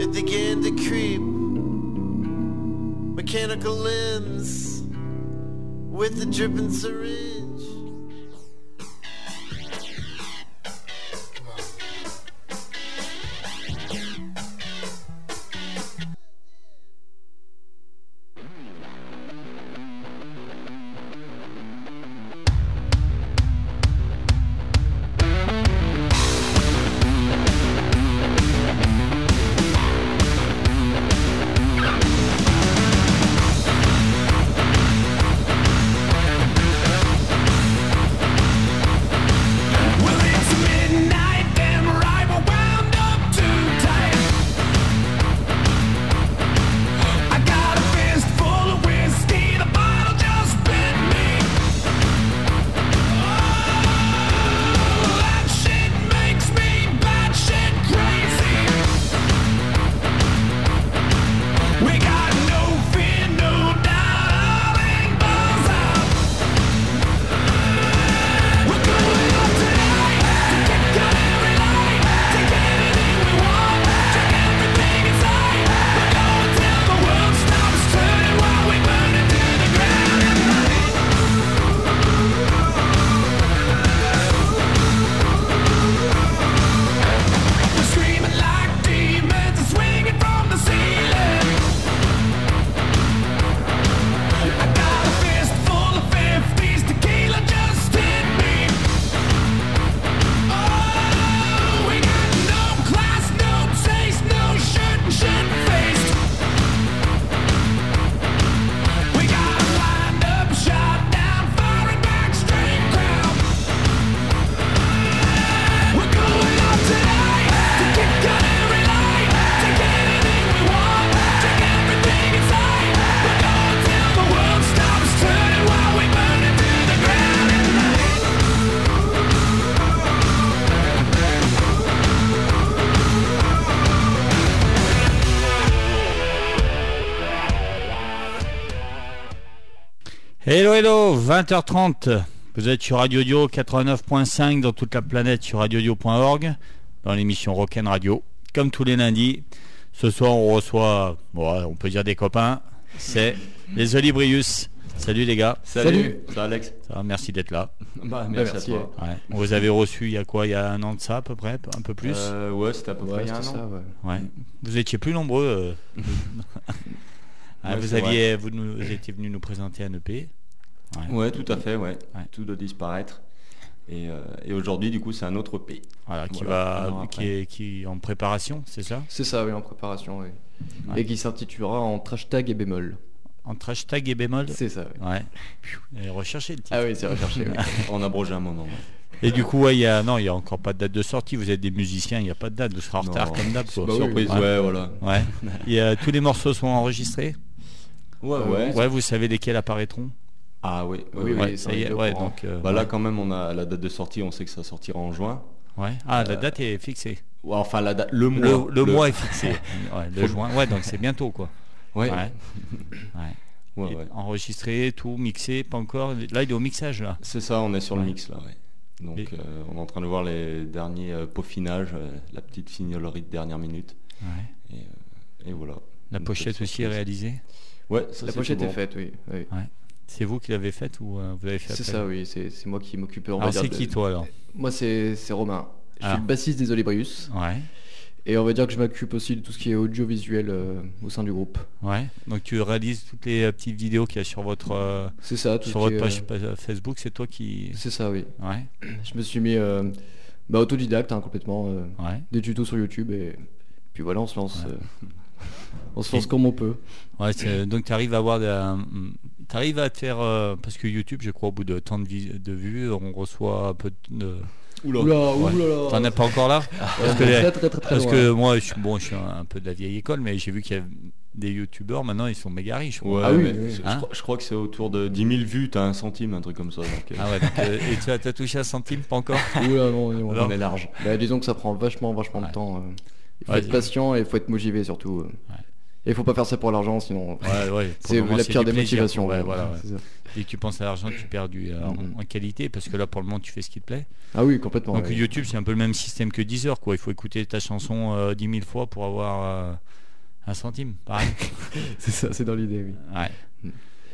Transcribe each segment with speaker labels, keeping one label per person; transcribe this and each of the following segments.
Speaker 1: it began to creep. Mechanical limbs with the dripping syringe.
Speaker 2: Well, it's midnight and right, we're wound up too tight. I got a fist full of whiskey, the bottle just bit me. Oh, that shit makes me batshit crazy. We got no fear, no doubt, all angles out. We're going up tonight to kick out every light, take anything we want, take everything inside. We're going till the world stops turning while we burn it to the ground. We're screaming like demons and swinging from the ceiling. I got a fist full of fifties, tequila just hit me. Oh, we got no class, no taste, no shirt and shit faced. We got a lined up, shot down, firing back, straight crowd. We're going out tonight to kick out every light, take anything we want, take everything inside. We're going till the world stops turning while we burn it to the ground.
Speaker 3: Hello, hello, 20h30. Vous êtes sur Radio Dio 89.5 dans toute la planète sur radiodio.org dans l'émission Rock'n Radio. Comme tous les lundis, ce soir on reçoit, ouais, on peut dire des copains, c'est les Olibrius. Salut les gars.
Speaker 4: Salut.
Speaker 5: Ça va, Alex
Speaker 3: Ça va, merci d'être là.
Speaker 5: Bah,
Speaker 4: merci.
Speaker 3: Ouais. On vous avez reçu il y a quoi Il y a un an de ça à peu près Un peu plus
Speaker 5: Euh, ouais, c'était à peu près il y a un an.
Speaker 3: Ouais. Vous étiez plus nombreux. euh. Ah,
Speaker 5: Ouais,
Speaker 3: vous,
Speaker 5: c'est vrai.
Speaker 3: aviez, vous, nous- vous étiez venu nous présenter un E EP. Ouais.
Speaker 5: Ouais, tout à fait, ouais.
Speaker 3: Ouais.
Speaker 5: Tout doit disparaître. Et, euh, et aujourd'hui, du coup, c'est un autre P.
Speaker 3: Voilà, qui
Speaker 5: Voilà, un an
Speaker 3: va, qui
Speaker 5: après.
Speaker 3: est, qui est en préparation, c'est ça
Speaker 4: C'est ça, oui, en préparation, oui.
Speaker 3: Ouais.
Speaker 4: Et qui s'intitulera en trash tag et bémol.
Speaker 3: Entre hashtag et bémol.
Speaker 4: C'est ça, oui.
Speaker 3: Ouais. Piou, Et rechercher le titre.
Speaker 4: Ah oui, c'est recherché, oui.
Speaker 5: On abroge un moment. ouais.
Speaker 3: Et du coup, ouais, il y a, non, il y a encore pas de date de sortie. Vous êtes des musiciens, il n'y a pas de date. Vous serez en
Speaker 5: Non.
Speaker 3: retard comme d'hab. quoi.
Speaker 4: Bah oui.
Speaker 5: Surprise,
Speaker 3: Ouais.
Speaker 5: ouais, voilà.
Speaker 3: Ouais. Et, euh, tous les morceaux sont enregistrés.
Speaker 5: Ouais,
Speaker 4: ouais.
Speaker 5: ouais.
Speaker 3: Ouais, vous savez lesquels apparaîtront.
Speaker 5: Ah, oui. ouais,
Speaker 4: Oui,
Speaker 5: ouais.
Speaker 4: oui.
Speaker 3: Ouais,
Speaker 4: ça,
Speaker 3: ça y
Speaker 4: il
Speaker 3: est.
Speaker 4: est au
Speaker 3: Ouais,
Speaker 4: courant.
Speaker 3: donc. euh,
Speaker 5: Bah, là, quand même, on a la date de sortie, on sait que ça sortira en juin.
Speaker 3: ouais. Ah, la date est fixée.
Speaker 5: Ouais, enfin, la date, le mois.
Speaker 3: Le, le mois est fixé. Ouais, le juin. Ouais, donc c'est bientôt quoi.
Speaker 5: Ouais,
Speaker 3: Ouais.
Speaker 5: ouais,
Speaker 3: Et
Speaker 5: ouais.
Speaker 3: Enregistré, tout mixé, pas encore. Là, il est au mixage là.
Speaker 5: C'est ça, on est sur
Speaker 3: Ouais.
Speaker 5: le mix, là, ouais. Donc,
Speaker 3: Et-
Speaker 5: euh, on est en train de voir les derniers euh, peaufinages, euh, la petite signolerie de dernière minute.
Speaker 3: Ouais.
Speaker 5: Et, euh, et voilà.
Speaker 3: La
Speaker 5: Une
Speaker 3: pochette
Speaker 5: petite
Speaker 3: aussi est
Speaker 5: surprise.
Speaker 3: réalisée.
Speaker 5: Ouais, ça,
Speaker 4: La
Speaker 5: c'est
Speaker 4: pochette
Speaker 5: tout
Speaker 4: est
Speaker 5: bon.
Speaker 4: faite, oui. oui.
Speaker 3: C'est vous qui l'avez faite ou euh, vous avez fait
Speaker 4: C'est
Speaker 3: appel
Speaker 4: ça, oui. C'est c'est moi qui m'occupe, on va
Speaker 3: Alors
Speaker 4: dire.
Speaker 3: c'est
Speaker 4: de-
Speaker 3: qui toi alors
Speaker 4: Moi, c'est c'est Romain. Je
Speaker 3: Ah.
Speaker 4: suis le bassiste des Olibrius.
Speaker 3: Ouais.
Speaker 4: Et on va dire que je m'occupe aussi de tout ce qui est audiovisuel euh, au sein du groupe.
Speaker 3: Ouais. Donc tu réalises toutes les euh, petites vidéos qu'il y a sur votre euh,
Speaker 4: C'est ça, tout
Speaker 3: sur
Speaker 4: ce qui
Speaker 3: votre
Speaker 4: est,
Speaker 3: page
Speaker 4: euh,
Speaker 3: pa- Facebook, c'est toi qui
Speaker 4: C'est ça, oui.
Speaker 3: Ouais.
Speaker 4: Je me suis mis euh, bah, autodidacte, hein, complètement. euh,
Speaker 3: Ouais.
Speaker 4: des tutos sur YouTube et puis voilà, on se lance.
Speaker 3: Ouais.
Speaker 4: euh, on se lance comme on peut.
Speaker 3: Ouais, c'est- donc tu arrives à avoir tu arrives à te faire euh, parce que YouTube, je crois au bout de tant de, vis- de vues, on reçoit un peu de
Speaker 5: Oula.
Speaker 4: Oula,
Speaker 3: Oh. Ouais.
Speaker 4: oulala.
Speaker 3: T'en es pas encore là
Speaker 4: Ouais,
Speaker 3: parce que les-
Speaker 4: très, très, très, très
Speaker 3: Parce
Speaker 4: loin.
Speaker 3: que moi, je suis bon, je suis un, un peu de la vieille école, mais j'ai vu qu'il y a des youtubeurs maintenant, ils sont méga riches. quoi.
Speaker 5: Ouais,
Speaker 4: Ah oui,
Speaker 5: mais
Speaker 4: oui.
Speaker 5: Je, je
Speaker 3: Hein
Speaker 5: crois, je crois que c'est autour de 10 000 vues, t'as un centime, un truc comme ça. Donc, euh,
Speaker 3: Ah ouais, donc, euh, et tu as, t'as touché un centime, pas encore
Speaker 4: Oula, non, non.
Speaker 3: Alors
Speaker 5: on est large.
Speaker 4: Bah, disons que ça prend vachement, vachement
Speaker 3: Ouais.
Speaker 4: de temps. euh. Il faut
Speaker 3: Ouais,
Speaker 4: être
Speaker 3: c'est-
Speaker 4: patient et il faut être motivé surtout. euh. Et faut pas faire ça pour l'argent, sinon.
Speaker 3: Ouais, ouais, pour
Speaker 4: C'est
Speaker 3: le moment,
Speaker 4: la pire
Speaker 3: du
Speaker 4: des
Speaker 3: plaisir,
Speaker 4: motivations.
Speaker 3: quoi. Ouais,
Speaker 4: ouais.
Speaker 3: voilà, ouais.
Speaker 4: C'est ça.
Speaker 3: Dès que tu penses à l'argent, tu perds du, euh,
Speaker 4: Mhm.
Speaker 3: en- en qualité parce que là, pour le moment, tu fais ce qui te plaît.
Speaker 4: Ah oui, complètement.
Speaker 3: Donc
Speaker 4: ouais.
Speaker 3: YouTube, c'est un peu le même système que Deezer, quoi. Il faut écouter ta chanson euh, 10 000 fois pour avoir euh, un centime, pareil.
Speaker 4: C'est ça, c'est dans l'idée, oui.
Speaker 3: Ouais.
Speaker 4: Mm.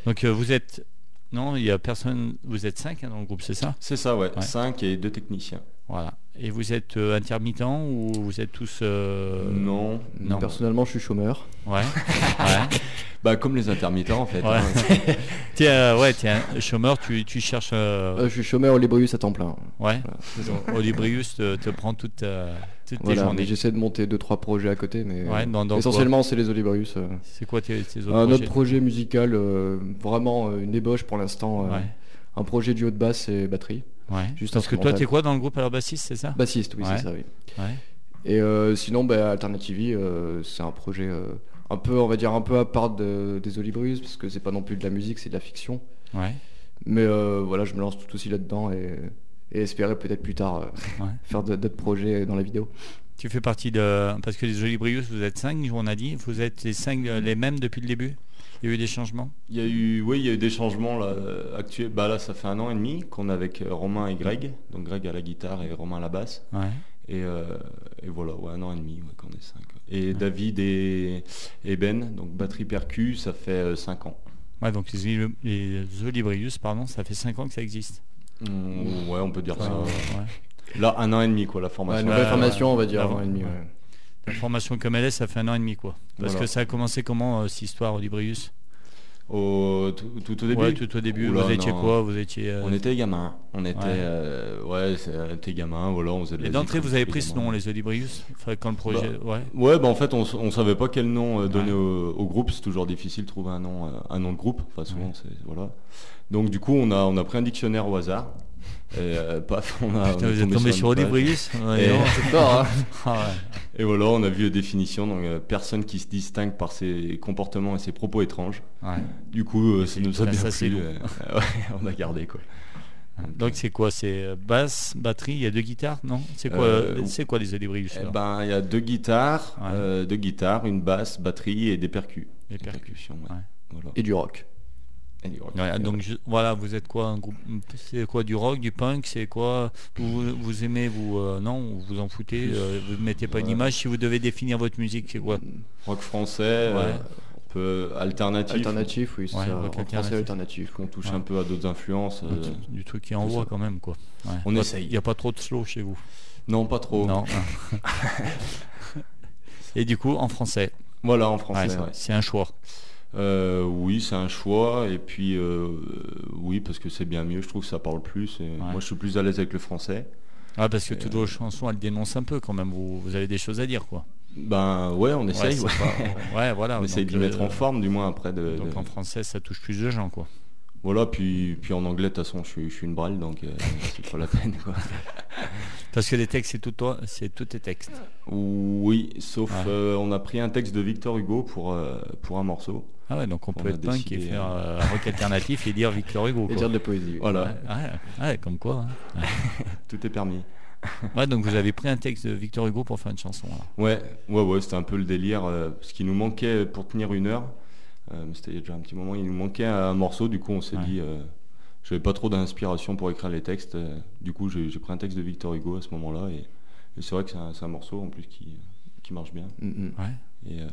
Speaker 3: Donc euh, vous êtes... Non, il y a personne... Vous êtes 5 dans le groupe, c'est ça
Speaker 5: C'est ça, ouais.
Speaker 3: Ouais.
Speaker 5: 5 et deux techniciens.
Speaker 3: Voilà. Et vous êtes euh, intermittent ou vous êtes tous... euh,
Speaker 5: Non.
Speaker 3: Non.
Speaker 4: Personnellement, je suis chômeur.
Speaker 3: Ouais. ouais.
Speaker 5: Bah, comme les intermittents, en fait.
Speaker 3: Ouais.
Speaker 5: hein.
Speaker 3: t'es euh, ouais, t'es un chômeur, tu, tu cherches... euh,
Speaker 4: Euh, je suis chômeur au Librius à temps plein.
Speaker 3: ouais.
Speaker 4: Voilà.
Speaker 3: Olibrius te, te prend toute, euh, toute tes
Speaker 4: Voilà, mais
Speaker 3: journées.
Speaker 4: j'essaie de monter deux trois projets à côté, mais
Speaker 3: Ouais, dans- dans
Speaker 4: essentiellement c'est les Olibrius. euh.
Speaker 3: C'est quoi tes, tes autres
Speaker 4: Un
Speaker 3: projets
Speaker 4: autre projet musical, euh, vraiment euh, une ébauche pour l'instant. euh,
Speaker 3: Ouais.
Speaker 4: Un projet duo de basse et batterie.
Speaker 3: Ouais.
Speaker 4: Juste
Speaker 3: Parce que toi,
Speaker 4: instrumental.
Speaker 3: t'es quoi dans le groupe alors bassiste, c'est
Speaker 5: Bah.
Speaker 3: ça
Speaker 4: Bassiste, oui,
Speaker 3: Ouais.
Speaker 4: c'est ça, oui.
Speaker 3: Ouais.
Speaker 4: Et euh, sinon, bah, Alternativi, euh, c'est un projet euh, un peu, on va dire, un peu à part de- des Olibrius, parce que c'est pas non plus de la musique, c'est de la fiction.
Speaker 3: Ouais.
Speaker 4: Mais euh, voilà, je me lance tout aussi là-dedans et, et espérer peut-être plus tard euh,
Speaker 3: Ouais.
Speaker 4: faire de- d'autres projets dans la vidéo.
Speaker 3: Tu fais partie de... Parce que les Jolis Brius, vous êtes 5, on a dit. Vous êtes les 5 les mêmes depuis le début Il y a eu des changements
Speaker 5: Il y a eu, oui, il y a eu des changements là, euh, actuels. Bah là, ça fait un an et demi qu'on est avec euh, Romain et Greg. Donc Greg à la guitare et Romain à la basse.
Speaker 3: Ouais.
Speaker 5: Et, euh, et voilà, ouais, un an et demi ouais, qu'on est cinq. Et David et, et Ben, donc batterie percu, ça fait euh, cinq ans.
Speaker 3: Ouais, donc les, Zoli- les Olibrius, pardon, ça fait 5 ans que ça existe.
Speaker 5: On- Ah ouais, on peut dire
Speaker 3: Ouais,
Speaker 5: ça.
Speaker 3: ouais.
Speaker 5: Là, un an et demi, quoi, la
Speaker 4: Ouais,
Speaker 5: formation.
Speaker 4: nouvelle
Speaker 3: ouais,
Speaker 4: formation, on va
Speaker 3: Ah
Speaker 4: dire,
Speaker 3: bon
Speaker 4: un an et demi,
Speaker 3: Ouais.
Speaker 4: ouais.
Speaker 3: La formation comme elle est, ça fait un an et demi, quoi. Parce
Speaker 5: Voilà.
Speaker 3: que ça a commencé comment, euh, cette histoire, Olibrius
Speaker 5: Au- tout, tout au début
Speaker 3: Ouais, tout au début,
Speaker 5: Oula,
Speaker 3: vous étiez
Speaker 5: non.
Speaker 3: quoi Vous étiez... euh,
Speaker 5: On était gamins. On était,
Speaker 3: Ouais.
Speaker 5: euh, ouais, c'était gamin, voilà, on faisait de
Speaker 3: Et
Speaker 5: la
Speaker 3: d'entrée,
Speaker 5: zik,
Speaker 3: vous avez
Speaker 5: tous
Speaker 3: pris ce
Speaker 5: gamins.
Speaker 3: nom, les Olibrius Enfin, quand le projet... Ouais.
Speaker 5: Ouais, bah en fait, on, s- on savait pas quel nom euh,
Speaker 3: Ouais.
Speaker 5: donner au, au groupe. C'est toujours difficile de trouver un nom, euh, un nom de groupe. Enfin, souvent,
Speaker 3: Ouais.
Speaker 5: c'est voilà. Donc, du coup, on a, on a pris un dictionnaire au hasard. Et euh, paf, on a.
Speaker 3: Putain,
Speaker 5: on est
Speaker 3: vous êtes tombé
Speaker 5: une
Speaker 3: sur
Speaker 5: page.
Speaker 3: Olibrius Ouais,
Speaker 5: Et-
Speaker 3: non.
Speaker 4: C'est fort, hein
Speaker 3: Ah
Speaker 5: Et voilà, on a vu les définitions. Donc, euh, personne qui se distingue par ses comportements et ses propos étranges.
Speaker 3: ouais. Ouais.
Speaker 5: Du coup, euh, ça
Speaker 3: C'est-
Speaker 5: nous a
Speaker 3: ça,
Speaker 5: bien
Speaker 3: ça, c'est
Speaker 5: plu.
Speaker 3: lourd.
Speaker 5: euh, ouais, on a gardé quoi.
Speaker 3: Donc c'est quoi C'est euh, basse, batterie, il y a deux guitares, non C'est quoi,
Speaker 5: Euh,
Speaker 3: euh, c'est quoi les Olibrius
Speaker 5: Eh
Speaker 3: alors
Speaker 5: ben, il y a deux guitares,
Speaker 3: Ouais.
Speaker 5: euh, deux guitares, une basse, batterie et des percus.
Speaker 3: Les
Speaker 5: Des
Speaker 3: percus.
Speaker 5: percussions, ouais.
Speaker 3: Ouais.
Speaker 5: Voilà.
Speaker 4: Et du rock.
Speaker 5: Et du rock.
Speaker 3: Ouais, donc je- voilà, vous êtes quoi un groupe C'est quoi du rock, du punk C'est quoi vous, vous aimez vous euh, non Vous en foutez euh, Vous mettez pas une
Speaker 5: Ouais.
Speaker 3: image Si vous devez définir votre musique, c'est quoi
Speaker 5: Rock français, euh,
Speaker 3: Ouais.
Speaker 5: un peu alternatif.
Speaker 4: Alternatif, oui, c'est
Speaker 3: Ouais,
Speaker 4: ça,
Speaker 3: rock
Speaker 4: rock français
Speaker 3: alternatif.
Speaker 4: alternatif.
Speaker 5: On touche
Speaker 3: Ouais.
Speaker 5: un peu à d'autres influences. euh,
Speaker 3: du, du truc qui
Speaker 5: c'est
Speaker 3: envoie
Speaker 5: ça.
Speaker 3: quand même quoi. Ouais.
Speaker 5: On
Speaker 3: Pas-
Speaker 5: essaye.
Speaker 3: Il n'y a pas trop de slow chez vous
Speaker 5: Non, pas trop.
Speaker 3: Non. Et du coup en français,
Speaker 5: Voilà, en français.
Speaker 3: Ouais,
Speaker 5: ouais.
Speaker 3: c'est un choix.
Speaker 5: Euh, oui, c'est un choix. Et puis, euh, oui, parce que c'est bien mieux. Je trouve que ça parle plus. et Moi, je suis plus à l'aise avec le français.
Speaker 3: Ouais, Ah, parce que
Speaker 5: Et, euh,
Speaker 3: toutes vos chansons elles dénoncent un peu quand même. Vous, vous avez des choses à dire quoi.
Speaker 5: Ben ouais, on
Speaker 3: Ouais,
Speaker 5: essaye.
Speaker 3: c'est
Speaker 5: ouais.
Speaker 3: pas- ouais, voilà.
Speaker 5: On essaye
Speaker 3: donc,
Speaker 5: de le mettre
Speaker 3: euh,
Speaker 5: en forme, du moins après. De,
Speaker 3: Donc
Speaker 5: de-
Speaker 3: en français, ça touche plus de gens, quoi.
Speaker 5: Voilà, puis, puis en anglais, de toute façon, je, suis- je suis une brale, donc euh, c'est pas la peine. quoi.
Speaker 3: Parce que les textes, c'est tout toi, c'est tous tes textes.
Speaker 5: Oui, sauf
Speaker 3: Ouais.
Speaker 5: euh, on a pris un texte de Victor Hugo pour, euh, pour un morceau.
Speaker 3: Ah ouais, donc on,
Speaker 5: On
Speaker 3: peut
Speaker 5: a
Speaker 3: être punk et
Speaker 5: décidé,
Speaker 3: faire
Speaker 5: hein.
Speaker 3: euh, rock alternatif et dire Victor Hugo.
Speaker 4: Et
Speaker 3: Quoi.
Speaker 4: dire de la poésie. oui.
Speaker 5: Voilà,
Speaker 3: Ouais, ouais, comme quoi. hein.
Speaker 5: tout est permis.
Speaker 3: Ouais, donc vous avez pris un texte de Victor Hugo pour faire une chanson. alors.
Speaker 5: Ouais, ouais, ouais, c'était un peu le délire. euh, ce qui nous manquait pour tenir une heure, euh, mais c'était il y a déjà un petit moment, il nous manquait un morceau, du coup on s'est
Speaker 3: Ouais.
Speaker 5: dit, euh, j'avais pas trop d'inspiration pour écrire les textes, euh, du coup j'ai j'ai pris un texte de Victor Hugo à ce moment-là, et, et c'est vrai que c'est un, c'est un morceau en plus qui, qui marche bien,
Speaker 4: Mm, mm.
Speaker 5: et, euh,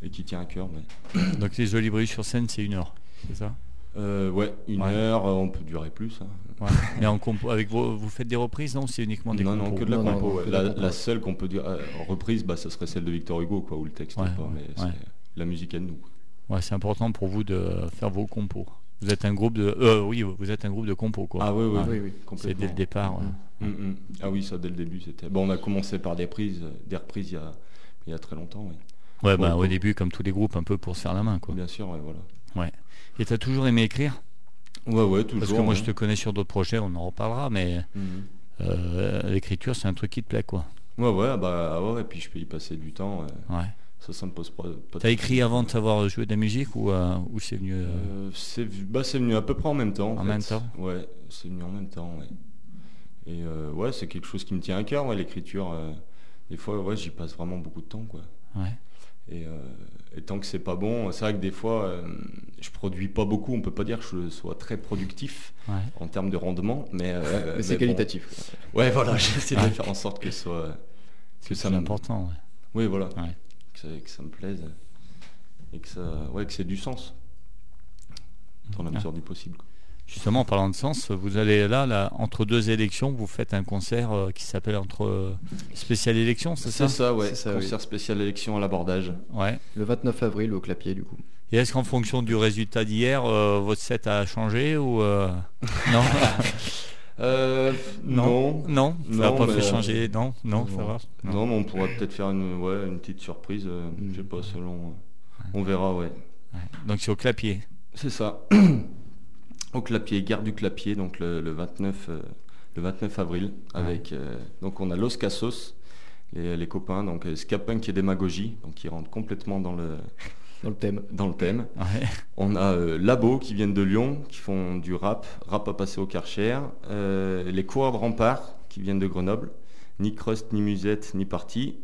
Speaker 5: et qui tient à cœur. ouais.
Speaker 3: Donc les jolies brilles sur scène, c'est une heure. C'est ça
Speaker 5: Euh, ouais, une
Speaker 3: Ouais.
Speaker 5: heure, euh, on peut durer plus. hein.
Speaker 3: ouais. Mais en compo, avec vos, vous faites des reprises, non ou C'est uniquement des
Speaker 5: Non, non,
Speaker 3: compos
Speaker 5: que de la
Speaker 4: Non, non,
Speaker 5: compo.
Speaker 4: que
Speaker 5: ouais.
Speaker 4: de la
Speaker 5: la,
Speaker 4: compo,
Speaker 5: la
Speaker 4: ouais.
Speaker 5: seule qu'on peut dire euh, en reprise, bah, ça serait celle de Victor Hugo, quoi, ou le texte,
Speaker 3: Ouais,
Speaker 5: ou pas, mais
Speaker 3: ouais,
Speaker 5: c'est
Speaker 3: ouais.
Speaker 5: la musique à nous. quoi.
Speaker 3: Ouais, c'est important pour vous de faire vos compos. Vous êtes un groupe de... euh, oui, vous êtes un groupe de compos, quoi.
Speaker 5: Ah ouais, ouais,
Speaker 3: Ouais.
Speaker 4: Oui, oui.
Speaker 3: c'est dès le départ. ouais.
Speaker 5: Mm, mm. Ah oui, ça dès le début, c'était. Bon, on a commencé par des prises, euh, des reprises il y a, il y a très longtemps, oui.
Speaker 3: Ouais, bah,
Speaker 5: Pour-
Speaker 3: au début, comme tous les groupes, un peu pour se faire la main, quoi.
Speaker 5: Bien sûr, ouais, voilà.
Speaker 3: Et t'as toujours aimé écrire
Speaker 5: Ouais, ouais, toujours.
Speaker 3: Parce que moi,
Speaker 5: ouais.
Speaker 3: je te connais sur d'autres projets, on en reparlera, mais
Speaker 5: Mhm.
Speaker 3: euh, l'écriture, c'est un truc qui te plaît, quoi.
Speaker 5: Ouais, ouais, bah ouais, et puis je peux y passer du temps. euh,
Speaker 3: Ouais.
Speaker 5: Ça, ça me pose pas. pas de
Speaker 3: T'as écrit
Speaker 5: soucis.
Speaker 3: avant de savoir jouer de la musique ou, euh, ou c'est venu euh,
Speaker 5: Euh, c'est vu- bah, c'est venu à peu près en même temps.
Speaker 3: En
Speaker 5: fait.
Speaker 3: même temps
Speaker 5: Ouais, c'est venu en même temps, ouais. Et euh, ouais, c'est quelque chose qui me tient à cœur, ouais, l'écriture. euh, des fois, ouais, j'y passe vraiment beaucoup de temps, quoi.
Speaker 3: Ouais.
Speaker 5: Et, euh, et tant que c'est pas bon, c'est vrai que des fois, euh, je produis pas beaucoup. On peut pas dire que je sois très productif
Speaker 3: Ouais.
Speaker 5: en termes de rendement, mais, euh,
Speaker 6: Mais c'est
Speaker 5: bon.
Speaker 6: qualitatif. quoi.
Speaker 5: Ouais, voilà, j'essaie
Speaker 3: Ouais.
Speaker 5: de faire en sorte que ce soit euh, que ça
Speaker 3: C'est
Speaker 5: m'importe.
Speaker 3: important. ouais.
Speaker 5: Oui, voilà.
Speaker 3: Ouais.
Speaker 5: Que, ça, que ça me plaise et que ça, ouais, que c'est du sens dans la
Speaker 3: Ah.
Speaker 5: mesure du possible. quoi.
Speaker 3: Justement, en parlant de sens, vous allez là, là, entre deux élections, vous faites un concert euh, qui s'appelle entre euh, spécial élection, c'est ça,
Speaker 5: ouais.
Speaker 6: C'est ça, oui.
Speaker 5: Concert spécial élection à l'abordage.
Speaker 3: Ouais.
Speaker 6: Le 29 avril au clapier, du coup.
Speaker 3: Et est-ce qu'en fonction du résultat d'hier, euh, votre set a changé ou euh, non
Speaker 5: Euh, non.
Speaker 3: non, ça n'a
Speaker 5: Non,
Speaker 3: pas
Speaker 5: mais,
Speaker 3: fait
Speaker 5: euh,
Speaker 3: changer, non, non, ça
Speaker 5: non.
Speaker 3: va.
Speaker 5: Non, mais on pourra peut-être faire une, ouais, une petite surprise. euh, Je sais pas, selon. euh, on verra, ouais.
Speaker 3: Donc c'est au clapier.
Speaker 5: C'est ça. Au clapier, gare du clapier, donc le, le 29, euh, le 29 avril, avec euh, donc on a Los Cassos, les, les copains, donc euh, ska punk et démagogie, donc qui rentrent complètement dans le,
Speaker 6: Dans le thème.
Speaker 5: dans le thème.
Speaker 3: Ouais.
Speaker 5: On a euh, Labo qui viennent de Lyon, qui font du rap, rap à passer au Karcher. Euh, les coureurs de rempart qui viennent de Grenoble, ni crust, ni musette, ni partie.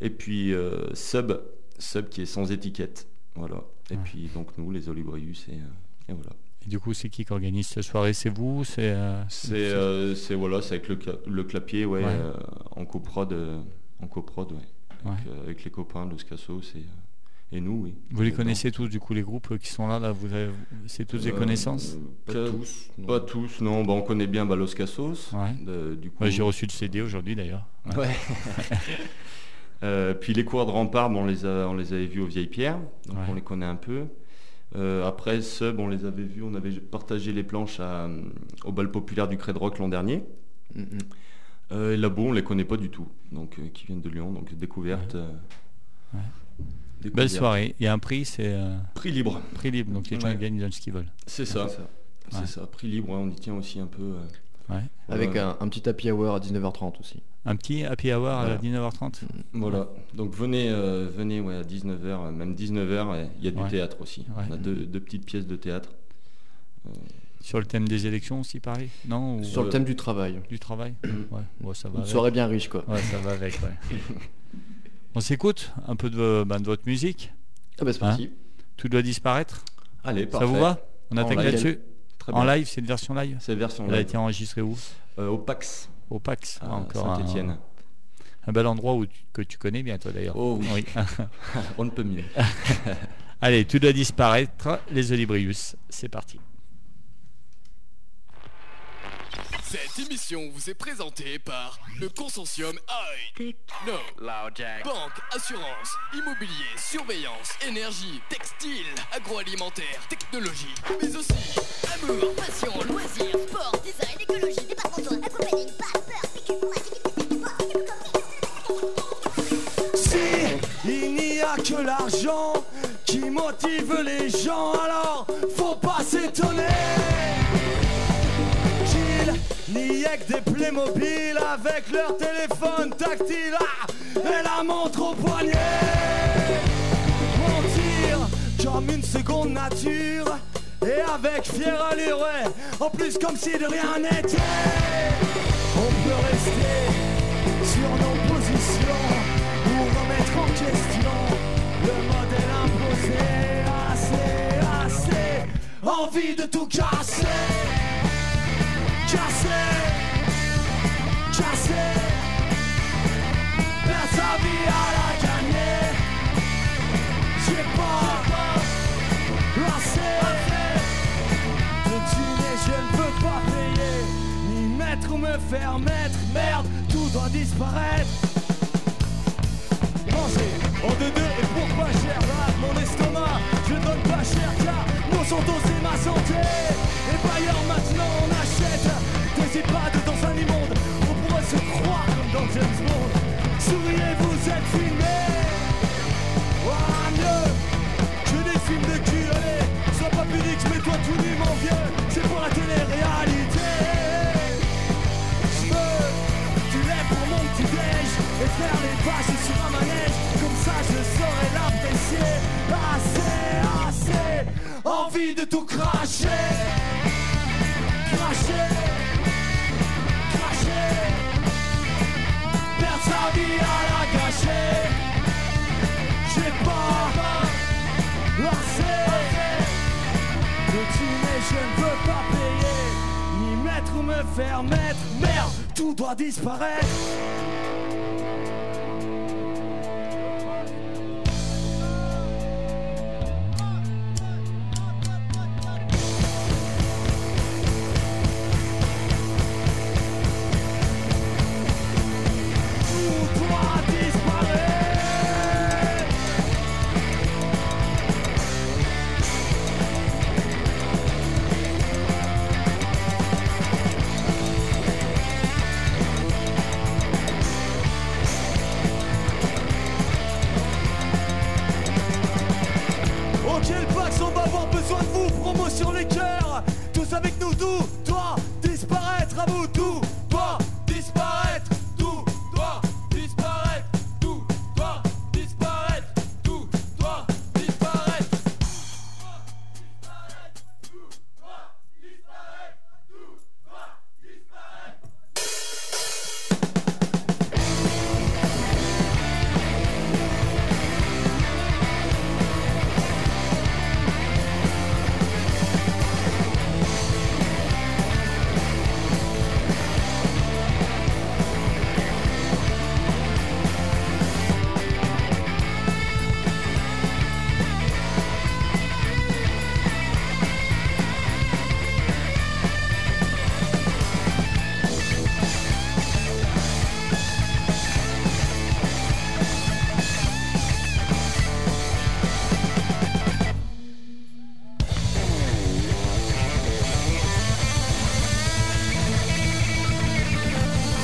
Speaker 5: Et puis euh, Sub, Sub qui est sans étiquette. Voilà. Et
Speaker 3: Ouais.
Speaker 5: puis donc nous, les Olibrius, et, euh, et voilà.
Speaker 3: Et du coup, c'est qui qui organise cette soirée C'est vous C'est euh,
Speaker 5: C'est euh, c'est- voilà, c'est avec le, cla- le clapier, ouais,
Speaker 3: Ouais.
Speaker 5: euh, en coprod, euh, en coprod, ouais. Avec,
Speaker 3: Ouais.
Speaker 5: euh, avec les copains, Los Cassos et, euh, et nous, oui.
Speaker 3: Vous les
Speaker 5: Dedans.
Speaker 3: connaissez tous, du coup, les groupes qui sont là, là, vous avez, c'est toutes des
Speaker 5: Euh,
Speaker 3: connaissances.
Speaker 5: Pas
Speaker 6: Que-
Speaker 5: tous. Pas tous, non. Bah, on connaît bien bah, Los Cassos.
Speaker 3: Ouais.
Speaker 5: de- du coup.
Speaker 3: Ouais, J'ai reçu le CD aujourd'hui d'ailleurs. Ouais.
Speaker 5: Ouais. Euh, puis les cours de rempart, bon, on, les a- on les avait vus aux Vieilles Pierres, donc
Speaker 3: Ouais.
Speaker 5: on les connaît un peu. Euh, après, Sub, on les avait vus, on avait partagé les planches à, euh, au bal populaire du Cred Rock l'an dernier.
Speaker 6: Mm, mm.
Speaker 5: Euh, et là-bas, on les connaît pas du tout, donc euh, qui viennent de Lyon, donc découverte. euh,
Speaker 3: Ouais.
Speaker 5: découverte.
Speaker 3: Belle soirée. Il y a un prix, c'est euh,
Speaker 5: Prix libre,
Speaker 3: prix libre, donc les gens
Speaker 5: Ouais.
Speaker 3: ils viennent, ils donnent ce qu'ils veulent.
Speaker 5: c'est ça.
Speaker 6: C'est ça.
Speaker 5: C'est
Speaker 3: Ouais.
Speaker 5: ça, prix libre, ouais, on y tient aussi un peu. euh,
Speaker 3: Ouais.
Speaker 6: Avec
Speaker 5: euh,
Speaker 6: un, un petit happy hour à 19h30 aussi.
Speaker 3: Un petit happy hour à
Speaker 5: Mm.
Speaker 3: 19h30.
Speaker 5: Voilà, donc venez, euh, venez ouais, à 19h, euh, même 19h, il y a du
Speaker 3: Ouais.
Speaker 5: théâtre aussi.
Speaker 3: Ouais.
Speaker 5: On a deux, deux petites pièces de théâtre.
Speaker 3: Sur le thème des élections aussi, pareil Non ou
Speaker 6: Sur le thème du travail.
Speaker 3: du travail Ouais, Euh, bah Ouais, ça va.
Speaker 6: Une
Speaker 3: avec.
Speaker 6: soirée bien riche, quoi.
Speaker 3: Ouais, ça va avec, ouais. On s'écoute un peu de, ben, de votre musique.
Speaker 6: Ah bah c'est
Speaker 3: Hein
Speaker 6: parti.
Speaker 3: Tout doit disparaître.
Speaker 5: Allez, parfait.
Speaker 3: Ça vous va On
Speaker 5: En
Speaker 3: attaque
Speaker 5: live.
Speaker 3: là-dessus
Speaker 5: Très
Speaker 3: En
Speaker 5: bien.
Speaker 3: live, c'est une version live
Speaker 5: Cette version
Speaker 3: Elle a
Speaker 5: là
Speaker 3: été enregistrée où
Speaker 5: au Pax,
Speaker 3: Au Pax,
Speaker 5: à
Speaker 3: encore hein. un-
Speaker 5: Saint-Etienne.
Speaker 3: Un bel endroit où tu- que tu connais bien, toi d'ailleurs.
Speaker 5: Oh oui,
Speaker 3: Oui.
Speaker 5: on ne peut mieux.
Speaker 3: Allez, tout doit disparaître. Les Olibrius, c'est parti.
Speaker 7: Cette émission vous est présentée par le consortium AI, No, Banque, Assurance, Immobilier, Surveillance, Énergie, Textile, Agroalimentaire, Technologie, mais aussi Amour, Passion, Loisirs, Sport, Design, Écologie, Départemental, Accompagning, Pas, Peur,
Speaker 2: Si il n'y a que l'argent qui motive les gens, alors faut pas s'étonner qu'il n'y ait que des Playmobil avec leur téléphone tactile ah, et la montre au poignet. Mentir comme une seconde nature et avec fière allure, ouais, en plus comme si de rien n'était. On peut rester sur nos positions pour remettre en question le modèle imposé. Assez, assez, envie de tout casser. Casser, casser, la sa vie à la gagner. J'ai pas assez de dîner, je ne peux pas payer, ni mettre ou me faire mettre. Merde, tout doit disparaître. Manger en deux deux et pour pas cher là, mon estomac, je donne pas cher car mon santo c'est ma santé Et par ailleurs maintenant on achète des EHPAD dans un immonde On pourrait se croire comme dans James Bond Souriez vous êtes filmés Ouah mieux que des films de cul allez Sois pas pudique mais toi tout nu mon vieux C'est pour la télé-réalité je veux du lait pour mon petit déj Et faire les vaches sur un manège Comme ça je saurais l'apprécier Assez, assez Envie de tout cracher Cracher Cracher Perdre
Speaker 8: sa vie à la gâcher. J'ai pas assez de dîner, je ne veux pas payer, ni mettre ou me faire mettre. Merde, tout doit disparaître. Tout doit disparaître. Ok le Pax, on va avoir besoin de vous, promotion les cœurs Tous avec nous, tout doit disparaître à vous, tout doit disparaître Tout doit disparaître, tout doit disparaître, tout doit disparaître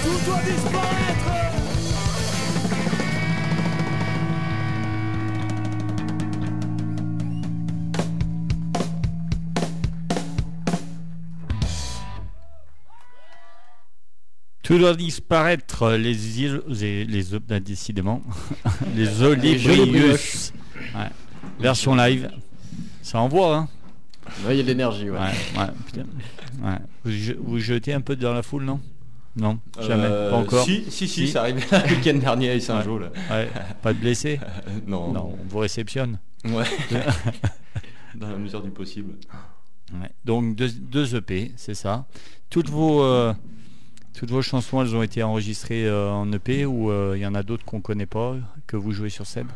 Speaker 8: Tout doit disparaître
Speaker 3: Tout doit disparaître, les îles, les, les- euh, décidément, les olibrius. Ouais. Version live, ça envoie, hein
Speaker 4: Ouais, il y a de l'énergie, ouais.
Speaker 3: Ouais, ouais, putain. Ouais. Vous, je- vous jetez un peu dans la foule, non Non, jamais,
Speaker 5: Euh,
Speaker 3: pas encore.
Speaker 5: Si, si, si,
Speaker 3: Si.
Speaker 5: ça arrivait le week-end dernier à Saint-Jean. Là.
Speaker 3: Ouais, Pas de blessés
Speaker 5: Euh, non.
Speaker 3: Non, on vous réceptionne.
Speaker 5: Ouais. Dans la mesure du possible.
Speaker 3: Ouais. Donc deux, deux EP, c'est ça. Toutes vos, euh, toutes vos chansons, elles ont été enregistrées euh, en EP ou euh, il y en a d'autres qu'on connaît pas, que vous jouez sur scène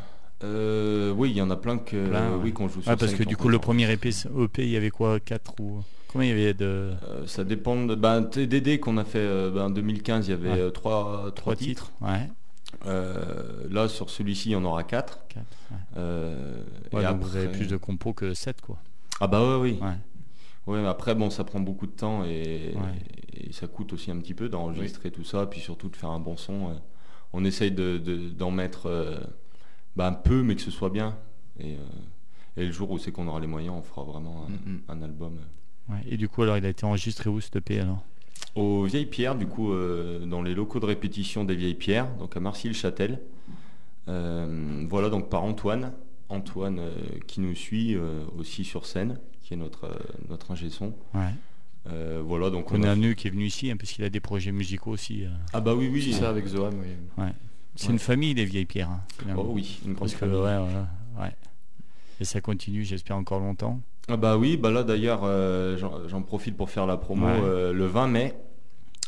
Speaker 5: Euh, oui, il y en a plein que
Speaker 3: Plein, ouais.
Speaker 5: oui qu'on joue sur
Speaker 3: Ouais, parce
Speaker 5: scène
Speaker 3: que
Speaker 5: qu'on
Speaker 3: du coup, le
Speaker 5: comprend.
Speaker 3: premier E EP, c'est- EP, il y avait quoi 4 ou. Combien il y avait de.
Speaker 5: Euh, ça dépend de ben, TDD qu'on a fait euh, ben, en 2015, il y avait
Speaker 3: Ouais.
Speaker 5: euh, trois, trois titres.
Speaker 3: Ouais.
Speaker 5: Euh, là, sur celui-ci, il y en aura quatre.
Speaker 3: Quatre, ouais.
Speaker 5: Euh,
Speaker 3: Ouais,
Speaker 5: et
Speaker 3: donc Vous avez
Speaker 5: après-
Speaker 3: plus de compos que 7, quoi.
Speaker 5: Ah bah ouais, oui.
Speaker 3: Ouais.
Speaker 5: Ouais, mais après, bon, ça prend beaucoup de temps et,
Speaker 3: Ouais.
Speaker 5: et ça coûte aussi un petit peu d'enregistrer tout ça, puis surtout de faire un bon son. euh. On essaye de- de- d'en mettre euh, bah, un peu, mais que ce soit bien. Et, euh, et le jour où c'est qu'on aura les moyens, on fera vraiment
Speaker 3: Mm.
Speaker 5: un,
Speaker 4: Mhm.
Speaker 5: un album. euh,
Speaker 3: Ouais. Et du coup, alors, il a été enregistré où cet EP alors
Speaker 5: Aux Vieilles Pierres, du coup, euh, dans les locaux de répétition des Vieilles Pierres, donc à Marcy-le-Châtel. Euh, voilà, donc par Antoine. Antoine euh, qui nous suit euh, aussi sur scène, qui est notre, euh, notre ingé son.
Speaker 3: Ouais.
Speaker 5: Euh, voilà, donc
Speaker 3: On
Speaker 5: on
Speaker 3: a
Speaker 5: a...
Speaker 3: un nœud qui est venu ici, hein, parce qu'il a des projets musicaux aussi. euh.
Speaker 5: Ah bah oui,
Speaker 4: C'est
Speaker 5: oui.
Speaker 4: ça avec Zoam, oui.
Speaker 3: Hein C'est
Speaker 4: Ouais.
Speaker 3: une famille, les vieilles pierres. hein, finalement.
Speaker 5: Oh oui, une grosse
Speaker 3: Parce que,
Speaker 5: famille.
Speaker 3: ouais, ouais, ouais. Et ça continue, j'espère, encore longtemps.
Speaker 5: Ah bah oui, bah là d'ailleurs, euh, j'en j'en profite pour faire la promo
Speaker 3: Ouais.
Speaker 5: euh, le 20 mai.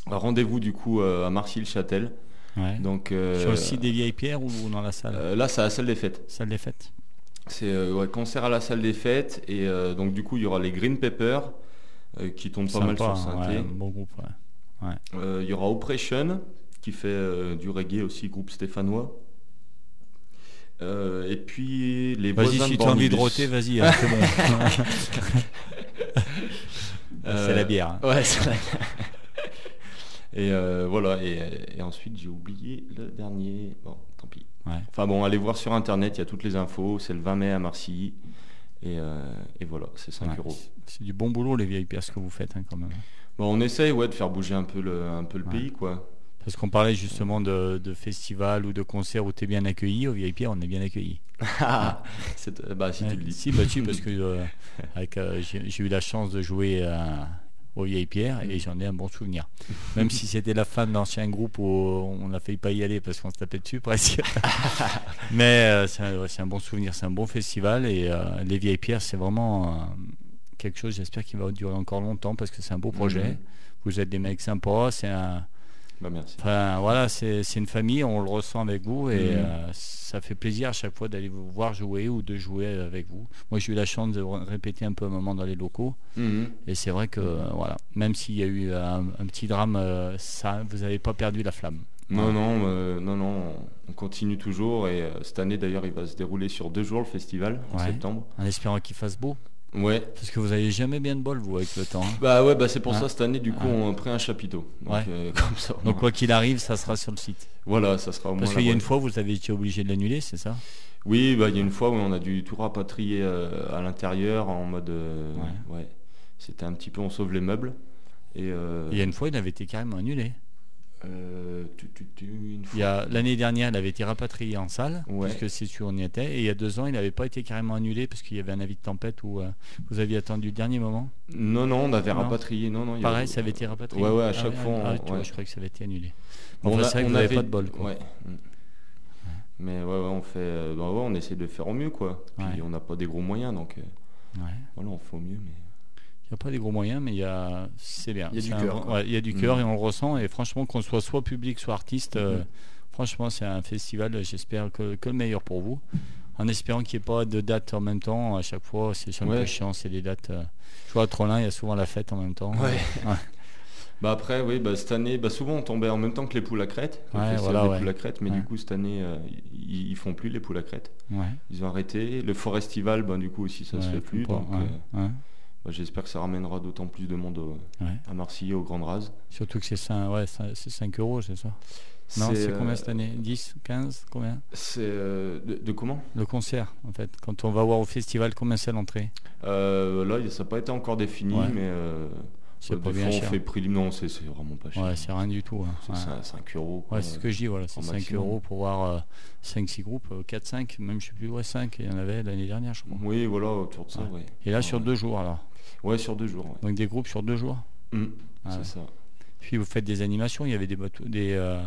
Speaker 5: Rendez-vous du coup euh, à Marcy-le-Châtel.
Speaker 3: Ouais.
Speaker 5: Donc euh,
Speaker 3: Sur le site des vieilles pierres ou dans la salle
Speaker 5: euh, là, c'est à la salle des fêtes.
Speaker 3: Salle des fêtes
Speaker 5: C'est euh, ouais, concert à la salle des fêtes et euh, donc du coup il y aura les Green Pepper euh, qui tombent pas mal
Speaker 3: Sympa,
Speaker 5: sur
Speaker 3: hein,
Speaker 5: synthé.
Speaker 3: ouais, bon groupe, ouais.
Speaker 5: Euh, il y aura Oppression qui fait euh, du reggae aussi groupe stéphanois. Euh, et puis les
Speaker 3: Vas-y,
Speaker 5: voisins
Speaker 3: si
Speaker 5: de
Speaker 3: tu as envie de
Speaker 5: Bornibus.
Speaker 3: roter, vas-y, hein, c'est bon. c'est la
Speaker 5: Euh,
Speaker 3: bière. hein.
Speaker 5: Ouais, c'est vrai. et euh, voilà, et, et ensuite j'ai oublié le dernier. Bon, tant pis.
Speaker 3: Ouais.
Speaker 5: Enfin bon, allez voir sur internet, il y a toutes les infos. C'est le 20 mai à Marcilly. Et, euh, et voilà, c'est 5
Speaker 3: Ouais.
Speaker 5: euros.
Speaker 3: C'est du bon boulot, les vieilles pierres, ce que vous faites, hein, quand même.
Speaker 5: Bon, on essaye ouais, de faire bouger un peu le, un peu le
Speaker 3: Ouais.
Speaker 5: pays, quoi.
Speaker 3: Parce qu'on parlait justement de, de festivals ou de concerts où tu es bien accueilli. Aux vieilles pierres, on est bien accueilli.
Speaker 5: C'est- euh, bah, si
Speaker 3: Ouais,
Speaker 5: tu le dis.
Speaker 3: Si, bah, si, parce que euh, avec, euh, j'ai j'ai eu la chance de jouer euh, au aux vieilles pierres et j'en ai un bon souvenir. Même si c'était la fin de l'ancien groupe où on a failli pas y aller parce qu'on se tapait dessus presque. Mais euh, c'est un, ouais, c'est un bon souvenir, c'est un bon festival et euh, les vieilles pierres c'est vraiment euh, quelque chose j'espère qui va durer encore longtemps parce que c'est un beau projet.
Speaker 4: Mhm.
Speaker 5: Mm-hmm.
Speaker 3: Vous êtes des mecs sympas, c'est un,
Speaker 5: Bah, merci.
Speaker 3: Enfin, voilà, c'est c'est une famille, on le ressent avec vous et
Speaker 4: Mhm.
Speaker 3: euh, ça fait plaisir à chaque fois d'aller vous voir jouer ou de jouer avec vous. Moi, j'ai eu la chance de re- répéter un peu un moment dans les locaux
Speaker 4: Mhm.
Speaker 3: et c'est vrai que, euh, voilà, même s'il y a eu un, un petit drame, euh, ça, vous n'avez pas perdu la flamme.
Speaker 5: Non, non, euh, non, non, on continue toujours et euh, cette année d'ailleurs il va se dérouler sur deux jours le festival en
Speaker 3: Ouais.
Speaker 5: septembre.
Speaker 3: En espérant qu'il fasse beau,
Speaker 5: Ouais.
Speaker 3: parce que vous n'avez jamais bien de bol, vous, avec le temps. hein.
Speaker 5: Bah ouais, bah c'est pour
Speaker 3: Ah.
Speaker 5: ça cette année du coup
Speaker 3: Ah.
Speaker 5: on a pris un chapiteau. Donc,
Speaker 3: Ouais.
Speaker 5: euh, comme ça.
Speaker 3: Donc, quoi qu'il arrive, ça sera sur le site.
Speaker 5: Voilà, ça sera au moins.
Speaker 3: Parce
Speaker 5: la
Speaker 3: qu'il y a
Speaker 5: bonne.
Speaker 3: une fois, vous avez été obligé de l'annuler, c'est ça
Speaker 5: Oui, bah il y a une fois où on a dû tout rapatrier euh, à l'intérieur en mode. euh, ouais. C'était un petit peu on sauve les meubles. Et euh,
Speaker 3: Il y a une fois, il avait été carrément annulé.
Speaker 5: euh, tu- tu- tu- une fois.
Speaker 3: Il y a- L'année dernière, il avait été rapatrié en salle,
Speaker 5: Ouais.
Speaker 3: puisque c'est sûr, on y était. Et il y a deux ans, il n'avait pas été carrément annulé, parce qu'il y avait un avis de tempête où euh, vous aviez attendu le dernier moment.
Speaker 5: Non, non, on avait
Speaker 3: Non.
Speaker 5: rapatrié. Non, non. il y a-
Speaker 3: Pareil, ça avait été rapatrié.
Speaker 5: Ouais, ouais, à chaque
Speaker 3: Ah,
Speaker 5: fois,
Speaker 3: ah,
Speaker 5: on-
Speaker 3: tu vois,
Speaker 5: ouais.
Speaker 3: je croyais que ça avait été annulé.
Speaker 5: On
Speaker 3: Bon, enfin,
Speaker 5: a-
Speaker 3: c'est vrai que
Speaker 5: on
Speaker 3: vous n'avez
Speaker 5: avait-
Speaker 3: pas de bol. quoi.
Speaker 5: Ouais. Mm. Mais ouais, ouais, on fait, euh, bah ouais, on essaie de faire au mieux quoi. Puis
Speaker 3: Ouais.
Speaker 5: on n'a pas des gros moyens donc euh,
Speaker 3: Ouais.
Speaker 5: voilà, on fait au mieux. Mais
Speaker 3: Il n'y a pas des gros moyens, mais il y a... c'est bien.
Speaker 4: Il y a du
Speaker 3: C'est un
Speaker 4: cœur,
Speaker 3: bon-
Speaker 4: quoi.
Speaker 3: ouais, il y a du
Speaker 5: Mm.
Speaker 3: cœur et on le ressent. Et franchement, qu'on soit soit public, soit artiste, euh,
Speaker 5: Mhm.
Speaker 3: franchement, c'est un festival, euh, j'espère, que, que le meilleur pour vous. En espérant qu'il n'y ait pas de dates en même temps. À chaque fois, c'est c'est un peu
Speaker 5: Ouais.
Speaker 3: chiant, c'est des dates. euh, Je vois à Trollin, il y a souvent la fête en même temps.
Speaker 5: bah après, oui, bah cette année, bah souvent on tombait en même temps que les poules à crête. le
Speaker 3: Ouais,
Speaker 5: festival
Speaker 3: voilà,
Speaker 5: des
Speaker 3: ouais.
Speaker 5: poules à crête, mais
Speaker 3: Ouais.
Speaker 5: du coup cette année, euh, ils, ils font plus les poules à crête.
Speaker 3: Ouais.
Speaker 5: Ils ont arrêté. Le Forestival, bah, du coup aussi ça se
Speaker 3: Ouais,
Speaker 5: fait
Speaker 3: faut
Speaker 5: plus.
Speaker 3: pas,
Speaker 5: donc,
Speaker 3: ouais,
Speaker 5: euh,
Speaker 3: ouais.
Speaker 5: bah, j'espère que ça ramènera d'autant plus de monde au-
Speaker 3: Ouais.
Speaker 5: à Marseille, aux Grandes Rases.
Speaker 3: Surtout que c'est 5, ouais, cin- c'est 5 euros, c'est ça Non, c'est
Speaker 5: euh,
Speaker 3: combien cette année 10, 15 Combien
Speaker 5: C'est euh, de, de comment
Speaker 3: Le concert, en fait. Quand on va voir au festival, combien c'est l'entrée
Speaker 5: Euh, Là, ça n'a pas été encore défini,
Speaker 3: Ouais.
Speaker 5: mais euh,
Speaker 3: C'est
Speaker 5: des
Speaker 3: pas bien
Speaker 5: fois,
Speaker 3: cher.
Speaker 5: on fait prélim. Non, c'est c'est vraiment pas cher.
Speaker 3: Ouais, c'est rien du tout. hein.
Speaker 5: C'est
Speaker 3: Ouais.
Speaker 5: cin- 5 euros. quoi.
Speaker 3: Ouais, c'est ce que je dis, voilà, c'est
Speaker 5: Euh, en
Speaker 3: 5
Speaker 5: maximum.
Speaker 3: euros pour voir 5-6 groupes, 4-5, même je sais plus, ouais, 5, il y en avait l'année dernière, je crois.
Speaker 5: Oui, voilà, autour de ça,
Speaker 3: Ouais.
Speaker 5: ouais.
Speaker 3: Et là, sur
Speaker 5: Ouais.
Speaker 3: deux jours, alors.
Speaker 5: Ouais, sur deux jours, ouais.
Speaker 3: Donc des groupes sur deux jours.
Speaker 5: Mm,
Speaker 3: Ah
Speaker 5: c'est
Speaker 3: ouais.
Speaker 5: ça.
Speaker 3: Puis vous faites des animations, il y avait des, bateaux- des, euh,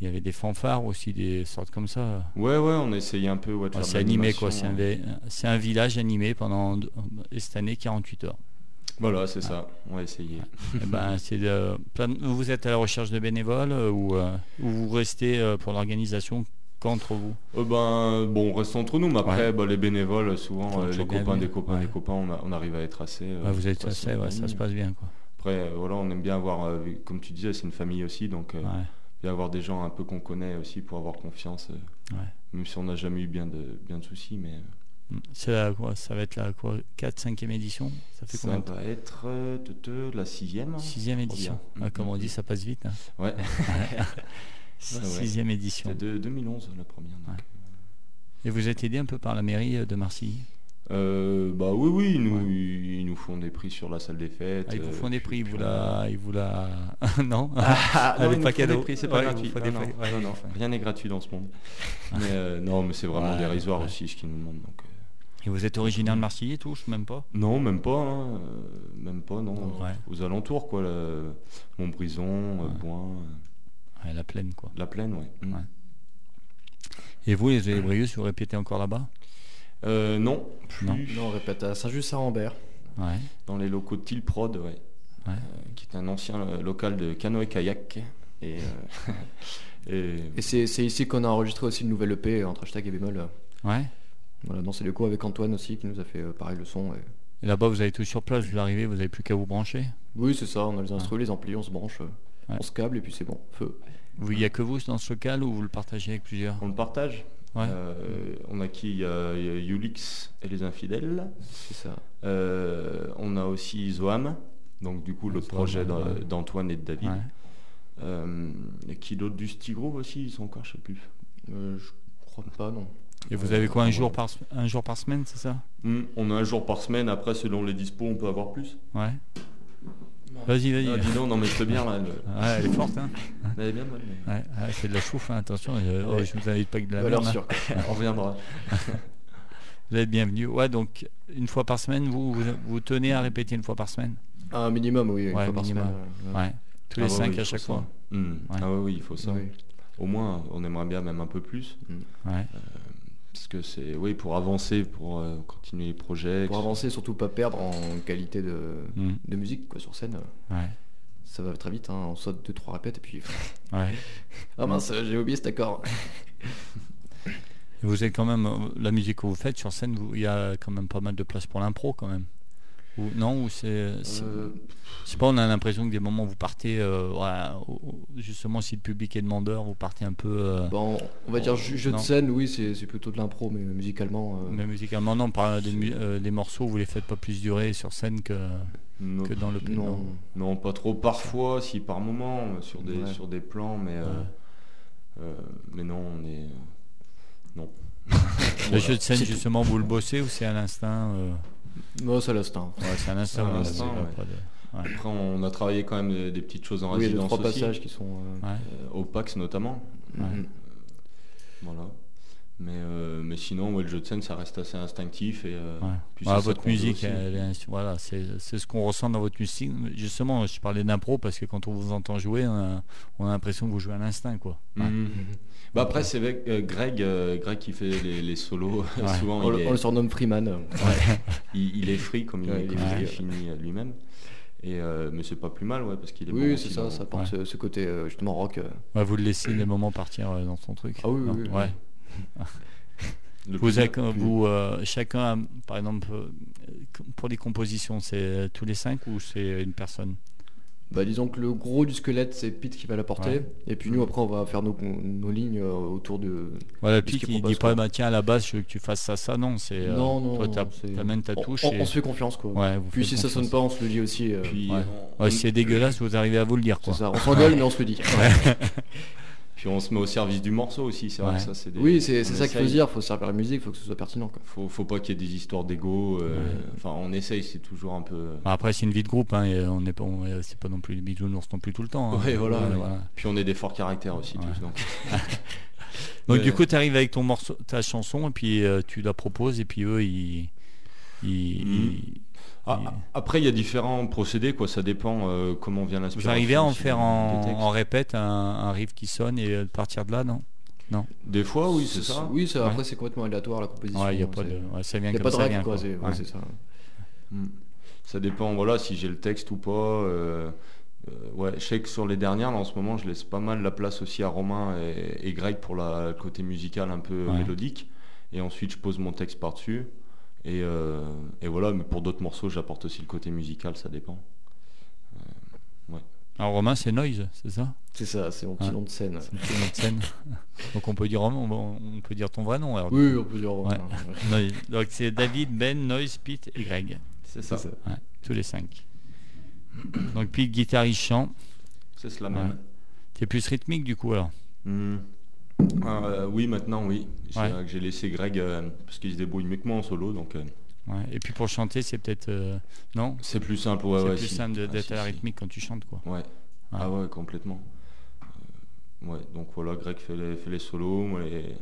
Speaker 3: il y avait des fanfares aussi, des sortes comme ça.
Speaker 5: Ouais, ouais, on a essayé un peu. ouais, de
Speaker 3: Ouais,
Speaker 5: faire de
Speaker 3: c'est animé,
Speaker 5: l'animation,
Speaker 3: quoi. C'est un,
Speaker 5: ouais.
Speaker 3: vi- c'est un village animé pendant, deux- et cette année, 48 heures.
Speaker 5: Voilà, c'est ça. On a essayé.
Speaker 3: Eh ben, c'est de- plein de- vous êtes à la recherche de bénévoles euh, ou, euh, ou vous restez euh, pour l'organisation qu'entre vous
Speaker 5: Euh, ben, bon, on reste entre nous, mais après,
Speaker 3: Ouais.
Speaker 5: bah, les bénévoles, souvent,
Speaker 3: Faut
Speaker 5: euh,
Speaker 3: que
Speaker 5: les
Speaker 3: bien
Speaker 5: copains
Speaker 3: venir.
Speaker 5: des copains des
Speaker 3: Ouais.
Speaker 5: copains, on, a- on arrive à être assez. euh,
Speaker 3: Ouais, Vous êtes
Speaker 5: assez
Speaker 3: assez, ouais, ça se
Speaker 5: famille.
Speaker 3: passe bien. Quoi.
Speaker 5: Après, euh, voilà, on aime bien avoir, euh, vu- comme tu disais, c'est une famille aussi, donc euh,
Speaker 3: Ouais.
Speaker 5: bien avoir des gens un peu qu'on connaît aussi pour avoir confiance. euh,
Speaker 3: Ouais.
Speaker 5: Même si on n'a jamais eu bien de, bien de soucis, mais euh,
Speaker 3: Mm. C'est la quoi Ça va être la quoi 4 5e édition Ça fait
Speaker 5: ça
Speaker 3: combien de temps
Speaker 5: va être euh, te- te- la sixième.
Speaker 3: Sixième édition.
Speaker 5: bien.
Speaker 3: Ah, comme on dit, ça passe vite. hein.
Speaker 5: Ouais. ouais.
Speaker 3: Sixième édition.
Speaker 5: C'est de 2011 la première. donc.
Speaker 3: Ouais. Et vous êtes aidé un peu par la mairie euh, de Marseille.
Speaker 5: Euh, bah oui, oui, ils nous,
Speaker 3: Ouais.
Speaker 5: ils, ils nous font des prix sur la salle des fêtes.
Speaker 3: Ah, ils vous
Speaker 5: euh,
Speaker 3: font des
Speaker 5: puis-
Speaker 3: prix, ils vous
Speaker 5: puis
Speaker 3: la, ils vous la, non,
Speaker 5: Ah,
Speaker 3: Elle
Speaker 5: non,
Speaker 3: est pas
Speaker 5: ils nous font des
Speaker 3: cadeau.
Speaker 5: prix, c'est pas
Speaker 3: Ouais,
Speaker 5: gratuit.
Speaker 3: ils vous font
Speaker 5: Non,
Speaker 3: des
Speaker 5: non,
Speaker 3: prix. Ouais,
Speaker 5: non,
Speaker 3: ils
Speaker 5: non,
Speaker 3: vous font-
Speaker 5: rien n'est gratuit dans ce monde. mais euh, non, mais c'est vraiment
Speaker 3: Ouais,
Speaker 5: dérisoire
Speaker 3: ouais.
Speaker 5: aussi ce qu'ils nous demandent. Donc, euh,
Speaker 3: Et vous êtes originaire de Marseille et tout, je sais même pas.
Speaker 5: Non, même pas, hein, euh, même pas, non.
Speaker 3: Ouais.
Speaker 5: Aux alentours, quoi. là, Montbrison, euh,
Speaker 3: Ouais.
Speaker 5: Boin, euh,
Speaker 3: Ouais, la plaine quoi.
Speaker 5: la plaine, ouais. Mm.
Speaker 3: Ouais. Et vous, les Élébrius, vous répétez encore là-bas
Speaker 5: Euh, non, plus
Speaker 3: Non.
Speaker 4: Non, on répète euh, à Saint-Just-Saint-Rambert.
Speaker 3: Ouais.
Speaker 5: dans les locaux de Tilprod, ouais.
Speaker 3: Ouais.
Speaker 5: Euh, qui est un ancien euh, local de canoë-kayak. Et, euh, et
Speaker 4: Et c'est c'est ici qu'on a enregistré aussi une nouvelle EP entre hashtag et bémol. euh,
Speaker 3: Ouais.
Speaker 4: Voilà, dans ces locaux avec Antoine aussi qui nous a fait euh, pareil le son. et-
Speaker 3: Et là-bas, vous avez tout sur place, vous arrivez, vous n'avez plus qu'à vous brancher.
Speaker 4: Oui, c'est ça, on a les instruments, les amplis, on se branche, euh,
Speaker 3: Ouais.
Speaker 4: on se câble et puis c'est bon, feu.
Speaker 3: Vous- Il n'y a que vous dans ce local ou vous le partagez avec plusieurs
Speaker 5: On le partage.
Speaker 3: Ouais.
Speaker 5: Euh, on a qui Il y a il y a Yulix et les infidèles.
Speaker 4: C'est ça.
Speaker 5: Euh, on a aussi Zoam, donc du coup l'autre
Speaker 3: Zoam,
Speaker 5: projet d'A-
Speaker 3: ouais.
Speaker 5: d'Antoine et de David.
Speaker 3: Ouais.
Speaker 5: Euh, et qui d'autre du Stigrove aussi Ils sont encore, je sais plus.
Speaker 4: Euh, je crois pas, non.
Speaker 3: Et vous avez quoi un jour par, se- un jour par semaine, c'est ça
Speaker 5: Hum, on a un jour par semaine. Après, selon les dispos, on peut avoir plus.
Speaker 3: Ouais. Vas-y, vas-y.
Speaker 5: Ah, dis donc, non mais je te bien là. le-
Speaker 3: Ouais, elle est forte, hein
Speaker 5: Elle est bien bonne. mais
Speaker 3: Ouais, ouais, C'est de la chouffe, hein, attention, je, oh, je vous invite pas que de la
Speaker 4: Valeur
Speaker 3: merde. hein.
Speaker 4: sûre. quoi.
Speaker 5: On reviendra.
Speaker 3: Vous êtes bienvenue. Ouais, donc une fois par semaine, vous, vous, vous tenez à répéter une fois par semaine
Speaker 4: Un minimum, oui. une
Speaker 3: Ouais,
Speaker 4: fois par
Speaker 3: minimum.
Speaker 4: semaine, euh, ouais.
Speaker 3: Ouais. Tous les
Speaker 5: Ah ouais,
Speaker 3: cinq
Speaker 5: oui,
Speaker 3: à
Speaker 5: faut
Speaker 3: chaque
Speaker 5: ça.
Speaker 3: fois.
Speaker 5: Hmm.
Speaker 3: Ouais.
Speaker 5: Ah oui, oui, il faut ça.
Speaker 4: Oui.
Speaker 5: Au moins, on aimerait bien même un peu plus.
Speaker 3: Ouais.
Speaker 5: Parce que c'est, oui, pour avancer, pour euh, continuer les projets.
Speaker 4: Pour avancer, surtout pas perdre en qualité de,
Speaker 3: Mm.
Speaker 4: de musique quoi, sur scène. euh.
Speaker 3: Ouais.
Speaker 4: Ça va très vite, hein. on saute 2-3 répètes et puis.
Speaker 3: Ouais.
Speaker 4: Ah mince, j'ai oublié cet accord.
Speaker 3: Et Vous êtes quand même euh, la musique que vous faites sur scène, vous- il y a quand même pas mal de place pour l'impro quand même. Ou non ou c'est c'est-
Speaker 4: Euh,
Speaker 3: je sais pas on a l'impression que des moments vous partez euh, voilà, au- au- justement si le public est demandeur vous partez un peu euh,
Speaker 4: bon, on va dire ju- jeu de
Speaker 3: Non.
Speaker 4: scène, oui, c'est c'est plutôt de l'impro, mais musicalement. euh,
Speaker 3: mais musicalement non par des, mu- euh, des morceaux vous les faites pas plus durer sur scène que,
Speaker 5: Non,
Speaker 3: que dans le
Speaker 4: non.
Speaker 5: non, pas trop. Parfois, si par moment, euh, sur des,
Speaker 4: Ouais.
Speaker 5: sur des plans, mais, euh,
Speaker 3: Ouais.
Speaker 5: euh, mais non, on est. euh,
Speaker 3: le
Speaker 5: Voilà.
Speaker 3: jeu de scène justement vous le bossez ou c'est à l'instinct euh,
Speaker 4: Non, c'est à l'instinct.
Speaker 3: ouais, c'est à l'instinct
Speaker 5: à
Speaker 3: voilà,
Speaker 5: l'instinct,
Speaker 3: c'est
Speaker 5: ouais.
Speaker 3: pas de-
Speaker 5: Après, on a travaillé quand même des, des petites choses en
Speaker 4: Oui, il y a deux,
Speaker 5: résidence
Speaker 4: trois
Speaker 5: aussi.
Speaker 4: passages qui sont. euh,
Speaker 3: ouais.
Speaker 5: Euh, au PAX notamment.
Speaker 3: Ouais.
Speaker 4: mm,
Speaker 5: Voilà. Mais, euh, mais sinon, ouais, le jeu de scène, ça reste assez instinctif. Et, euh,
Speaker 3: Ouais.
Speaker 5: puis
Speaker 3: Voilà,
Speaker 5: c'est ça
Speaker 3: Bah, votre
Speaker 5: qu'on veut
Speaker 3: musique,
Speaker 5: aussi.
Speaker 3: elle est instru- voilà, c'est c'est ce qu'on ressent dans votre musique. Justement, je parlais d'impro parce que quand on vous entend jouer, on a, on a l'impression que vous jouez à l'instinct, quoi. Ouais.
Speaker 5: Mhm. Bah après, c'est avec, euh, Greg, euh, Greg qui fait les, les solos.
Speaker 3: Ouais.
Speaker 5: Souvent,
Speaker 4: On,
Speaker 5: il,
Speaker 4: le,
Speaker 5: est,
Speaker 4: on le surnomme Freeman. euh,
Speaker 5: il- il est free comme il,
Speaker 4: Ouais, il est
Speaker 5: comme il
Speaker 3: free.
Speaker 5: finit euh, lui-même. Et, euh, mais c'est pas plus mal, ouais, parce qu'il est
Speaker 4: Oui,
Speaker 5: bon
Speaker 4: oui,
Speaker 5: aussi
Speaker 4: c'est ça,
Speaker 5: dans-
Speaker 4: ça apporte ce, ce côté euh, justement rock. euh.
Speaker 3: Ouais, vous le laissez des moments partir euh, dans son truc.
Speaker 4: Ah oui, oui,
Speaker 3: Non,
Speaker 4: oui, oui.
Speaker 3: ouais.
Speaker 5: le
Speaker 3: Vous,
Speaker 5: plus-
Speaker 3: acc- vous euh, chacun, a, par exemple, euh, com- pour les compositions, c'est euh, tous les cinq ou c'est une personne
Speaker 4: Bah, disons que le gros du squelette, c'est Pete qui va l'apporter. Et puis nous, après, on va faire nos, nos lignes euh, autour de.
Speaker 3: Voilà,
Speaker 4: Qu'est-ce
Speaker 3: puis
Speaker 4: qu'il
Speaker 3: qui dit
Speaker 4: propose,
Speaker 3: pas,
Speaker 4: quoi
Speaker 3: bah tiens, à la base, je veux que tu fasses ça, ça, non, c'est. euh,
Speaker 4: non, non,
Speaker 3: toi,
Speaker 4: non,
Speaker 3: t'a-
Speaker 4: c'est-
Speaker 3: t'amènes ta
Speaker 4: on-
Speaker 3: touche.
Speaker 4: On,
Speaker 3: et-
Speaker 4: on se fait confiance, quoi.
Speaker 3: Ouais, vous
Speaker 4: puis
Speaker 3: faites
Speaker 4: si ça sonne
Speaker 3: confiance.
Speaker 4: pas, on se le dit aussi. euh,
Speaker 5: Puis,
Speaker 3: Ouais.
Speaker 5: on,
Speaker 3: Ouais, c'est dégueulasse, vous arrivez à vous le dire,
Speaker 4: c'est
Speaker 3: quoi.
Speaker 4: ça. On s'engueule, mais on se le dit.
Speaker 5: puis on se met au service du morceau aussi, c'est vrai
Speaker 3: Ouais.
Speaker 5: que ça, c'est des-
Speaker 4: Oui, c'est
Speaker 5: on
Speaker 4: c'est ça qu'il
Speaker 5: essaye.
Speaker 4: faut se dire. Faut servir la musique, faut que ce soit pertinent, quoi.
Speaker 5: Faut, faut pas qu'il y ait des histoires d'ego. euh,
Speaker 3: Ouais.
Speaker 5: Enfin, on essaye, c'est toujours un peu.
Speaker 3: Bah, Après, c'est une vie de groupe, hein, et on n'est pas, on- euh, c'est pas non plus les bisounours non plus tout le temps. hein.
Speaker 5: Ouais, voilà,
Speaker 3: Ouais,
Speaker 5: ouais. Puis on est des forts caractères aussi, tous. Donc,
Speaker 3: Donc
Speaker 5: Ouais.
Speaker 3: du
Speaker 4: euh,
Speaker 3: coup, tu arrives avec ton morceau, ta chanson, et puis euh, tu la proposes, et puis eux, ils,
Speaker 4: Mm.
Speaker 3: ils,
Speaker 5: Mhm.
Speaker 3: ils-
Speaker 5: Ah,
Speaker 3: Et-
Speaker 5: ah, Après, il y a différents procédés, quoi. Ça dépend euh, comment vient l'inspiration.
Speaker 3: vous arrivez à en
Speaker 5: aussi
Speaker 3: faire
Speaker 5: des
Speaker 3: en,
Speaker 5: textes.
Speaker 3: en répète un, un riff qui sonne et euh, de partir de là, non
Speaker 5: Des fois, Oh oui, c'est ça.
Speaker 4: Oui, ça, après, c'est complètement aléatoire la composition.
Speaker 3: Ouais, il y a pas
Speaker 4: c'est-
Speaker 3: de, ouais, ça vient
Speaker 4: y a
Speaker 3: comme
Speaker 4: pas de
Speaker 3: ça vient,
Speaker 4: règle, quoi.
Speaker 3: quoi.
Speaker 4: C'est ouais,
Speaker 3: Ouais.
Speaker 4: c'est ça.
Speaker 5: Hmm. Ça dépend, voilà, si j'ai le texte ou pas. euh, euh, ouais, je sais que sur les dernières, là, en ce moment, je laisse pas mal la place aussi à Romain et, et Greg pour la- le côté musical un peu
Speaker 3: Ouais.
Speaker 5: mélodique. Et ensuite, je pose mon texte par-dessus. Et, euh, et voilà, mais pour d'autres morceaux, j'apporte aussi le côté musical, ça dépend.
Speaker 3: Alors Romain, c'est Noise, c'est ça
Speaker 4: C'est ça, c'est mon petit
Speaker 3: Ouais.
Speaker 4: nom de scène.
Speaker 3: C'est notre scène. Donc on peut dire Romain, on on peut dire ton vrai nom. alors.
Speaker 4: Oui, on peut dire. ouais.
Speaker 3: Noise. Donc c'est David, Ben, Noise, Pete et Greg,
Speaker 5: C'est ça.
Speaker 4: C'est ça.
Speaker 3: tous les cinq. Donc Pete, guitariste, chant.
Speaker 5: C'est cela même.
Speaker 3: Ouais. T'es plus rythmique du coup alors.
Speaker 5: Hmm. Euh, oui, maintenant, oui. C'est
Speaker 3: Ouais.
Speaker 5: vrai que j'ai laissé Greg, euh, parce qu'il se débrouille mieux que moi en solo, donc euh,
Speaker 3: Ouais, Et puis pour chanter, c'est peut-être euh, non.
Speaker 5: c'est plus simple. ouais,
Speaker 3: c'est
Speaker 5: ouais,
Speaker 3: plus
Speaker 5: si.
Speaker 3: simple de-
Speaker 5: Ah,
Speaker 3: d'être
Speaker 5: si,
Speaker 3: à la
Speaker 5: si.
Speaker 3: rythmique quand tu chantes quoi.
Speaker 5: Ouais. Ah ouais, complètement. Euh, ouais, donc voilà, Greg fait les, fait les solos, moi, les-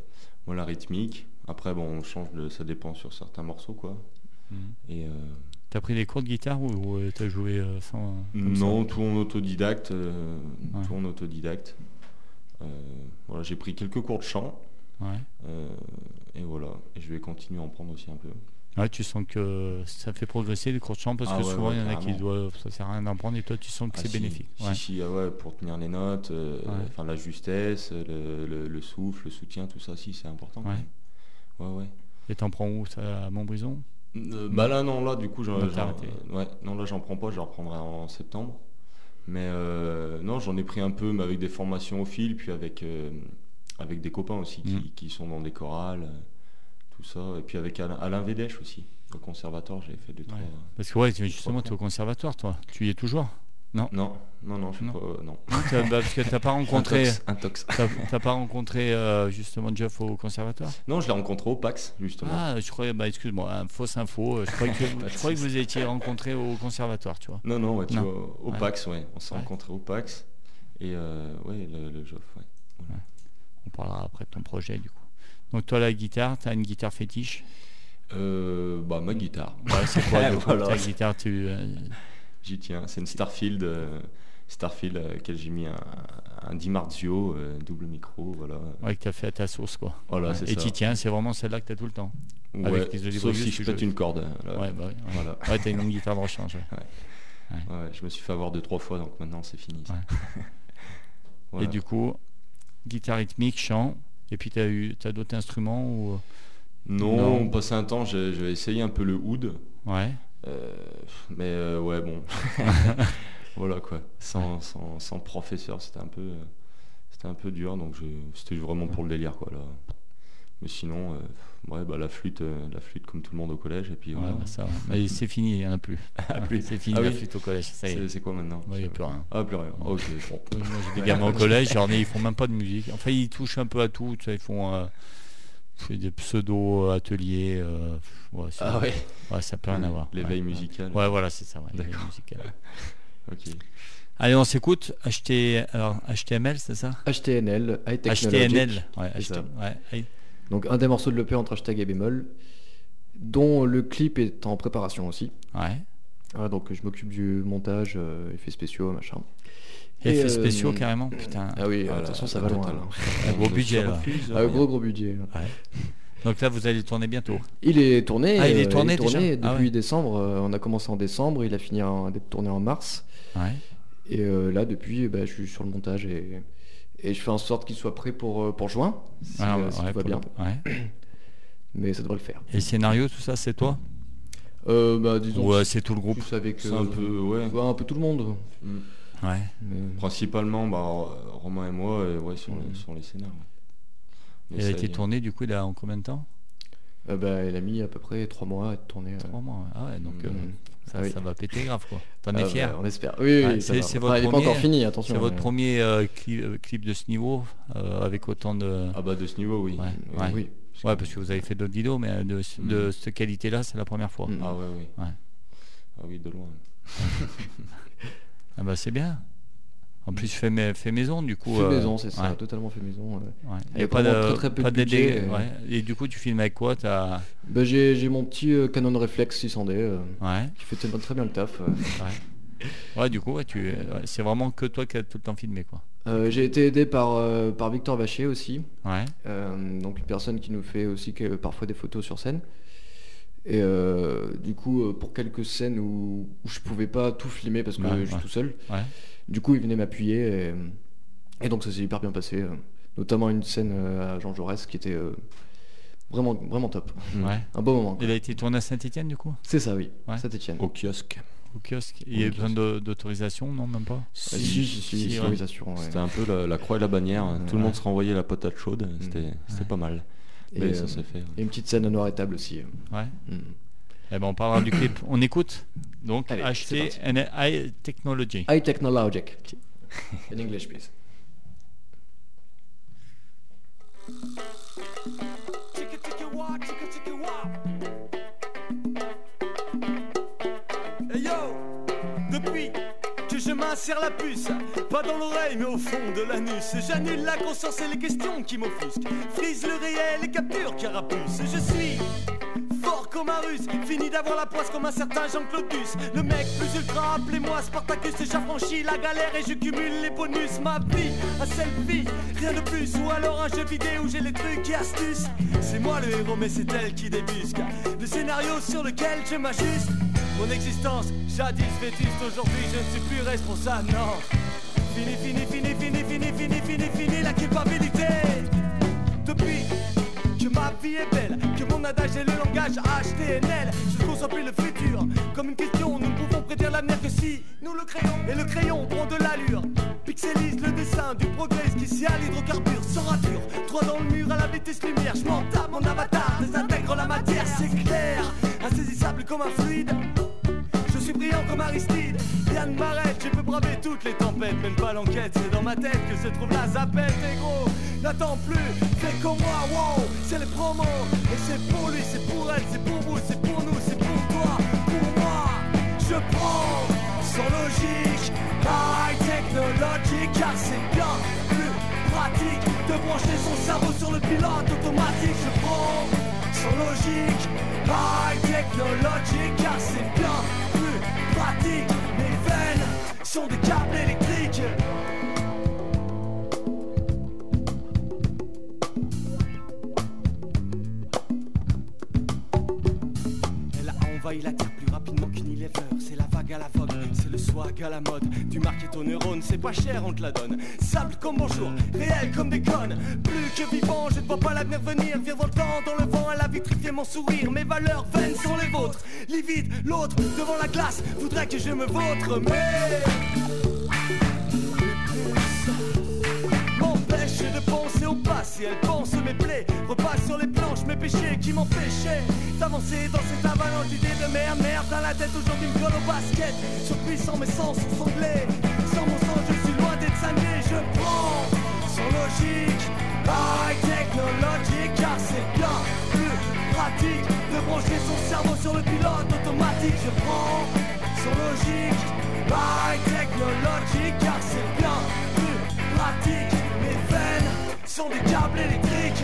Speaker 5: moi, la rythmique. Après, bon, on change, de, ça dépend sur certains morceaux, quoi.
Speaker 3: Mhm.
Speaker 5: Et euh,
Speaker 3: T'as pris des cours de guitare ou, ou, euh, t'as joué euh, sans comme ça
Speaker 5: non, tout en autodidacte. euh,
Speaker 3: Ouais.
Speaker 5: Tout en autodidacte. Euh, voilà, j'ai pris quelques cours de chant.
Speaker 3: Ouais.
Speaker 5: euh, et voilà, et je vais continuer à en prendre aussi un peu.
Speaker 3: Ouais, tu sens que ça fait progresser les cours de chant parce
Speaker 5: Ah
Speaker 3: que
Speaker 5: ouais,
Speaker 3: souvent
Speaker 5: ouais,
Speaker 3: il y en a qui
Speaker 5: carrément.
Speaker 3: doivent ça sert à rien d'en prendre et toi tu sens que
Speaker 5: Ah,
Speaker 3: c'est
Speaker 5: si,
Speaker 3: bénéfique.
Speaker 5: Si,
Speaker 3: Ouais.
Speaker 5: si, ah ouais, pour tenir les notes, euh,
Speaker 3: Ouais.
Speaker 5: enfin la justesse, le, le- le souffle, le soutien, tout ça, si, c'est important. quand
Speaker 3: Ouais.
Speaker 5: même. Ouais, ouais.
Speaker 3: Et t'en prends où ça à Montbrison
Speaker 5: Euh, bah là, non, là, du coup, j'en,
Speaker 3: Donc,
Speaker 5: j'en- euh,
Speaker 3: t'as arrêté.
Speaker 5: ouais, non, là, j'en prends pas, je la reprendrai en septembre. Mais euh, non, j'en ai pris un peu, mais avec des formations au fil, puis avec, euh, avec des copains aussi qui,
Speaker 3: Mm.
Speaker 5: qui sont dans des chorales, euh, tout ça. Et puis avec Alain, Alain Védèche aussi, au conservatoire, j'ai fait deux,
Speaker 3: Ouais.
Speaker 5: trois.
Speaker 3: Parce que ouais, tu- justement
Speaker 5: cours.
Speaker 3: tu es au conservatoire toi. Tu y es toujours
Speaker 5: Non, non, non, je suis
Speaker 3: Non.
Speaker 5: pas. euh, non.
Speaker 3: T'as- bah, Parce que t'as pas rencontré
Speaker 5: Un tox, un tox.
Speaker 3: t'as t'as pas rencontré euh, justement Jeff au conservatoire
Speaker 5: Non, je l'ai rencontré au PAX, justement.
Speaker 3: Ah, je croyais, bah excuse-moi, hein, fausse info. euh, Je croyais, que, je croyais que vous étiez rencontrés au conservatoire, tu vois.
Speaker 5: Non, non, ouais, tu
Speaker 3: Non.
Speaker 5: vois, au
Speaker 3: Ouais.
Speaker 5: PAX, ouais. On s'est
Speaker 3: Ouais.
Speaker 5: rencontrés au PAX. Et euh, ouais, le, le Joff, ouais.
Speaker 3: On parlera après de ton projet, du coup. Donc toi, la guitare, t'as une guitare fétiche
Speaker 5: Euh, bah, ma guitare.
Speaker 7: Ouais, c'est quoi de
Speaker 5: Voilà.
Speaker 7: ta guitare tu, euh,
Speaker 5: J'y tiens. C'est une Starfield, euh, Starfield euh, laquelle j'ai mis un, un Dimarzio, euh, double micro, voilà.
Speaker 7: ouais, que t'as fait à ta sauce quoi.
Speaker 5: Voilà,
Speaker 7: Ouais.
Speaker 5: c'est
Speaker 7: Et
Speaker 5: ça.
Speaker 7: tu tiens, c'est vraiment celle-là que t'as tout le temps.
Speaker 5: Ouais,
Speaker 7: avec les olives
Speaker 5: sauf
Speaker 7: olives,
Speaker 5: si je
Speaker 7: tu
Speaker 5: pète
Speaker 7: joues.
Speaker 5: une corde. là.
Speaker 7: Ouais, bah, ouais.
Speaker 5: Voilà.
Speaker 7: Ouais, t'as une longue guitare de rechange. ouais.
Speaker 5: Ouais, je me suis fait avoir deux trois fois, donc maintenant c'est fini. ça.
Speaker 7: Ouais.
Speaker 5: Voilà.
Speaker 7: Et du coup, guitare rythmique, chant. Et puis t'as eu, t'as d'autres instruments ou
Speaker 5: non,
Speaker 7: Non.
Speaker 5: on passait un temps. j'ai- J'avais essayé un peu le oud,
Speaker 7: ouais.
Speaker 5: euh, mais euh, ouais bon, voilà quoi. Sans, sans, sans professeur, c'était un peu, euh, c'était un peu dur. Donc je- c'était vraiment pour le délire quoi là. Mais sinon, euh, ouais bah la flûte, euh, la flûte comme tout le monde au collège et puis
Speaker 7: Ouais,
Speaker 5: voilà.
Speaker 7: bah, ça. va. Mais c'est fini, il n'y en a plus. C'est fini,
Speaker 5: Ah
Speaker 7: la
Speaker 5: oui.
Speaker 7: flûte au collège, ça y est.
Speaker 5: c'est c'est quoi maintenant
Speaker 7: Ouais, il n'y a plus rien.
Speaker 5: Ah plus rien. Ok. bon.
Speaker 7: Moi, j'ai des gamins au collège, j'en ai, ils font même pas de musique. Enfin, ils touchent un peu à tout. tu sais, ils font euh, pff, des pseudo-ateliers. euh, pff, ouais, c'est- ouais, ça peut rien avoir.
Speaker 5: L'éveil
Speaker 7: ouais.
Speaker 5: musical.
Speaker 7: Ouais, voilà, c'est ça. ouais, l'éveil
Speaker 5: D'accord.
Speaker 7: musical.
Speaker 5: Ok.
Speaker 7: Allez, on s'écoute. HT... Alors, HTML, c'est ça
Speaker 6: HTNL, High Technologic.
Speaker 7: HTNL. Ouais,
Speaker 6: C'est
Speaker 7: HT...
Speaker 6: ça.
Speaker 7: ouais, hey.
Speaker 6: Donc un des morceaux de l'EP entre hashtag et bémol, dont le clip est en préparation aussi.
Speaker 7: ouais.
Speaker 6: Ah, donc je m'occupe du montage, euh, effets spéciaux, machin. Et,
Speaker 7: Effets
Speaker 6: euh,
Speaker 7: spéciaux, carrément. Putain,
Speaker 6: Ah oui,
Speaker 5: Ah,
Speaker 6: attention,
Speaker 5: la-
Speaker 6: ça
Speaker 5: la
Speaker 6: va loin.
Speaker 5: totale.
Speaker 4: hein.
Speaker 6: là.
Speaker 7: un gros
Speaker 5: On ne
Speaker 7: budget,
Speaker 5: se
Speaker 7: là.
Speaker 5: refuse à
Speaker 6: Ah,
Speaker 5: rien.
Speaker 6: gros gros budget.
Speaker 7: Donc là, vous allez tourner bientôt.
Speaker 6: Il est tourné.
Speaker 7: Ah, il est
Speaker 6: euh,
Speaker 7: tourné déjà
Speaker 6: depuis
Speaker 7: Ah ouais.
Speaker 6: décembre. euh, on a commencé en décembre, il a fini en- d'être tourné en mars.
Speaker 7: Ouais.
Speaker 6: Et euh, là, depuis, bah, je suis sur le montage et, et je fais en sorte qu'il soit prêt pour, euh, pour juin, si,
Speaker 7: Alors,
Speaker 6: euh, si
Speaker 7: Ah, ouais,
Speaker 6: tout va
Speaker 7: pour
Speaker 6: bien.
Speaker 7: le- ouais.
Speaker 6: Mais ça devrait le faire.
Speaker 7: Et scénario, tout ça, c'est toi
Speaker 6: Euh, bah, disons,
Speaker 7: Ouais, c'est tout le groupe.
Speaker 6: plus avec
Speaker 5: C'est
Speaker 6: euh,
Speaker 5: un peu, ouais.
Speaker 6: ouais, un peu tout le monde.
Speaker 7: Mm. Ouais.
Speaker 6: Mais-
Speaker 5: Principalement, bah, euh, Romain et moi, euh, ouais, sur,
Speaker 7: Mm.
Speaker 5: les- sur les scénars. Mais
Speaker 7: Il a
Speaker 5: ça y
Speaker 7: été
Speaker 5: est.
Speaker 7: tourné, du coup, il a en combien de temps
Speaker 6: Euh, bah, il a mis à peu près 3 mois à être tourné. euh,
Speaker 7: Trois mois. ouais. Ah ouais, donc
Speaker 5: Mm.
Speaker 7: euh,
Speaker 6: Mm.
Speaker 7: ça,
Speaker 6: Ah oui.
Speaker 7: ça va péter grave, quoi. T'en
Speaker 6: Ah,
Speaker 7: es
Speaker 6: bah,
Speaker 7: fier
Speaker 6: on espère. Oui, oui,
Speaker 7: Ouais,
Speaker 6: ça
Speaker 7: c'est-
Speaker 6: va.
Speaker 7: c'est votre
Speaker 6: Ah, il est pas
Speaker 7: premier-
Speaker 6: encore fini, attention.
Speaker 7: C'est votre
Speaker 6: mais-
Speaker 7: premier euh, cli- euh, clip de ce niveau, euh, avec autant de...
Speaker 5: Ah bah de ce niveau, oui.
Speaker 7: Ouais,
Speaker 5: Oui.
Speaker 7: ouais.
Speaker 6: euh, Oui.
Speaker 7: ouais, parce que vous avez fait d'autres vidéos, mais euh, de, de
Speaker 6: Mm-hmm.
Speaker 7: cette qualité-là, c'est la première fois.
Speaker 6: Mm.
Speaker 5: Ah ouais, oui.
Speaker 7: Ouais.
Speaker 5: Ah oui, de loin.
Speaker 7: Ah bah c'est bien. En plus, fait, mai- fait maison, du coup.
Speaker 6: Fait
Speaker 7: euh,
Speaker 6: maison, c'est ça,
Speaker 7: ouais,
Speaker 6: totalement fait maison. ouais.
Speaker 7: ouais.
Speaker 6: Il y
Speaker 7: Et
Speaker 6: a
Speaker 7: pas de,
Speaker 6: vraiment très, très peu
Speaker 7: pas
Speaker 6: de
Speaker 7: de
Speaker 6: budget,
Speaker 7: dé-
Speaker 6: euh.
Speaker 7: ouais. Et du coup, tu filmes avec quoi T'as...
Speaker 6: Bah, j'ai j'ai mon petit euh, Canon Reflex 600D euh,
Speaker 7: Ouais,
Speaker 6: qui fait tellement- très bien le taf. euh.
Speaker 7: ouais, du coup, ouais, tu... ouais, c'est vraiment que toi qui as tout le temps filmé, quoi.
Speaker 6: Euh, j'ai été aidé par, euh, par Victor Vacher aussi,
Speaker 7: Ouais,
Speaker 6: euh, donc une personne qui nous fait aussi que- parfois des photos sur scène. Et euh, du coup, euh, pour quelques scènes où, où je pouvais pas tout filmer parce que
Speaker 7: Ouais,
Speaker 6: je suis
Speaker 7: ouais.
Speaker 6: tout seul,
Speaker 7: Ouais.
Speaker 6: du coup, il venait m'appuyer et, et donc ça s'est hyper bien passé. euh. notamment une scène euh, à Jean Jaurès qui était euh, vraiment, vraiment top.
Speaker 5: Mm.
Speaker 7: ouais.
Speaker 6: Un bon moment. quoi.
Speaker 7: Il a été tourné à Saint-Etienne, du coup
Speaker 6: C'est ça, oui.
Speaker 7: Ouais. Oh.
Speaker 6: Ça t'étienne.
Speaker 5: Au kiosque.
Speaker 7: Au kiosque Il y a
Speaker 6: Ok.
Speaker 7: besoin de- d'autorisation Non, même pas
Speaker 6: Si, si, si, si,
Speaker 7: si, ouais.
Speaker 6: autorisation, ouais.
Speaker 5: C'était un peu la, la croix et la bannière. hein. Tout
Speaker 6: Ouais.
Speaker 5: le monde se renvoyait la patate chaude. C'était c'était pas mal.
Speaker 6: Et,
Speaker 5: Mais
Speaker 6: euh,
Speaker 5: ça s'est fait. ouais.
Speaker 6: et une petite scène à noir et table aussi. euh.
Speaker 7: Ouais.
Speaker 6: Mm.
Speaker 7: Eh ben, on parlera du clip. On écoute donc
Speaker 6: Allez,
Speaker 7: acheter High Technology.
Speaker 6: High technologic. In English, please.
Speaker 3: Hey yo Depuis que je m'insère la puce, pas dans l'oreille mais au fond de l'anus, j'annule la conscience et les questions qui m'offusquent, frise le réel et capture carapuce, je suis fort comme un russe, fini d'avoir la poisse comme un certain Jean-Claudus, le mec plus ultra, appelez-moi Spartacus, j'affranchis la galère et je cumule les bonus, ma vie, un selfie, rien de plus, ou alors un jeu vidéo où j'ai les trucs et astuces, c'est moi le héros mais c'est elle qui débusque, le scénario sur lequel je m'ajuste. Mon existence, jadis vétuste, aujourd'hui je ne suis plus responsable, non. Fini, fini, fini, fini, fini, fini, fini, fini la culpabilité. Depuis que ma vie est belle, que mon adage est le langage HTNL, je contemple le futur comme une question. Nous ne pouvons prédire l'avenir que si nous le créons. Et le crayon prend de l'allure, pixelise le dessin du progrès qui s'y à l'hydrocarbure sans rature. Droit dans le mur à la vitesse lumière, je m'en tape, mon avatar désintègre la matière, c'est clair, insaisissable comme un fluide. Je suis brillant comme Aristide, rien ne m'arrête, je peux braver toutes les tempêtes, même pas l'enquête, c'est dans ma tête que se trouve la zapette, et gros, n'attends plus, fais comme moi, wow, c'est les promos, et c'est pour lui, c'est pour elle, c'est pour vous, c'est pour nous, c'est pour toi, pour moi, je prends, sans logique, high technologique, car c'est bien plus pratique de brancher son cerveau sur le pilote automatique, je prends, sans logique,
Speaker 8: High technologique car c'est bien plus pratique Mes veines sont des câbles électriques Elle a envahi la terre plus rapidement qu'une Unilever C'est la vague à la vogue, c'est le swag à la mode Du market aux neurones, c'est pas cher, on te la donne Sable comme bonjour, réel comme des connes Plus que vivant, je ne vois pas l'avenir venir Vivre le temps dans le vent, elle a vitrifié mon sourire Mes valeurs vaines sont les vôtres Livide, l'autre, devant la glace Voudrait que je me vautre, mais... m'empêche de penser au passé. Elle pense mes plaies, repasse sur les planches mes péchés qui m'empêchaient d'avancer dans cette avalanche d'idées de merde. Merde, dans la tête aujourd'hui me colle au basket. Surpuissant mes sens sont sanglés. Sans mon sang, je suis loin d'être cinglé. Je prends sans logique, high technologique, car c'est bien plus pratique de brancher son cerveau sur le pilote automatique. Je prends sans logique, high technologique, car c'est bien plus pratique Mes veines sont des câbles électriques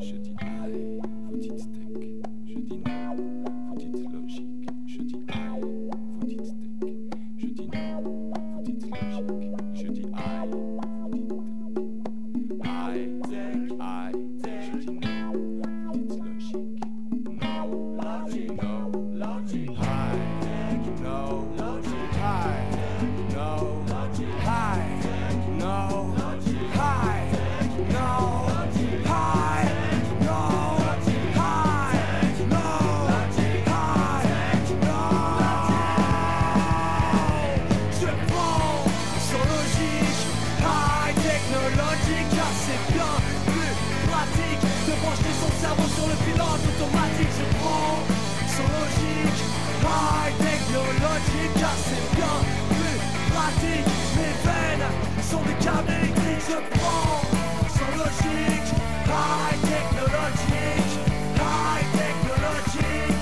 Speaker 4: Je dis aïe, vous dites steak. Je dis non, vous dites logique. Je dis aïe, vous dites steak. Je dis non, vous dites logique. Je dis aïe, vous dites steak. Aïe, aïe, je dis non, vous dites logique. No, logique, no, logique. Aïe, no, logique. Aïe, no, logique. Aïe, no, logique. Aïe, no, logique. Aïe,
Speaker 8: Je prends sans logique, high technologique, car c'est bien plus pratique de brancher son cerveau sur le pilote automatique. Je prends sans logique, high technologique, car c'est bien plus pratique. Mes veines sont des câbles électriques. Je prends sans logique, high technologique, high technologique,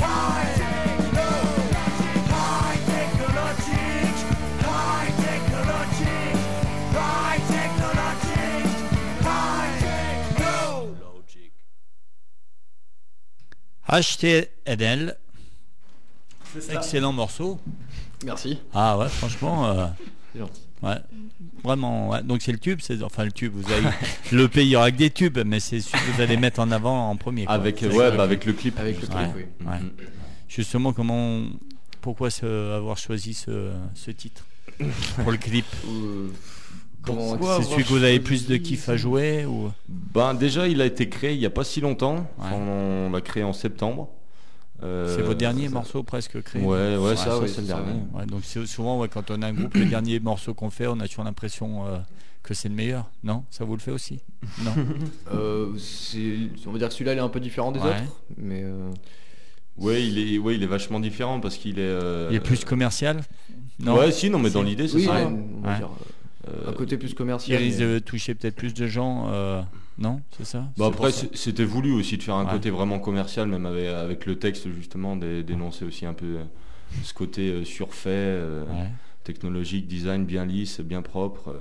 Speaker 8: high technologique, high technologique, high technologique, high technologique, high
Speaker 3: HTNL,
Speaker 8: technologique.
Speaker 4: C'est ça.
Speaker 3: excellent morceau.
Speaker 4: Merci.
Speaker 3: Ah ouais, franchement, euh,
Speaker 4: C'est gentil.
Speaker 3: ouais, vraiment. ouais. Donc c'est le tube, c'est enfin le tube. Vous avez le pays il y aura que des tubes, mais c'est celui que vous allez mettre en avant en premier. quoi.
Speaker 5: Avec, mm.
Speaker 3: C'est
Speaker 5: ouais,
Speaker 3: ça.
Speaker 5: bah, avec le
Speaker 6: Ah
Speaker 5: clip.
Speaker 4: Avec le clip,
Speaker 3: Ouais.
Speaker 4: oui.
Speaker 3: Ouais. Justement, comment, pourquoi ce- avoir choisi ce, ce titre pour le clip
Speaker 4: Ou, euh, comment
Speaker 5: Pourquoi
Speaker 3: C'est
Speaker 5: avoir
Speaker 3: celui que vous avez
Speaker 5: choisi
Speaker 3: plus de kiff à jouer ou
Speaker 5: Ben déjà, il a été créé il n'y a pas si longtemps. Enfin,
Speaker 3: Ouais.
Speaker 5: on l'a créé en septembre. Euh,
Speaker 3: c'est votre dernier
Speaker 5: ça-
Speaker 3: morceau presque créé
Speaker 5: Ouais, ouais, ça,
Speaker 4: ça,
Speaker 5: ouais,
Speaker 4: oui,
Speaker 5: c'est le
Speaker 4: c'est ça,
Speaker 5: dernier.
Speaker 4: oui.
Speaker 3: Ouais, donc c'est souvent ouais, quand on a un groupe, le dernier morceau qu'on fait, on a toujours l'impression euh, que c'est le meilleur. Non, ça vous le fait aussi Non.
Speaker 4: Euh, c'est- on va dire que celui-là il est un peu différent des
Speaker 3: Ouais.
Speaker 4: autres, mais euh,
Speaker 5: Ouais, il est, ouais, il est vachement différent parce qu'il est. euh,
Speaker 3: Il est plus commercial Non.
Speaker 5: Ouais, si, non, mais dans l'idée, c'est
Speaker 4: oui, il
Speaker 5: ça. Bah,
Speaker 4: a une- on va
Speaker 3: Ouais.
Speaker 4: dire, euh,
Speaker 5: Euh,
Speaker 4: un côté plus
Speaker 3: Il
Speaker 4: commercial.
Speaker 3: risque
Speaker 4: mais-
Speaker 3: de toucher peut-être plus de gens. euh, non, c'est ça
Speaker 5: Bah
Speaker 3: C'est pour
Speaker 5: après,
Speaker 3: ça.
Speaker 5: c'est- c'était voulu aussi de faire un
Speaker 3: Ouais.
Speaker 5: côté vraiment commercial, même avec, avec le texte justement, d'é- d'énoncer aussi un peu euh, ce côté euh, surfait, euh,
Speaker 3: Ouais.
Speaker 5: technologique, design bien lisse, bien propre. euh,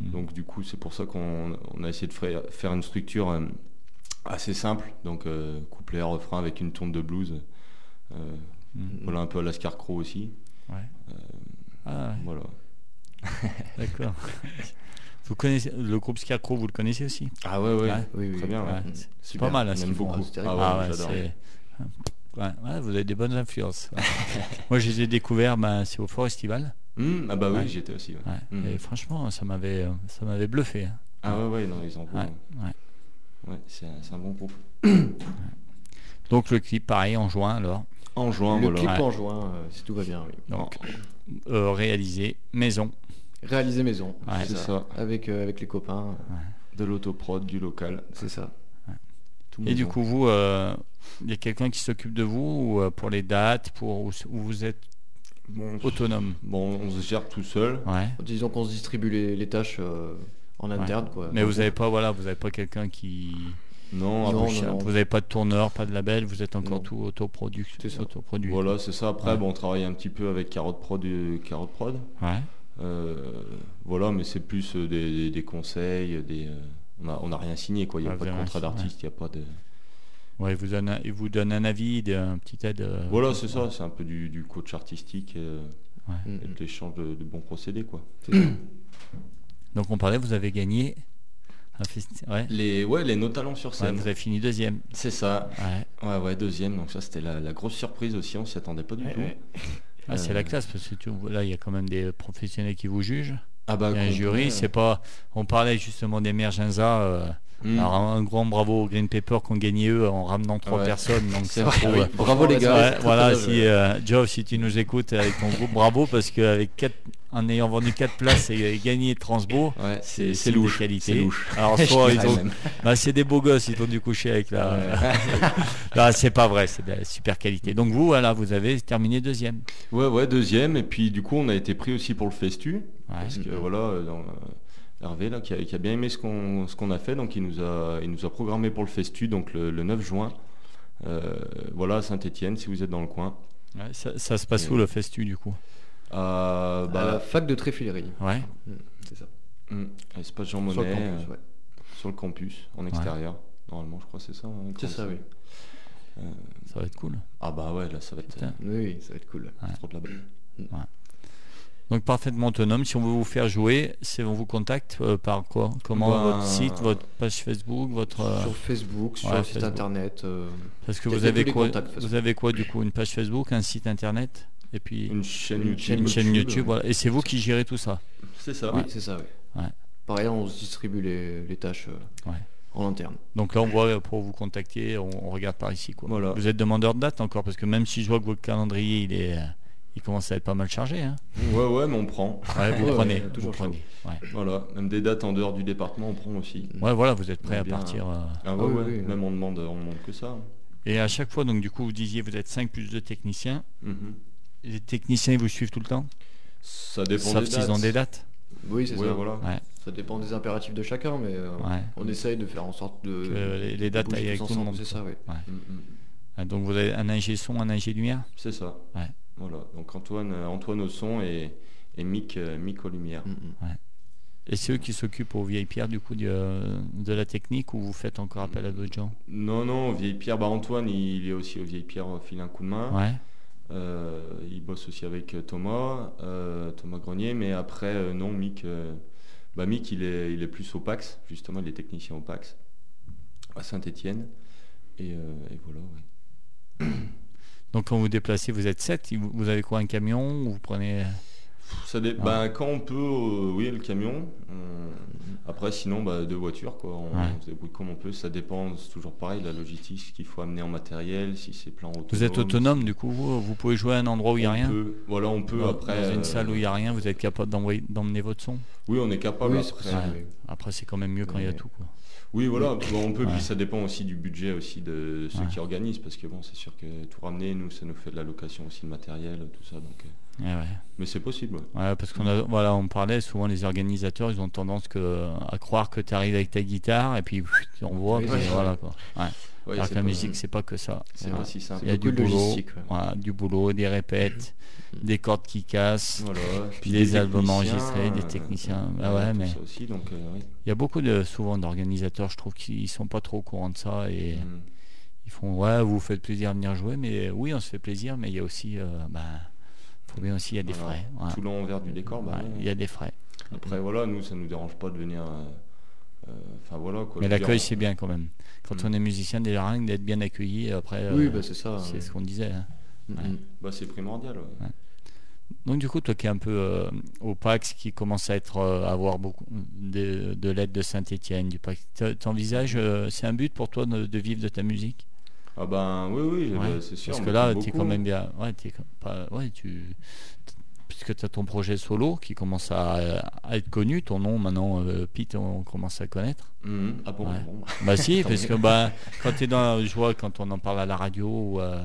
Speaker 3: Mhm.
Speaker 5: Donc du coup, c'est pour ça qu'on on a essayé de fra- faire une structure euh, assez simple, donc euh, couplet, refrain avec une tourne de blues. euh,
Speaker 3: Mhm.
Speaker 5: Voilà un peu à la Scarecrow aussi.
Speaker 3: Ah, ouais,
Speaker 5: Voilà.
Speaker 3: d'accord. vous connaissez le groupe Scarecrow, vous le connaissez aussi
Speaker 5: Ah ouais, ouais,
Speaker 3: Ouais.
Speaker 4: Oui, oui,
Speaker 5: très bien.
Speaker 3: ouais.
Speaker 5: ouais.
Speaker 3: C'est
Speaker 5: Super.
Speaker 3: pas mal, hein,
Speaker 5: On
Speaker 3: ce
Speaker 5: aime
Speaker 3: qu'ils font,
Speaker 5: beaucoup.
Speaker 3: hein.
Speaker 4: c'est terrible.
Speaker 5: Ah ouais,
Speaker 3: Ah ouais,
Speaker 5: j'adore.
Speaker 3: c'est Ouais, ouais, vous avez des bonnes influences. Ouais. Moi, je les ai découverts, ben, c'est au Fort Estival.
Speaker 5: Hum, ah bah oui,
Speaker 3: Ouais.
Speaker 5: j'étais aussi. ouais.
Speaker 3: Ouais.
Speaker 5: Mhm.
Speaker 3: Et franchement, ça m'avait, euh, ça m'avait bluffé. hein.
Speaker 5: Ah ouais, ouais, non, ils en vont.
Speaker 3: Ouais,
Speaker 5: Ouais,
Speaker 3: ouais.
Speaker 5: c'est un, c'est un bon groupe.
Speaker 3: Donc le clip, pareil, en juin, alors,
Speaker 5: En juin,
Speaker 6: Le
Speaker 5: voilà.
Speaker 6: clip
Speaker 3: Ouais.
Speaker 6: en juin, euh, si tout va bien, oui.
Speaker 3: Donc. euh, réalisé maison.
Speaker 6: Réalisé maison,
Speaker 3: Ouais.
Speaker 5: C'est ça.
Speaker 6: avec, euh, avec les copains,
Speaker 5: De l'autoprod, du local.
Speaker 6: c'est ça.
Speaker 5: Tout
Speaker 3: Et du
Speaker 5: maison.
Speaker 3: coup, vous, euh, il y a quelqu'un qui s'occupe de vous ou, euh, pour les dates, pour où, où vous êtes
Speaker 5: Bon,
Speaker 3: autonome.
Speaker 5: bon, on se gère tout seul.
Speaker 3: Ouais.
Speaker 6: Disons qu'on se distribue les, les tâches euh, en interne, quoi.
Speaker 3: Mais vous n'avez pas, voilà, vous avez pas quelqu'un qui,
Speaker 5: Non, après,
Speaker 6: Non, non,
Speaker 5: je-
Speaker 6: non.
Speaker 3: vous n'avez pas de tourneur, pas de label, vous êtes encore
Speaker 6: Non.
Speaker 3: tout autoproduit.
Speaker 6: C'est ça.
Speaker 3: autoproduit.
Speaker 5: voilà, c'est ça. Après,
Speaker 3: Ouais.
Speaker 5: bon, on travaille un petit peu avec Carotte Prod. euh, Carotte Prod.
Speaker 3: Ouais.
Speaker 5: Euh, voilà, mais c'est plus euh, des, des- des conseils, des. euh, on n'a on a rien signé, quoi. Il n'y a
Speaker 3: Ah,
Speaker 5: pas de
Speaker 3: vous avez
Speaker 5: contrat
Speaker 3: rien signé,
Speaker 5: d'artiste, il n'y a pas de.
Speaker 3: Ouais, il vous donne, un- il vous donne un avis, des- un petit aide. euh,
Speaker 5: Voilà, c'est ça, c'est un peu du, du coach artistique euh,
Speaker 6: Mm,
Speaker 5: et de l'échange de, de bons procédés, quoi.
Speaker 3: Donc on parlait, vous avez gagné. Un festi- ouais.
Speaker 5: Les, ouais, les nos talents sur
Speaker 3: Ouais,
Speaker 5: scène.
Speaker 3: vous avez fini deuxième.
Speaker 5: c'est ça.
Speaker 3: Ouais.
Speaker 5: Ouais, ouais, deuxième. Donc ça, c'était la, la grosse surprise aussi. On s'y attendait pas du tout.
Speaker 3: Ah, c'est la
Speaker 5: Euh.
Speaker 3: classe parce que tu- là il y a quand même des professionnels qui vous jugent.
Speaker 5: Ah bah,
Speaker 3: Il y a un
Speaker 5: qu'on-
Speaker 3: jury, c'est pas. On parlait justement des Mergenza. euh,
Speaker 5: Mm.
Speaker 3: Alors un un grand bravo aux Green Paper qui ont gagné eux en ramenant trois
Speaker 5: Ouais.
Speaker 3: personnes. Donc
Speaker 5: C'est
Speaker 3: ça
Speaker 5: vrai,
Speaker 3: prouve-
Speaker 5: oui.
Speaker 3: euh, Ouais,
Speaker 6: Bravo les gars.
Speaker 5: très
Speaker 3: voilà,
Speaker 5: très
Speaker 3: si
Speaker 5: bien.
Speaker 3: euh, Geoff, si tu nous écoutes avec ton groupe, bravo parce qu'avec quatre, en ayant vendu quatre places et gagné Transbo,
Speaker 5: Ouais,
Speaker 3: signe
Speaker 5: c'est c'est
Speaker 3: des
Speaker 5: louche.
Speaker 3: qualités.
Speaker 5: C'est louche.
Speaker 3: Alors soit
Speaker 5: Je
Speaker 3: ils
Speaker 5: dirais
Speaker 3: ont,
Speaker 5: même.
Speaker 3: bah, c'est des beaux gosses, ils ont dû coucher avec la. Là, c'est pas vrai, c'est de la super qualité. Donc vous, voilà, vous avez terminé deuxième.
Speaker 5: Ouais, ouais, deuxième. Et puis du coup, on a été pris aussi pour le festu.
Speaker 3: Ouais.
Speaker 5: Parce
Speaker 6: Mhm.
Speaker 5: que voilà, euh, dans, euh, Hervé là, qui, a, qui a bien aimé ce qu'on ce qu'on a fait, donc il nous a, il nous a programmé pour le festu, donc le, le 9 juin. Euh, voilà, à Saint-Étienne, si vous êtes dans le coin.
Speaker 3: Ouais, ça, ça se passe où le festu du coup
Speaker 5: Euh,
Speaker 6: À la
Speaker 5: bah,
Speaker 6: fac de Tréfilerie,
Speaker 3: Ouais.
Speaker 6: c'est ça.
Speaker 5: hum, espace Jean
Speaker 6: Sur le
Speaker 5: Monnet, euh, sur le,
Speaker 6: campus, ouais.
Speaker 5: campus, en extérieur. Normalement, je crois que c'est ça. hein,
Speaker 6: C'est
Speaker 5: quand-
Speaker 6: ça, oui.
Speaker 3: Ça va être cool.
Speaker 5: Ah bah ouais, là, ça va être
Speaker 3: Putain.
Speaker 6: Oui, oui, ça va être cool.
Speaker 5: euh, trop de la balle.
Speaker 3: Donc parfaitement autonome. Si on veut vous faire jouer, c'est on vous contacte euh, par quoi Comment
Speaker 5: Ben,
Speaker 3: votre site, votre page Facebook, votre euh,
Speaker 6: Sur Facebook, sur
Speaker 3: ouais,
Speaker 6: le site
Speaker 3: Facebook.
Speaker 6: internet. euh,
Speaker 3: parce que
Speaker 6: il y a
Speaker 3: vous avez
Speaker 6: tous les
Speaker 3: quoi
Speaker 6: contacts, de toute
Speaker 3: Vous
Speaker 6: façon.
Speaker 3: avez quoi du coup Une page Facebook, un site internet et puis une,
Speaker 5: Une chaîne
Speaker 6: Une
Speaker 5: YouTube.
Speaker 6: chaîne
Speaker 3: chaîne
Speaker 6: YouTube,
Speaker 3: YouTube.
Speaker 6: ouais.
Speaker 3: voilà. Et c'est vous qui gérez tout ça.
Speaker 5: C'est ça.
Speaker 6: Oui, c'est ça, oui.
Speaker 3: Ouais.
Speaker 6: Pareil, on se distribue les, les tâches euh,
Speaker 3: Ouais.
Speaker 6: en interne.
Speaker 3: Donc là, on voit euh, pour vous contacter, on, on regarde par ici quoi.
Speaker 5: Voilà.
Speaker 3: Vous êtes demandeur de date encore parce que même si je vois que votre calendrier il est, euh, il commence à être pas mal chargé. hein.
Speaker 5: Ouais, ouais, mais on prend.
Speaker 3: Ouais, vous
Speaker 6: Ouais,
Speaker 3: prenez,
Speaker 6: ouais,
Speaker 3: vous
Speaker 6: toujours
Speaker 3: prenez. Ouais.
Speaker 5: Voilà, même des dates en dehors du département, on prend aussi.
Speaker 3: Ouais, voilà, vous êtes prêt
Speaker 5: Eh
Speaker 3: à
Speaker 5: bien,
Speaker 3: partir. euh.
Speaker 5: Ah
Speaker 6: Ah
Speaker 5: ouais,
Speaker 6: oui,
Speaker 5: ouais,
Speaker 6: oui, oui.
Speaker 5: même on demande, on demande que ça. hein.
Speaker 3: Et à chaque fois, donc du coup, vous disiez, vous êtes 5 plus 2 techniciens.
Speaker 5: Mhm.
Speaker 3: Les techniciens, ils vous suivent tout le temps
Speaker 5: Ça dépend
Speaker 3: Sauf
Speaker 5: des
Speaker 3: s'ils
Speaker 5: dates.
Speaker 3: ont des dates.
Speaker 6: Oui, c'est
Speaker 5: Ouais,
Speaker 6: ça.
Speaker 5: voilà.
Speaker 3: Ouais.
Speaker 6: Ça dépend des impératifs de chacun, mais euh,
Speaker 3: Ouais.
Speaker 6: on essaye de faire en sorte de.
Speaker 3: Que les- les
Speaker 6: de
Speaker 3: dates
Speaker 6: bouger
Speaker 3: aillent
Speaker 6: tous
Speaker 3: avec tout le
Speaker 6: ensemble,
Speaker 3: monde,
Speaker 6: C'est ça, oui.
Speaker 5: Mm, mm.
Speaker 3: Ah, Donc vous avez un ingé son, un ingé lumière
Speaker 5: C'est ça.
Speaker 3: Ouais.
Speaker 5: Voilà. Donc Antoine, euh, Antoine au son et, et Mick, euh, Mick aux lumières.
Speaker 6: Mm, mm.
Speaker 3: Et c'est eux qui s'occupent aux vieilles pierres du coup du, euh, de la technique ou vous faites encore appel à d'autres gens
Speaker 5: Non, non, Vieille Pierre. Bah Antoine, il est aussi au Vieille Pierre, euh, file un coup de main.
Speaker 3: Ouais.
Speaker 5: Euh, il bosse aussi avec euh, Thomas, euh, Thomas Grenier. Mais après, euh, non, Mick, euh, bah Mick, il est, il est plus au PAX. Justement, il est technicien au PAX à Saint-Étienne. Et, euh, et voilà. ouais.
Speaker 3: Donc quand vous vous déplacez, vous êtes 7, vous avez quoi un camion ou vous prenez
Speaker 5: Ça dé-
Speaker 3: Ah.
Speaker 5: ben, quand on peut, euh, oui, le camion. on- Après, sinon, bah, deux voitures, quoi. On,
Speaker 3: Ouais.
Speaker 5: on se débrouille comme on peut. Ça dépend, c'est toujours pareil, la logistique, ce qu'il faut amener en matériel, si c'est plein autonome.
Speaker 3: Vous êtes autonome du coup, vous, vous pouvez jouer à un endroit où il n'y a
Speaker 5: on
Speaker 3: rien
Speaker 5: peut- Voilà, on peut
Speaker 3: Dans-
Speaker 5: après.
Speaker 3: dans une
Speaker 5: euh,
Speaker 3: salle où il n'y a rien, vous êtes capable d'envoyer- d'emmener votre son.
Speaker 5: Oui, on est capable.
Speaker 6: Oui, c'est
Speaker 5: après.
Speaker 6: possible, oui.
Speaker 3: Après, c'est quand même mieux quand il y a
Speaker 6: Ouais.
Speaker 3: tout. Quoi.
Speaker 5: Oui, voilà, bah, on peut.
Speaker 3: Ouais.
Speaker 5: Puis ça dépend aussi du budget aussi de ceux
Speaker 3: Ouais.
Speaker 5: qui organisent, parce que bon, c'est sûr que tout ramener, nous, ça nous fait de la location aussi de matériel, tout ça. Donc, euh,
Speaker 3: Ouais, ouais.
Speaker 5: mais c'est possible. ouais.
Speaker 3: Ouais, parce qu'on a, voilà, on parlait souvent les organisateurs, ils ont tendance que, à croire que tu arrives avec ta guitare et puis pff, tu envoies.
Speaker 6: Oui,
Speaker 3: puis
Speaker 6: c'est
Speaker 3: voilà, quoi.
Speaker 5: Ouais,
Speaker 3: Alors
Speaker 5: c'est
Speaker 3: que la
Speaker 5: pas-
Speaker 3: musique, c'est pas que ça.
Speaker 5: C'est
Speaker 3: Ouais.
Speaker 5: pas si simple.
Speaker 3: Il y a
Speaker 6: beaucoup
Speaker 3: du
Speaker 6: de
Speaker 3: boulot,
Speaker 6: logistique, ouais.
Speaker 3: voilà, du boulot, des répètes, des cordes qui cassent,
Speaker 5: Voilà.
Speaker 3: puis des, albums
Speaker 5: techniciens,
Speaker 3: enregistrés, des
Speaker 5: euh,
Speaker 3: techniciens. Ah ouais,
Speaker 5: tout
Speaker 3: mais
Speaker 5: ça aussi, donc, euh, oui.
Speaker 3: il y a beaucoup de souvent d'organisateurs, je trouve, qui sont pas trop au courant de ça et
Speaker 5: Mm.
Speaker 3: ils font ouais, vous vous faites plaisir à venir jouer, mais oui, on se fait plaisir, mais il y a aussi, euh, bah, faut bien aussi, il y a des
Speaker 5: Voilà.
Speaker 3: frais. voilà.
Speaker 5: Tout l'envers du décor, bah,
Speaker 3: Ouais,
Speaker 5: ouais.
Speaker 3: Il y a des frais.
Speaker 5: après voilà, nous ça nous dérange pas de venir euh, Euh, Enfin voilà quoi.
Speaker 3: Mais
Speaker 5: Je veux
Speaker 3: l'accueil,
Speaker 5: dire,
Speaker 3: c'est bien quand même. Quand
Speaker 5: Mm.
Speaker 3: on est musicien, déjà rien que d'être bien accueilli, après,
Speaker 6: Oui,
Speaker 3: euh,
Speaker 6: bah, c'est ça.
Speaker 3: c'est ce qu'on disait. hein.
Speaker 6: Mm,
Speaker 3: ouais.
Speaker 6: mm.
Speaker 5: bah, c'est primordial. ouais.
Speaker 3: Donc du coup, toi qui es un peu euh, au PAX, qui commence à être euh, à avoir beaucoup de, de l'aide de Saint-Étienne, du PAX, t'en- t'envisages, euh, c'est un but pour toi de, de vivre de ta musique
Speaker 5: Ah ben oui oui
Speaker 3: Ouais.
Speaker 5: bah, c'est sûr.
Speaker 3: Parce
Speaker 5: on
Speaker 3: que
Speaker 5: m'entend
Speaker 3: là, tu es
Speaker 5: beaucoup.
Speaker 3: quand même bien. Ouais, t'es quand- pas- ouais, tu, puisque tu as ton projet solo qui commence à, à être connu, ton nom maintenant, euh, Pete, on commence à le connaître.
Speaker 5: Mhm. Ah bon,
Speaker 3: Ouais.
Speaker 5: bon.
Speaker 3: Bah si,
Speaker 5: Tant
Speaker 3: parce
Speaker 5: mieux.
Speaker 3: que bah, quand t'es dans, je vois quand on en parle à la radio ou euh,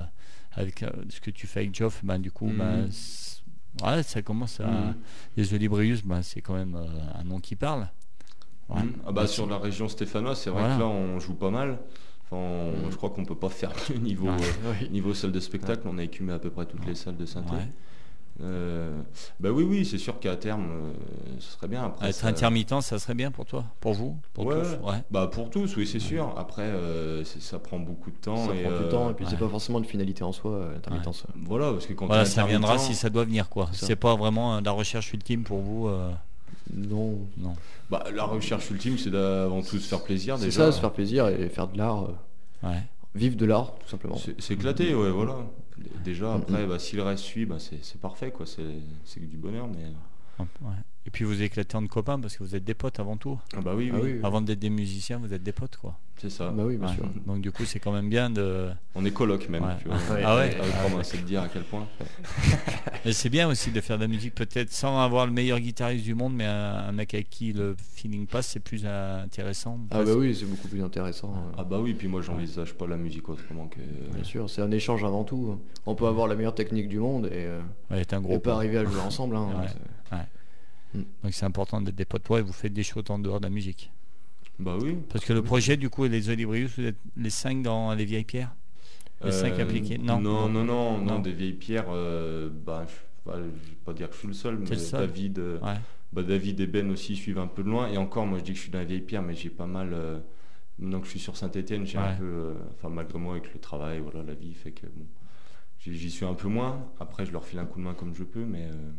Speaker 3: avec euh, ce que tu fais avec Geoff, bah, du coup, bah,
Speaker 5: Mhm.
Speaker 3: c'est- ouais, ça commence à
Speaker 5: Mhm.
Speaker 3: les Olibrius, bah, c'est quand même euh, un nom qui parle. Ouais.
Speaker 5: Mhm. Ah bah, sur la région stéphanoise, c'est vrai
Speaker 3: Voilà.
Speaker 5: que là on joue pas mal. Enfin, on- je crois qu'on peut pas faire mieux niveau euh,
Speaker 3: Ouais.
Speaker 6: Oui.
Speaker 5: niveau salle de spectacle. On a écumé à peu près toutes les salles de saint
Speaker 3: Ouais.
Speaker 5: bah oui oui, c'est sûr qu'à terme, euh, ce serait bien. Après,
Speaker 3: Être
Speaker 5: Ah, ça-
Speaker 3: intermittent, ça serait bien pour toi, pour vous, pour
Speaker 5: Ouais.
Speaker 3: tous. Ouais.
Speaker 5: Bah pour tous, oui c'est sûr. Après, euh, c'est- ça prend beaucoup de temps.
Speaker 6: Ça
Speaker 5: et,
Speaker 6: prend
Speaker 5: euh,
Speaker 6: du temps et puis
Speaker 3: ouais.
Speaker 6: c'est pas forcément une finalité en soi, euh, l'intermittence.
Speaker 5: Voilà, parce que quand
Speaker 3: Voilà,
Speaker 5: t'es
Speaker 3: ça viendra
Speaker 5: intermittent-
Speaker 3: si ça doit venir quoi.
Speaker 6: C'est ça.
Speaker 3: C'est pas vraiment euh, la recherche ultime pour vous. euh,
Speaker 6: Non.
Speaker 5: Bah, la recherche ultime, c'est d'avant tout se faire plaisir
Speaker 6: C'est
Speaker 5: déjà.
Speaker 6: ça, se faire plaisir et faire de l'art, euh,
Speaker 3: ouais.
Speaker 6: vivre de l'art tout simplement.
Speaker 5: C'est- S'éclater, ouais, voilà. D- Déjà, après, bah, si le reste suit, bah, c'est c'est parfait, quoi. C'est c'est que du bonheur, mais.
Speaker 3: Ouais. Et puis vous éclatez entre copains parce que vous êtes des potes avant tout.
Speaker 5: Ah bah oui,
Speaker 6: Ah
Speaker 5: oui,
Speaker 6: oui, oui.
Speaker 3: Avant d'être des musiciens, vous êtes des potes quoi.
Speaker 5: c'est ça.
Speaker 6: Bah oui, bien
Speaker 3: Ouais.
Speaker 6: sûr.
Speaker 3: Donc du coup, c'est quand même bien de.
Speaker 5: On est coloc même,
Speaker 3: Ouais.
Speaker 5: tu vois.
Speaker 6: Ouais.
Speaker 3: Ah ouais.
Speaker 5: Ah oui, comment, c'est de dire à quel point.
Speaker 3: Et c'est bien aussi de faire de la musique peut-être sans avoir le meilleur guitariste du monde, mais un, un mec avec qui le feeling passe, c'est plus euh, intéressant.
Speaker 6: Ah bah oui, c'est beaucoup plus intéressant. euh,
Speaker 5: Ah bah oui, puis moi, j'envisage pas la musique autrement que.
Speaker 3: Ah.
Speaker 6: Bien sûr, c'est un échange avant tout. On peut avoir la meilleure technique du monde et, euh,
Speaker 3: Ouais, t'es un
Speaker 6: et
Speaker 3: gros.
Speaker 6: pas
Speaker 3: con.
Speaker 6: arriver à jouer ensemble. hein.
Speaker 3: Ouais. Donc c'est important d'être des potes. Ouais, vous faites des shows en dehors de la musique.
Speaker 5: Bah oui.
Speaker 3: Parce que le projet, du coup, et les Olibrius, vous êtes les cinq dans les vieilles pierres. Les
Speaker 5: Euh,
Speaker 3: cinq impliqués. Non.
Speaker 5: Non, non, non, non,
Speaker 3: Non.
Speaker 5: des vieilles pierres, euh, bah, je, bah, je vais pas dire que je suis le seul, mais
Speaker 3: le seul.
Speaker 5: David, euh,
Speaker 3: Ouais.
Speaker 5: bah, David et Ben aussi suivent un peu de loin. Et encore, moi je dis que je suis dans la vieille pierre, mais j'ai pas mal. euh, maintenant que je suis sur Saint-Etienne, j'ai
Speaker 3: Ouais.
Speaker 5: un peu. euh, Enfin, malgré moi, avec le travail, voilà, la vie fait que bon, j'y j'y suis un peu moins. Après, je leur file un coup de main comme je peux, mais. euh,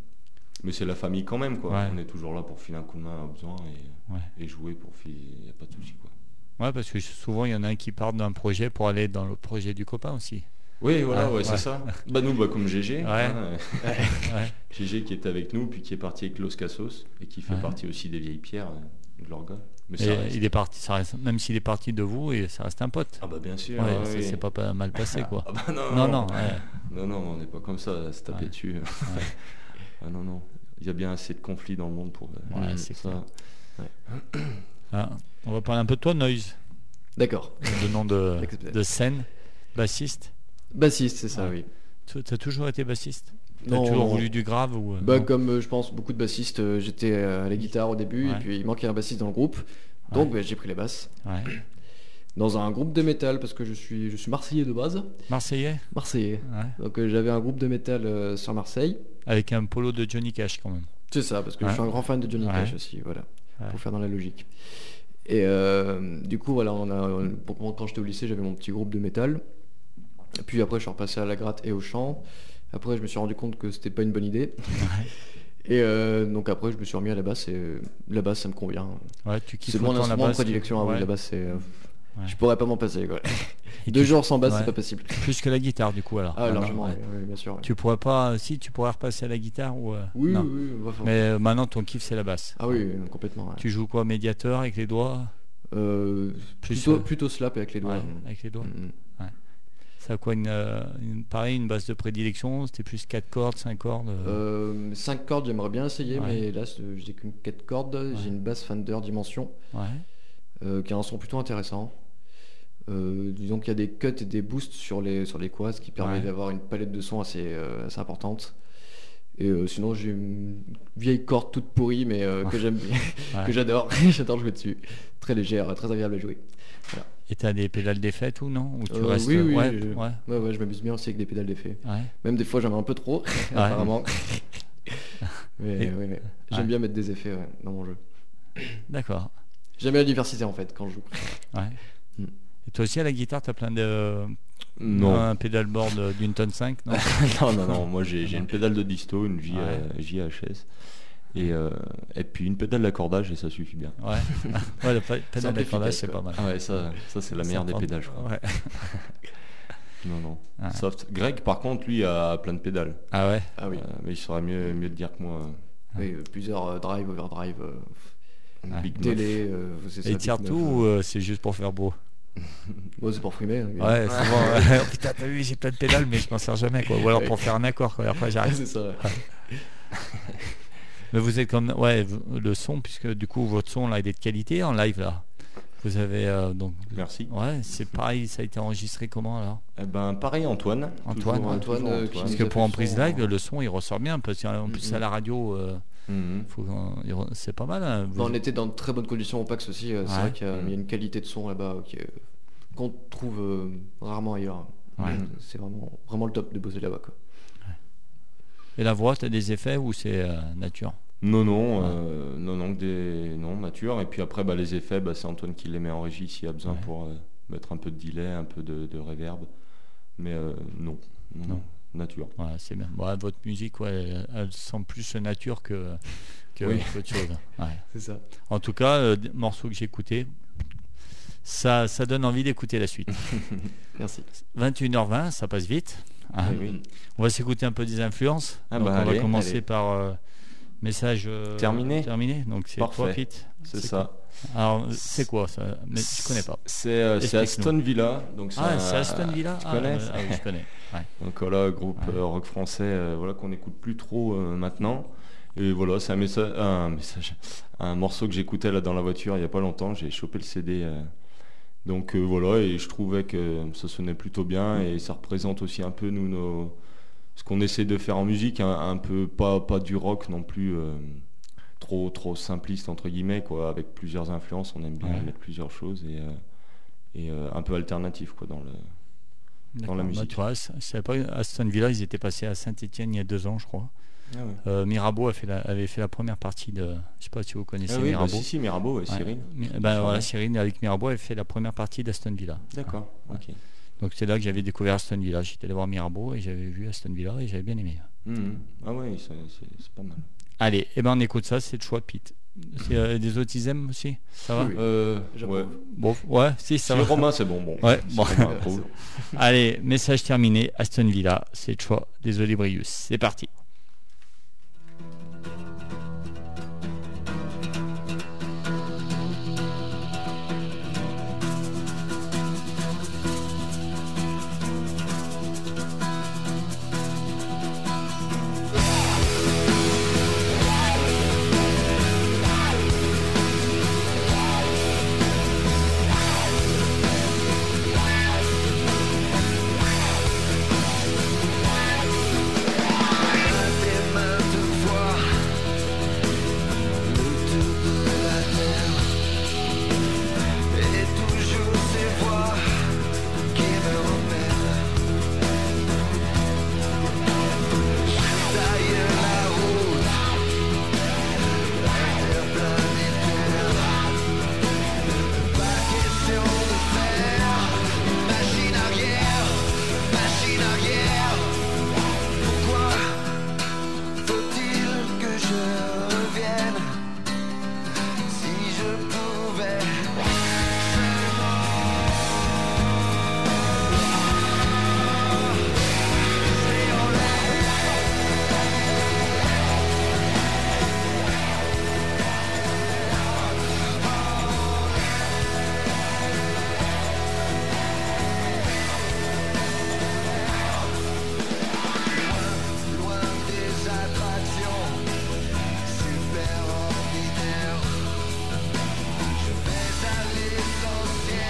Speaker 5: mais c'est la famille quand même, quoi.
Speaker 3: Ouais.
Speaker 5: On est toujours là pour filer un coup de main à besoin et,
Speaker 3: Ouais.
Speaker 5: et jouer pour filer. Y a pas de souci, quoi.
Speaker 3: Ouais, parce que souvent, il y en a un qui part d'un projet pour aller dans le projet du copain aussi.
Speaker 5: Oui, voilà,
Speaker 3: Ouais,
Speaker 5: ouais,
Speaker 3: Ah, ouais.
Speaker 5: c'est ça. Bah nous, bah, comme GG.
Speaker 3: Ouais.
Speaker 5: hein, euh,
Speaker 3: Ouais.
Speaker 5: GG qui était avec nous, puis qui est parti avec Los Casos, et qui fait
Speaker 3: Ouais.
Speaker 5: partie aussi des vieilles pierres euh, de l'orga. Mais
Speaker 3: Et
Speaker 5: ça reste-
Speaker 3: il est parti, ça reste- même s'il est parti de vous, et ça reste un pote.
Speaker 5: Ah bah bien sûr.
Speaker 3: Ouais,
Speaker 5: ah
Speaker 3: ça
Speaker 5: oui.
Speaker 3: s'est pas, pas mal passé quoi.
Speaker 5: Ah bah non,
Speaker 3: non, non. ouais.
Speaker 5: Non, non, on n'est pas comme ça, à se taper
Speaker 3: Ouais.
Speaker 5: dessus. ah non, non. Il y a bien assez de conflits dans le monde pour euh,
Speaker 3: Ouais, c'est clair.
Speaker 5: ça.
Speaker 3: Ah, on va parler un peu de toi, Noise,
Speaker 6: D'accord.
Speaker 3: le nom de,
Speaker 6: Accepté.
Speaker 3: de scène, bassiste.
Speaker 6: Bassiste, c'est ça,
Speaker 3: Ouais.
Speaker 6: oui.
Speaker 3: Tu as toujours été bassiste T'as
Speaker 6: Non,
Speaker 3: toujours
Speaker 6: non.
Speaker 3: voulu du grave ou euh,
Speaker 6: Bah,
Speaker 3: non
Speaker 6: comme euh, je pense beaucoup de bassistes, euh, j'étais euh, à la guitare au début
Speaker 3: Ouais.
Speaker 6: et puis il manquait un bassiste dans le groupe. Donc bah, j'ai pris les basses.
Speaker 3: Ouais.
Speaker 6: Dans un groupe de métal parce que je suis, je suis marseillais de base.
Speaker 3: Marseillais
Speaker 6: Marseillais.
Speaker 3: Ouais.
Speaker 6: Donc euh, j'avais un groupe de métal euh, sur Marseille.
Speaker 3: Avec un polo de Johnny Cash quand même.
Speaker 6: C'est ça, parce que
Speaker 3: Ouais.
Speaker 6: je suis un grand fan de Johnny
Speaker 3: Ouais.
Speaker 6: Cash aussi, voilà,
Speaker 3: Ouais.
Speaker 6: pour faire dans la logique. Et euh, du coup, voilà, on a, on- pour- moi, quand j'étais au lycée, j'avais mon petit groupe de métal. Et Puis après, je suis repassé à la gratte et au chant. Après, je me suis rendu compte que c'était pas une bonne idée. Et euh, donc après, je me suis remis à la basse et euh, la basse, ça me convient.
Speaker 3: Ouais, tu kiffes
Speaker 6: C'est mon
Speaker 3: autant la
Speaker 6: instrument de
Speaker 3: basse que-
Speaker 6: prédilection, ah oui,
Speaker 3: ouais.
Speaker 6: la basse, c'est, euh,
Speaker 3: Ouais.
Speaker 6: je pourrais pas m'en passer. Quoi.
Speaker 3: Et
Speaker 6: Deux
Speaker 3: tu-
Speaker 6: jours sans basse,
Speaker 3: ouais.
Speaker 6: c'est pas possible.
Speaker 3: Plus que la guitare du coup alors.
Speaker 6: Ah,
Speaker 3: Maintenant,
Speaker 6: largement,
Speaker 3: ouais.
Speaker 6: oui, oui, bien sûr. oui.
Speaker 3: Tu pourrais pas, si tu pourrais repasser à la guitare ou. euh,
Speaker 6: Oui,
Speaker 3: non.
Speaker 6: oui, oui, enfin-
Speaker 3: Mais euh, maintenant ton kiff c'est la basse.
Speaker 6: Ah oui, oui, complètement. ouais.
Speaker 3: Tu joues quoi, médiateur avec les doigts
Speaker 6: Euh,
Speaker 3: Plus,
Speaker 6: plutôt,
Speaker 3: euh,
Speaker 6: plutôt slap avec les doigts.
Speaker 3: Ouais, Avec les doigts.
Speaker 6: Mm, mm.
Speaker 3: Ça a quoi une, euh, une- pareil une basse de prédilection C'était plus 4 cordes, 5 cordes. euh,
Speaker 6: 5 cordes, j'aimerais bien essayer,
Speaker 3: Ouais.
Speaker 6: mais là, c'est- j'ai qu'une 4 cordes. J'ai une basse Fender Dimension
Speaker 3: Ouais.
Speaker 6: euh, qui a un son plutôt intéressant. Euh, disons qu'il y a des cuts et des boosts sur les, sur les quads ce qui permet
Speaker 3: Ouais.
Speaker 6: d'avoir une palette de sons assez, euh, assez importante. Et euh, sinon, j'ai une vieille corde toute pourrie, mais euh, que j'aime bien,
Speaker 3: Ouais.
Speaker 6: que j'adore. j'adore jouer dessus. Très légère, très agréable à jouer.
Speaker 3: Et t'as des pédales défaites ou non Ou tu
Speaker 6: Euh,
Speaker 3: restes
Speaker 6: oui, oui,
Speaker 3: ouais,
Speaker 6: je-
Speaker 3: ouais,
Speaker 6: Ouais, ouais, je m'amuse bien aussi avec des pédales d'effet.
Speaker 3: ouais.
Speaker 6: Même des fois, j'aime un peu trop, apparemment. mais,
Speaker 3: Et-
Speaker 6: oui, mais j'aime
Speaker 3: ouais.
Speaker 6: bien mettre des effets ouais, dans mon jeu.
Speaker 3: D'accord.
Speaker 6: J'aime bien la diversité en fait quand je joue.
Speaker 3: Ouais.
Speaker 6: Hmm.
Speaker 3: Et toi aussi à la guitare, t'as plein de
Speaker 5: Mm. Non. Ah,
Speaker 3: un pédalboard euh, d'une tonne 5 non
Speaker 5: non, non, non, moi j'ai j'ai une pédale de disto, une J-
Speaker 3: Ouais.
Speaker 5: euh, JHS. Et, euh, et puis une pédale d'accordage et ça suffit bien.
Speaker 3: Ouais, ouais le pé- pédale
Speaker 6: Simple
Speaker 3: d'accordage,
Speaker 6: efficace,
Speaker 3: c'est
Speaker 6: quoi.
Speaker 3: pas mal.
Speaker 5: Ah ouais, ça, ça c'est la meilleure des
Speaker 3: Sympa.
Speaker 5: pédales, je crois.
Speaker 3: Ouais.
Speaker 5: Non, non.
Speaker 3: Ouais.
Speaker 5: Soft. Greg, par contre, lui a plein de pédales.
Speaker 3: Ah ouais
Speaker 6: Ah oui,
Speaker 5: Euh, mais il saura mieux, mieux le dire que moi.
Speaker 6: oui, euh, plusieurs euh, drives, overdrive, euh,
Speaker 3: Ouais.
Speaker 5: Big Muff.
Speaker 6: délai, euh, c'est ça,
Speaker 3: Et il
Speaker 6: Big
Speaker 3: tire
Speaker 6: Muff,
Speaker 3: tout
Speaker 6: euh.
Speaker 3: ou euh, c'est juste pour faire beau
Speaker 6: Bon, c'est pour frimer. hein,
Speaker 3: Ouais, souvent. euh, putain, t'as vu, j'ai plein de pédales, mais je m'en sers jamais, quoi. Ou alors pour faire un accord, quoi. Après,
Speaker 6: gars.
Speaker 3: j'arrive.
Speaker 6: c'est ça.
Speaker 3: Mais vous êtes comme ouais v- le son puisque du coup votre son là il est de qualité en live là. Vous avez euh, donc
Speaker 5: Merci.
Speaker 3: ouais c'est pareil ça a été enregistré comment alors
Speaker 5: Eh ben, pareil, Antoine.
Speaker 3: Antoine,
Speaker 5: Toujours,
Speaker 3: ouais,
Speaker 6: Antoine,
Speaker 5: toujours
Speaker 6: euh, qui-
Speaker 3: parce
Speaker 6: nous
Speaker 3: que
Speaker 6: a
Speaker 3: pour
Speaker 6: fait
Speaker 3: en
Speaker 6: le
Speaker 3: prise
Speaker 6: son,
Speaker 3: live
Speaker 5: euh,
Speaker 6: hein.
Speaker 3: le son il ressort bien parce qu'en
Speaker 5: mm,
Speaker 3: plus à la radio euh,
Speaker 5: Mhm.
Speaker 3: faut qu'on- il re- c'est pas mal. hein, vous-
Speaker 6: Bah, on était dans de très bonnes conditions au PAX aussi. euh, C'est
Speaker 3: Ouais.
Speaker 6: vrai qu'il y, a
Speaker 5: Mm.
Speaker 6: il y a une qualité de son là-bas euh, qui est- qu'on trouve euh, rarement ailleurs. Euh,
Speaker 3: Ouais.
Speaker 6: C'est vraiment, vraiment le top de bosser là-bas. quoi.
Speaker 3: Et la voix t'as des effets ou c'est euh, nature
Speaker 5: Non, non, euh, non, non, que des non, nature. Et puis après, bah, les effets, bah, c'est Antoine qui les met en régie s'il y a besoin
Speaker 3: Ouais.
Speaker 5: pour euh, mettre un peu de delay, un peu de, de reverb. Mais euh, non, non,
Speaker 3: Non.
Speaker 5: nature.
Speaker 3: Ouais, c'est bien. Ouais, votre musique ouais elle, elle sent plus nature que que
Speaker 5: Oui.
Speaker 3: qu'autre chose. Ouais.
Speaker 6: C'est ça.
Speaker 3: En tout cas, euh, des morceaux que j'ai écouté, ça, ça donne envie d'écouter la suite.
Speaker 6: Merci.
Speaker 3: 21h20, ça passe vite. Hein.
Speaker 5: Eh oui.
Speaker 3: On va s'écouter un peu des influences.
Speaker 5: Ah
Speaker 3: Donc,
Speaker 5: bah,
Speaker 3: on va
Speaker 5: allez,
Speaker 3: commencer
Speaker 6: allez.
Speaker 3: par euh, message euh,
Speaker 5: Terminé.
Speaker 3: Terminé. Donc c'est
Speaker 5: Parfait.
Speaker 3: toi, Pete.
Speaker 5: C'est
Speaker 3: C'est
Speaker 5: ça.
Speaker 3: Alors euh, c'est quoi ça Mais je connais pas.
Speaker 5: C'est euh, c'est
Speaker 3: Explique-nous.
Speaker 5: Aston Villa. Donc
Speaker 3: Ah,
Speaker 5: un-
Speaker 3: c'est Aston Villa.
Speaker 5: Tu
Speaker 3: ah,
Speaker 5: connais
Speaker 3: euh, ah oui, je connais.
Speaker 5: Donc voilà, groupe
Speaker 3: Ouais.
Speaker 5: euh, rock français, euh, voilà qu'on n'écoute plus trop euh, maintenant. Et voilà, c'est un message, un message, un morceau que j'écoutais là dans la voiture il y a pas longtemps. J'ai chopé le CD. euh, donc euh, voilà, et je trouvais que euh, ça sonnait plutôt bien et ça représente aussi un peu nous nos, ce qu'on essaie de faire en musique, hein. un, un peu pas pas du rock non plus. euh, trop trop simpliste entre guillemets quoi avec plusieurs influences on aime bien
Speaker 3: Ouais.
Speaker 5: mettre plusieurs choses et, euh, et euh, un peu alternatif quoi dans le Dans la
Speaker 3: D'accord.
Speaker 5: musique.
Speaker 3: Bah, tu vois, c'est- je savais pas. Aston Villa, ils étaient passés à Saint-Etienne il y a deux ans, je crois.
Speaker 5: Ah
Speaker 3: Euh, Mirabeau a fait la- avait fait la première partie de. Je sais pas si vous connaissez
Speaker 5: Ah oui, bah
Speaker 3: Mirabeau.
Speaker 5: si si Mirabeau ouais,
Speaker 3: Ouais.
Speaker 5: Cyril
Speaker 3: Mi- Ben, voilà, Cyril avec Mirabeau, elle fait la première partie d'Aston Villa.
Speaker 5: D'accord,
Speaker 3: Ouais.
Speaker 5: ok.
Speaker 3: Donc c'est là que j'avais découvert Aston Villa. J'étais allé voir Mirabeau et j'avais vu Aston Villa et j'avais bien aimé.
Speaker 5: Mhm. Ah ouais, ça- c'est c'est pas mal.
Speaker 3: Allez, eh ben on écoute ça, c'est le choix de Pete. C'est euh, des autismes aussi Ça va
Speaker 6: Oui.
Speaker 5: Euh, ouais.
Speaker 6: j'approuve.
Speaker 3: Bon, ouais, si, ça
Speaker 5: Si le
Speaker 3: va.
Speaker 5: Romain, c'est bon, bon.
Speaker 3: Ouais, bon.
Speaker 5: Si Romain approuve.
Speaker 3: Allez, message terminé, Aston Villa, c'est le choix des Olibrius. C'est parti.
Speaker 1: Tes mains de voir autour de la terre Et toujours ces voix qui me emmènent Je taille la route interplanétaire Pas question de faire Machine arrière, machine arrière Pourquoi faut-il que je revienne Si je pouvais seulement C'est en l'air Loin des attractions super ordinaires, je vais à l'essentiel.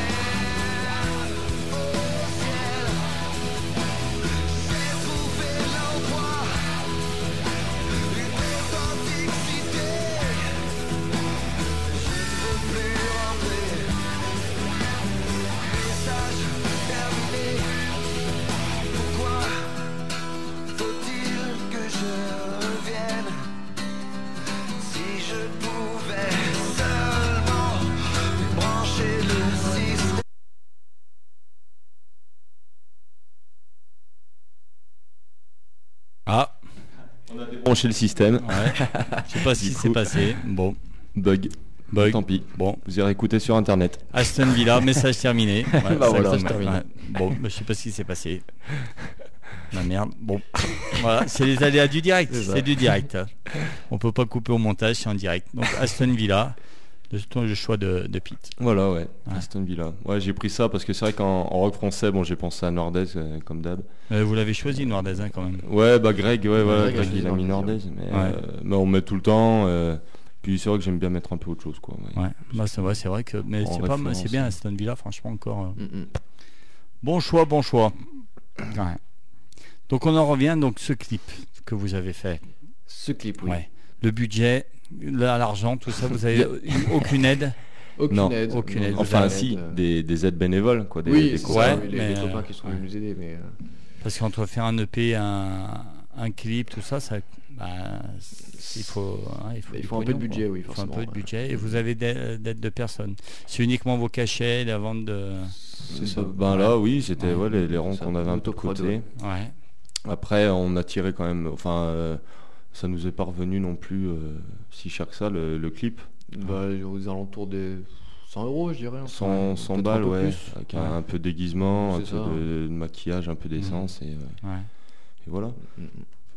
Speaker 1: Au ciel, j'ai trouvé l'endroit, une authenticité. Je ne veux plus rentrer. Message terminé. Pourquoi? Faut-il que je revienne Si je pouvais seulement brancher le système
Speaker 3: Ah,
Speaker 5: branché le système.
Speaker 3: Ouais. Je sais pas ce
Speaker 5: Du
Speaker 3: qui
Speaker 5: coup-
Speaker 3: s'est passé. Bon,
Speaker 5: Bug.
Speaker 3: bug.
Speaker 5: Tant pis.
Speaker 3: Bon,
Speaker 5: Vous irez écouter sur internet.
Speaker 3: Aston Villa, message terminé. Ouais, ça
Speaker 6: voilà.
Speaker 3: commence.
Speaker 6: Message terminé.
Speaker 3: Ouais. Bon, bah, je sais pas ce qui s'est passé. Ma merde. Bon, voilà, c'est les aléas du direct.
Speaker 6: C'est ça.
Speaker 3: C'est du direct. On peut pas couper au montage, c'est en direct. Donc Aston Villa, le, le choix de, de Pete.
Speaker 5: Voilà, ouais.
Speaker 3: Ouais.
Speaker 5: Aston Villa. Ouais, j'ai pris ça parce que c'est vrai qu'en en rock français, bon, j'ai pensé à Nordez euh, comme d'hab.
Speaker 3: Euh, vous l'avez choisi, Noirdaise, hein, quand même.
Speaker 5: Ouais, bah Greg, ouais, voilà,
Speaker 6: Greg a
Speaker 5: Greg,
Speaker 6: choisi
Speaker 5: il a mis
Speaker 6: Nordez,
Speaker 5: Nordez, mais, euh, mais on met tout le temps. euh, puis c'est vrai que j'aime bien mettre un peu autre chose, quoi. ouais.
Speaker 3: Ouais, bah, c'est vrai, c'est vrai que mais
Speaker 5: En
Speaker 3: c'est pas,
Speaker 5: référence,
Speaker 3: c'est bien Aston Villa, franchement encore. euh,
Speaker 6: Mm, mm.
Speaker 3: Bon choix, bon choix. Ouais. Donc on en revient donc ce clip que vous avez fait.
Speaker 6: Ce clip, oui.
Speaker 3: Ouais. Le budget, la- l'argent, tout ça, vous avez eu aucune aide.
Speaker 6: Aucune
Speaker 5: Non.
Speaker 6: aide.
Speaker 3: Aucune aide.
Speaker 5: Enfin,
Speaker 3: Vous
Speaker 5: si,
Speaker 6: euh,
Speaker 5: des, des aides bénévoles, quoi. Des,
Speaker 6: oui,
Speaker 5: des
Speaker 6: c'est
Speaker 5: cours.
Speaker 6: ça,
Speaker 3: Ouais,
Speaker 6: oui, les, les
Speaker 3: mais,
Speaker 6: copains qui sont venus nous aider, mais euh,
Speaker 3: Parce qu'entre faire un EP, un, un clip, tout ça, ça bah, c'est- il faut, hein, il faut,
Speaker 6: il
Speaker 3: du
Speaker 6: faut un peu de
Speaker 3: pognon,
Speaker 6: budget,
Speaker 3: quoi.
Speaker 6: oui,
Speaker 3: Il faut un
Speaker 6: forcément.
Speaker 3: peu de
Speaker 6: ouais.
Speaker 3: budget et vous avez d'a- d'aide de personne. C'est uniquement vos cachets, la vente de.
Speaker 6: C'est ça.
Speaker 5: Ben là, oui, c'était ouais, les, les ronds
Speaker 6: C'est
Speaker 5: qu'on
Speaker 6: un
Speaker 5: avait un peu de
Speaker 6: autoprod,
Speaker 5: côté.
Speaker 6: ouais.
Speaker 3: Ouais.
Speaker 5: Après, on a tiré quand même. Enfin, euh, ça nous est pas revenu non plus euh, si cher que ça le, le clip.
Speaker 6: Bah, aux alentours des 100 euros, je dirais. hein.
Speaker 5: 100, 100
Speaker 6: Peut-être
Speaker 5: balles,
Speaker 6: un peu
Speaker 5: ouais.
Speaker 6: plus.
Speaker 5: Avec un, un peu de déguisement, un
Speaker 6: C'est
Speaker 5: peu
Speaker 6: ça.
Speaker 5: de, de maquillage, un peu d'essence et, euh,
Speaker 3: ouais.
Speaker 5: et voilà.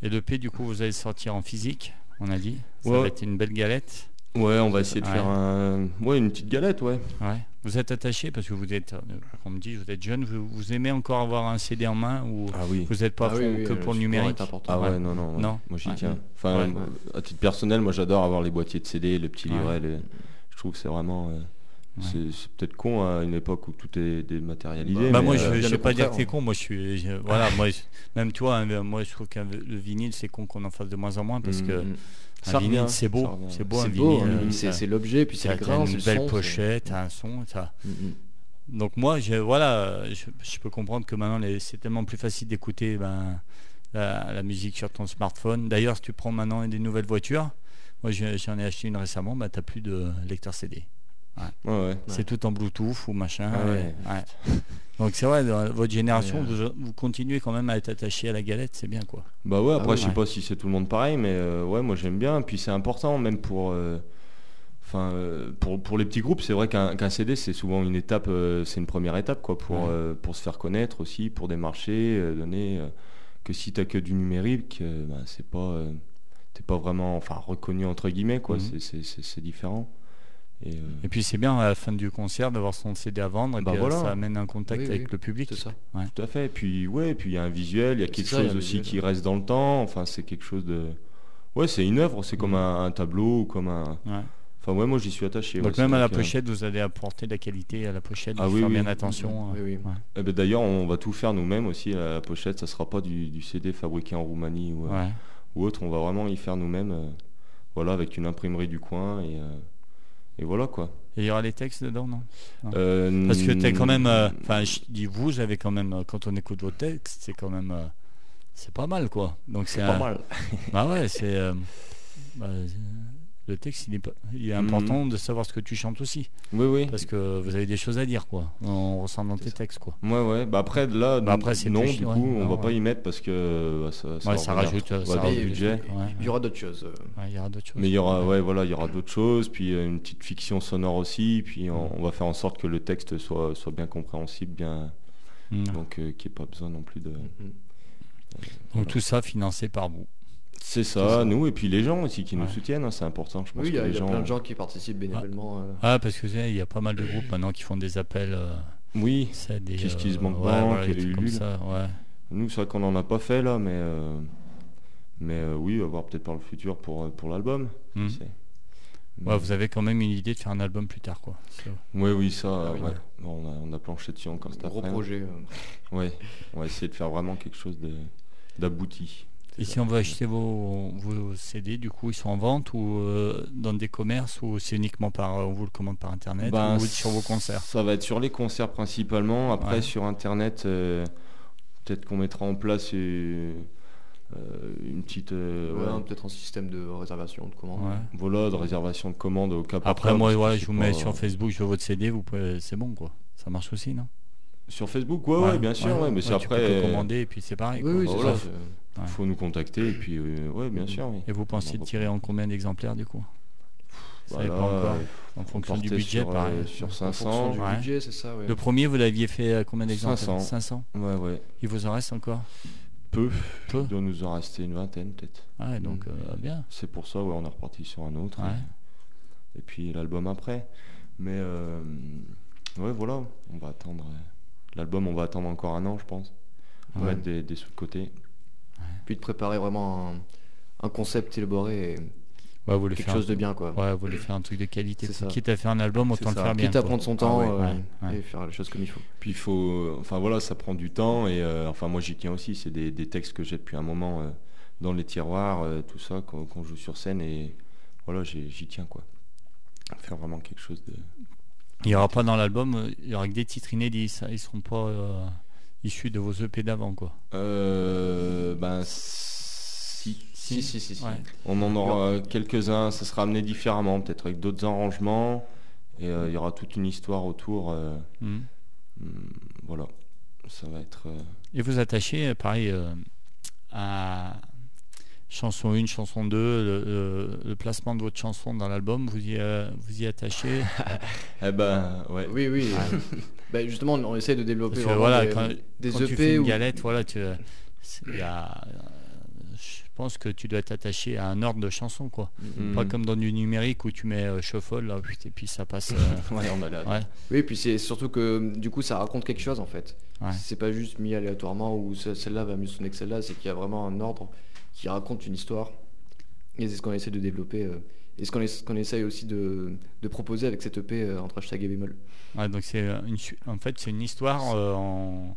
Speaker 3: Et l'EP, du coup, vous allez le sortir en physique, on a dit. Ça
Speaker 5: Ouais.
Speaker 3: va être une belle galette.
Speaker 5: Ouais, on va essayer de
Speaker 3: Ouais.
Speaker 5: faire un, ouais, une petite galette, ouais.
Speaker 3: Ouais. Vous êtes attaché parce que vous êtes, euh, on me dit, vous êtes jeune, vous, vous aimez encore avoir un CD en main ou
Speaker 5: Ah oui.
Speaker 3: vous n'êtes pas
Speaker 6: Ah
Speaker 3: à
Speaker 6: oui,
Speaker 3: fond
Speaker 6: oui,
Speaker 3: que pour
Speaker 6: le
Speaker 3: le
Speaker 6: support
Speaker 3: numérique
Speaker 6: est important.
Speaker 5: Ah ouais,
Speaker 3: Ouais.
Speaker 5: non, non. ouais.
Speaker 3: Non.
Speaker 5: Moi j'y
Speaker 3: Ouais.
Speaker 5: tiens. Enfin,
Speaker 3: Ouais.
Speaker 5: moi, à titre personnel, moi j'adore avoir les boîtiers de CD, les petits
Speaker 3: Ouais.
Speaker 5: livrets. les- Je trouve que c'est vraiment. euh, c'est- C'est peut-être con à une époque où tout est dématérialisé.
Speaker 3: Bah
Speaker 5: mais,
Speaker 3: moi
Speaker 5: euh,
Speaker 3: je,
Speaker 6: bien
Speaker 3: je
Speaker 6: le
Speaker 3: vais pas dire que
Speaker 6: contraire,
Speaker 3: c'est con, moi je suis je- voilà moi je- même toi hein, euh, moi je trouve qu'un v- le vinyle c'est con qu'on en fasse de moins en moins parce
Speaker 5: Mm,
Speaker 3: que
Speaker 6: mm.
Speaker 3: un
Speaker 5: Ça
Speaker 3: vinyle
Speaker 5: revient,
Speaker 3: c'est
Speaker 5: ça
Speaker 3: beau,
Speaker 5: revient.
Speaker 3: c'est beau un
Speaker 6: C'est beau,
Speaker 3: vinyle,
Speaker 6: hein,
Speaker 3: euh,
Speaker 6: c'est
Speaker 3: ça-
Speaker 6: c'est l'objet, puis c'est
Speaker 3: t'as-
Speaker 6: le
Speaker 3: t'as
Speaker 6: grain, c'est
Speaker 3: une
Speaker 6: le
Speaker 3: belle
Speaker 6: son, c'est-
Speaker 3: pochette, t'as un son, ça.
Speaker 6: Mm, mm.
Speaker 3: Donc moi je voilà je, je peux comprendre que maintenant les- c'est tellement plus facile d'écouter ben, la, la musique sur ton smartphone. D'ailleurs si tu prends maintenant des nouvelles voitures, moi je- j'en ai acheté une récemment, bah t'as plus de lecteur CD.
Speaker 5: Ouais, ouais.
Speaker 3: C'est tout en Bluetooth ou machin.
Speaker 5: Ah ouais.
Speaker 3: et- ouais. Donc c'est vrai, dans votre génération,
Speaker 5: Mais,
Speaker 3: vous, vous continuez quand même à être attaché à la galette, c'est bien quoi.
Speaker 5: Bah ouais, après
Speaker 6: oui.
Speaker 5: je sais pas si c'est tout le monde pareil, mais euh, ouais, moi j'aime bien. Puis c'est important, même pour, euh, enfin, euh, pour, pour les petits groupes, c'est vrai qu'un qu'un CD c'est souvent une étape, euh, c'est une première étape quoi, pour,
Speaker 3: Ouais.
Speaker 5: euh, pour se faire connaître aussi, pour des marchés, euh, donner euh, que si t'as que du numérique, euh, bah, c'est pas, euh, t'es pas vraiment, enfin, reconnu entre guillemets quoi,
Speaker 3: Mhm.
Speaker 5: c'est- c'est- c'est c'est différent. Et, euh,
Speaker 3: Et puis c'est bien à la fin du concert d'avoir son CD à vendre et
Speaker 5: Bah
Speaker 3: puis euh,
Speaker 5: voilà.
Speaker 3: ça amène un contact
Speaker 6: Oui,
Speaker 3: avec
Speaker 6: oui.
Speaker 3: le public.
Speaker 6: C'est ça.
Speaker 5: Tout à fait. Et puis ouais, et puis il y a un visuel, il y a
Speaker 6: C'est
Speaker 5: quelque
Speaker 6: ça, il y a
Speaker 5: chose
Speaker 6: un
Speaker 5: aussi
Speaker 6: visuel,
Speaker 5: qui reste dans le temps. Enfin, c'est quelque chose de. Ouais, c'est une œuvre. C'est comme un, un tableau ou comme un.
Speaker 3: Mm. Ouais.
Speaker 5: Enfin ouais, moi j'y suis attaché. ouais,
Speaker 3: Donc
Speaker 5: c'est
Speaker 3: même à
Speaker 5: vrai
Speaker 3: la
Speaker 5: que-
Speaker 3: pochette, vous allez apporter de la qualité à la pochette,
Speaker 5: Ah
Speaker 3: vous
Speaker 5: oui,
Speaker 3: faire
Speaker 5: oui.
Speaker 3: bien attention.
Speaker 6: Oui, oui.
Speaker 5: Eh ben, D'ailleurs, on va tout faire nous-mêmes aussi. La pochette, ça sera pas du, du CD fabriqué en Roumanie ou, euh,
Speaker 3: Ouais.
Speaker 5: ou autre. On va vraiment y faire nous-mêmes. euh, voilà, avec une imprimerie du coin et. euh, Et voilà quoi.
Speaker 3: Et il y aura les textes dedans, non
Speaker 5: Euh,
Speaker 3: Parce que t'es quand même, euh, enfin, je dis vous, avez quand même, euh, quand on écoute vos textes, c'est quand même, euh, c'est pas mal quoi. Donc c'est
Speaker 5: pas
Speaker 3: un-
Speaker 5: mal.
Speaker 3: Bah ouais, c'est. euh, bah, euh, le texte, il est, pas- il est
Speaker 5: Mhm.
Speaker 3: important de savoir ce que tu chantes aussi.
Speaker 5: Oui, oui.
Speaker 3: Parce que vous avez des choses à dire, quoi. On ressent dans tes textes, quoi.
Speaker 5: Ouais, ouais. Bah après, là,
Speaker 3: Bah, après, c'est
Speaker 5: non,
Speaker 3: plus
Speaker 5: du
Speaker 3: chiant,
Speaker 5: coup, on
Speaker 3: ouais.
Speaker 5: va pas y mettre parce que bah, ça,
Speaker 3: Ouais, ça
Speaker 5: revient-
Speaker 3: rajoute, euh,
Speaker 5: va
Speaker 3: ça
Speaker 5: dans le
Speaker 3: rajoute.
Speaker 5: budget.
Speaker 3: Ouais, ouais.
Speaker 6: Il y aura d'autres choses. euh,
Speaker 3: Ouais, il y aura d'autres choses.
Speaker 5: Mais il y aura, ouais, voilà, il y aura d'autres choses, puis euh, une petite fiction sonore aussi, puis on, on va faire en sorte que le texte soit, soit bien compréhensible, bien,
Speaker 3: Mm.
Speaker 5: donc euh, qu'il n'y ait pas besoin non plus de.
Speaker 6: mm,
Speaker 3: Donc tout ça financé par vous.
Speaker 5: C'est
Speaker 6: C'est
Speaker 5: ça,
Speaker 6: ça.
Speaker 5: nous et puis les gens aussi qui nous
Speaker 3: Ouais.
Speaker 5: soutiennent, hein, c'est important. Je pense
Speaker 6: Oui, il y
Speaker 5: que
Speaker 6: a,
Speaker 5: les
Speaker 6: il y a
Speaker 5: gens.
Speaker 6: plein de gens qui participent bénévolement. euh,
Speaker 3: Ah, parce que vous savez, il y a pas mal
Speaker 5: Euh.
Speaker 3: de groupes maintenant qui font des appels. euh,
Speaker 5: Oui,
Speaker 3: ça, des,
Speaker 5: Kiss Kiss Bank
Speaker 3: euh, ouais,
Speaker 5: Bank,
Speaker 3: voilà, des
Speaker 5: et
Speaker 3: trucs comme
Speaker 5: Ulule.
Speaker 3: ça, ouais.
Speaker 5: nous c'est vrai qu'on en a pas fait là, mais euh, mais euh, oui, à voir peut-être par le futur pour euh, pour l'album.
Speaker 6: Mmh.
Speaker 3: Mm.
Speaker 5: c'est-
Speaker 3: Ouais, vous avez quand même une idée de faire un album plus tard, quoi. C'est-
Speaker 5: Oui, oui, ça, euh,
Speaker 6: Ah oui.
Speaker 5: ouais. Bon, on, a, on a planché dessus encore cet
Speaker 6: Gros
Speaker 5: après-midi.
Speaker 6: projet. euh.
Speaker 5: Ouais, on va essayer de faire vraiment quelque chose de d'abouti.
Speaker 3: Et si on veut acheter vos, vos CD, du coup, ils sont en vente ou euh, dans des commerces ou c'est uniquement par, euh, on vous le commande par internet
Speaker 5: Ben,
Speaker 3: ou sur vos concerts.
Speaker 5: Ça va être sur les concerts principalement. Après,
Speaker 3: Ouais.
Speaker 5: sur Internet, euh, peut-être qu'on mettra en place euh, euh, une petite euh,
Speaker 6: Ouais,
Speaker 5: ouais,
Speaker 6: hein, Peut-être un système de réservation, de commande.
Speaker 3: Ouais.
Speaker 5: voilà, de réservation de commande au cas par
Speaker 3: Après,
Speaker 5: cas,
Speaker 3: moi,
Speaker 5: parce que
Speaker 3: voilà,
Speaker 5: c'est
Speaker 3: je vous
Speaker 5: pas- euh.
Speaker 3: mets sur Facebook, je veux votre CD, vous pouvez... c'est bon, quoi. Ça marche aussi, non
Speaker 5: Sur Facebook, ouais,
Speaker 3: Ouais,
Speaker 5: ouais, bien sûr, ouais, mais c'est
Speaker 3: Ouais, Tu peux
Speaker 5: après. euh,
Speaker 3: te commander et puis c'est pareil.
Speaker 6: Oui,
Speaker 3: quoi.
Speaker 6: oui,
Speaker 5: bah
Speaker 6: c'est
Speaker 5: voilà,
Speaker 6: ça.
Speaker 5: c'est- faut nous contacter et puis, euh, ouais, bien sûr, oui.
Speaker 3: Et vous pensiez
Speaker 5: Bon, bah,
Speaker 3: tirer en combien d'exemplaires du coup Vous savez
Speaker 5: Voilà,
Speaker 3: pas encore.
Speaker 5: euh,
Speaker 3: En
Speaker 5: on
Speaker 3: fonction du
Speaker 5: partait
Speaker 3: budget,
Speaker 5: sur, euh,
Speaker 3: pareil.
Speaker 5: Sur
Speaker 6: En fonction
Speaker 5: 500.
Speaker 6: du
Speaker 3: Ouais.
Speaker 6: budget, c'est ça, ouais.
Speaker 3: Le premier, vous l'aviez fait à combien d'exemplaires
Speaker 5: 500. Ouais, ouais.
Speaker 3: Il vous en reste encore
Speaker 5: Peu.
Speaker 3: Peu.
Speaker 5: Il doit nous en rester une vingtaine, peut-être.
Speaker 3: Ouais, donc
Speaker 5: Mm.
Speaker 3: euh, bien.
Speaker 5: C'est pour ça, ouais, on est reparti sur un autre.
Speaker 3: Ouais.
Speaker 5: Et puis l'album après. Mais, euh, ouais, voilà. On va attendre. euh, L'album, on va attendre encore un an, je pense. On va
Speaker 6: Ouais.
Speaker 5: mettre des, des sous de côté.
Speaker 6: Puis de préparer vraiment un, un concept élaboré et
Speaker 3: Ouais, Bah, vous voulez
Speaker 6: quelque
Speaker 3: faire
Speaker 6: chose
Speaker 3: un...
Speaker 6: de bien, quoi.
Speaker 3: Ouais, vous voulez faire un truc de qualité.
Speaker 6: C'est ça.
Speaker 3: Quitte à faire un album,
Speaker 6: C'est
Speaker 3: autant le
Speaker 6: ça.
Speaker 3: faire bien.
Speaker 6: Quitte à
Speaker 3: quoi. Ah
Speaker 6: prendre son temps
Speaker 5: ouais,
Speaker 6: euh,
Speaker 3: ouais, ouais.
Speaker 6: et faire les choses comme il faut.
Speaker 5: Puis il faut. euh, Enfin voilà, ça prend du temps. Et euh, enfin, moi j'y tiens aussi. C'est des, des textes que j'ai depuis un moment euh, dans les tiroirs, euh, tout ça, qu'on qu'on joue sur scène. Et voilà, j'ai- j'y tiens quoi. Faire vraiment quelque chose de.
Speaker 3: Il n'y aura pas dans l'album, euh, il y aura que des titres inédits. ça, Ils seront pas euh, issus de vos EP d'avant, quoi.
Speaker 5: Euh, ben si. Si, si, si. si.
Speaker 3: Ouais.
Speaker 5: On en aura euh, quelques-uns, ça sera amené différemment, peut-être avec d'autres arrangements. Et euh, il y aura toute une histoire autour. euh,
Speaker 3: Mm.
Speaker 5: hum, voilà. Ça va être. euh,
Speaker 3: Et vous attachez, euh, pareil, euh, à chanson 1, chanson 2, le, le- le placement de votre chanson dans l'album, vous y, euh, vous y attachez.
Speaker 5: Eh ben, ouais.
Speaker 6: Euh, Oui, oui. Bah, justement, on essaie de développer
Speaker 3: Parce que
Speaker 6: vraiment
Speaker 3: voilà,
Speaker 6: des,
Speaker 3: quand-
Speaker 6: des
Speaker 3: Quand
Speaker 6: EP
Speaker 3: tu fais une
Speaker 6: ou-
Speaker 3: galette, voilà, tu, euh, c'est- il y a, euh, je pense que tu dois t'attacher à un ordre de chanson, quoi.
Speaker 5: Hum.
Speaker 3: Pas comme dans du numérique où tu mets euh, shuffle, là, put- et puis ça passe. euh,
Speaker 5: Ouais, on a la-
Speaker 3: ouais.
Speaker 6: Oui, puis c'est surtout que du coup, ça raconte quelque chose en fait.
Speaker 3: Ouais.
Speaker 6: C'est pas juste mis aléatoirement ou ce- celle-là va mieux sonner que celle-là, c'est qu'il y a vraiment un ordre qui raconte une histoire. Et c'est ce qu'on essaie de développer. euh, et ce qu'on es- ce qu'on essaye aussi de, de proposer avec cette EP euh, entre hashtag et bémol.
Speaker 3: Ouais, donc c'est euh, une, su- en fait c'est une histoire euh, en.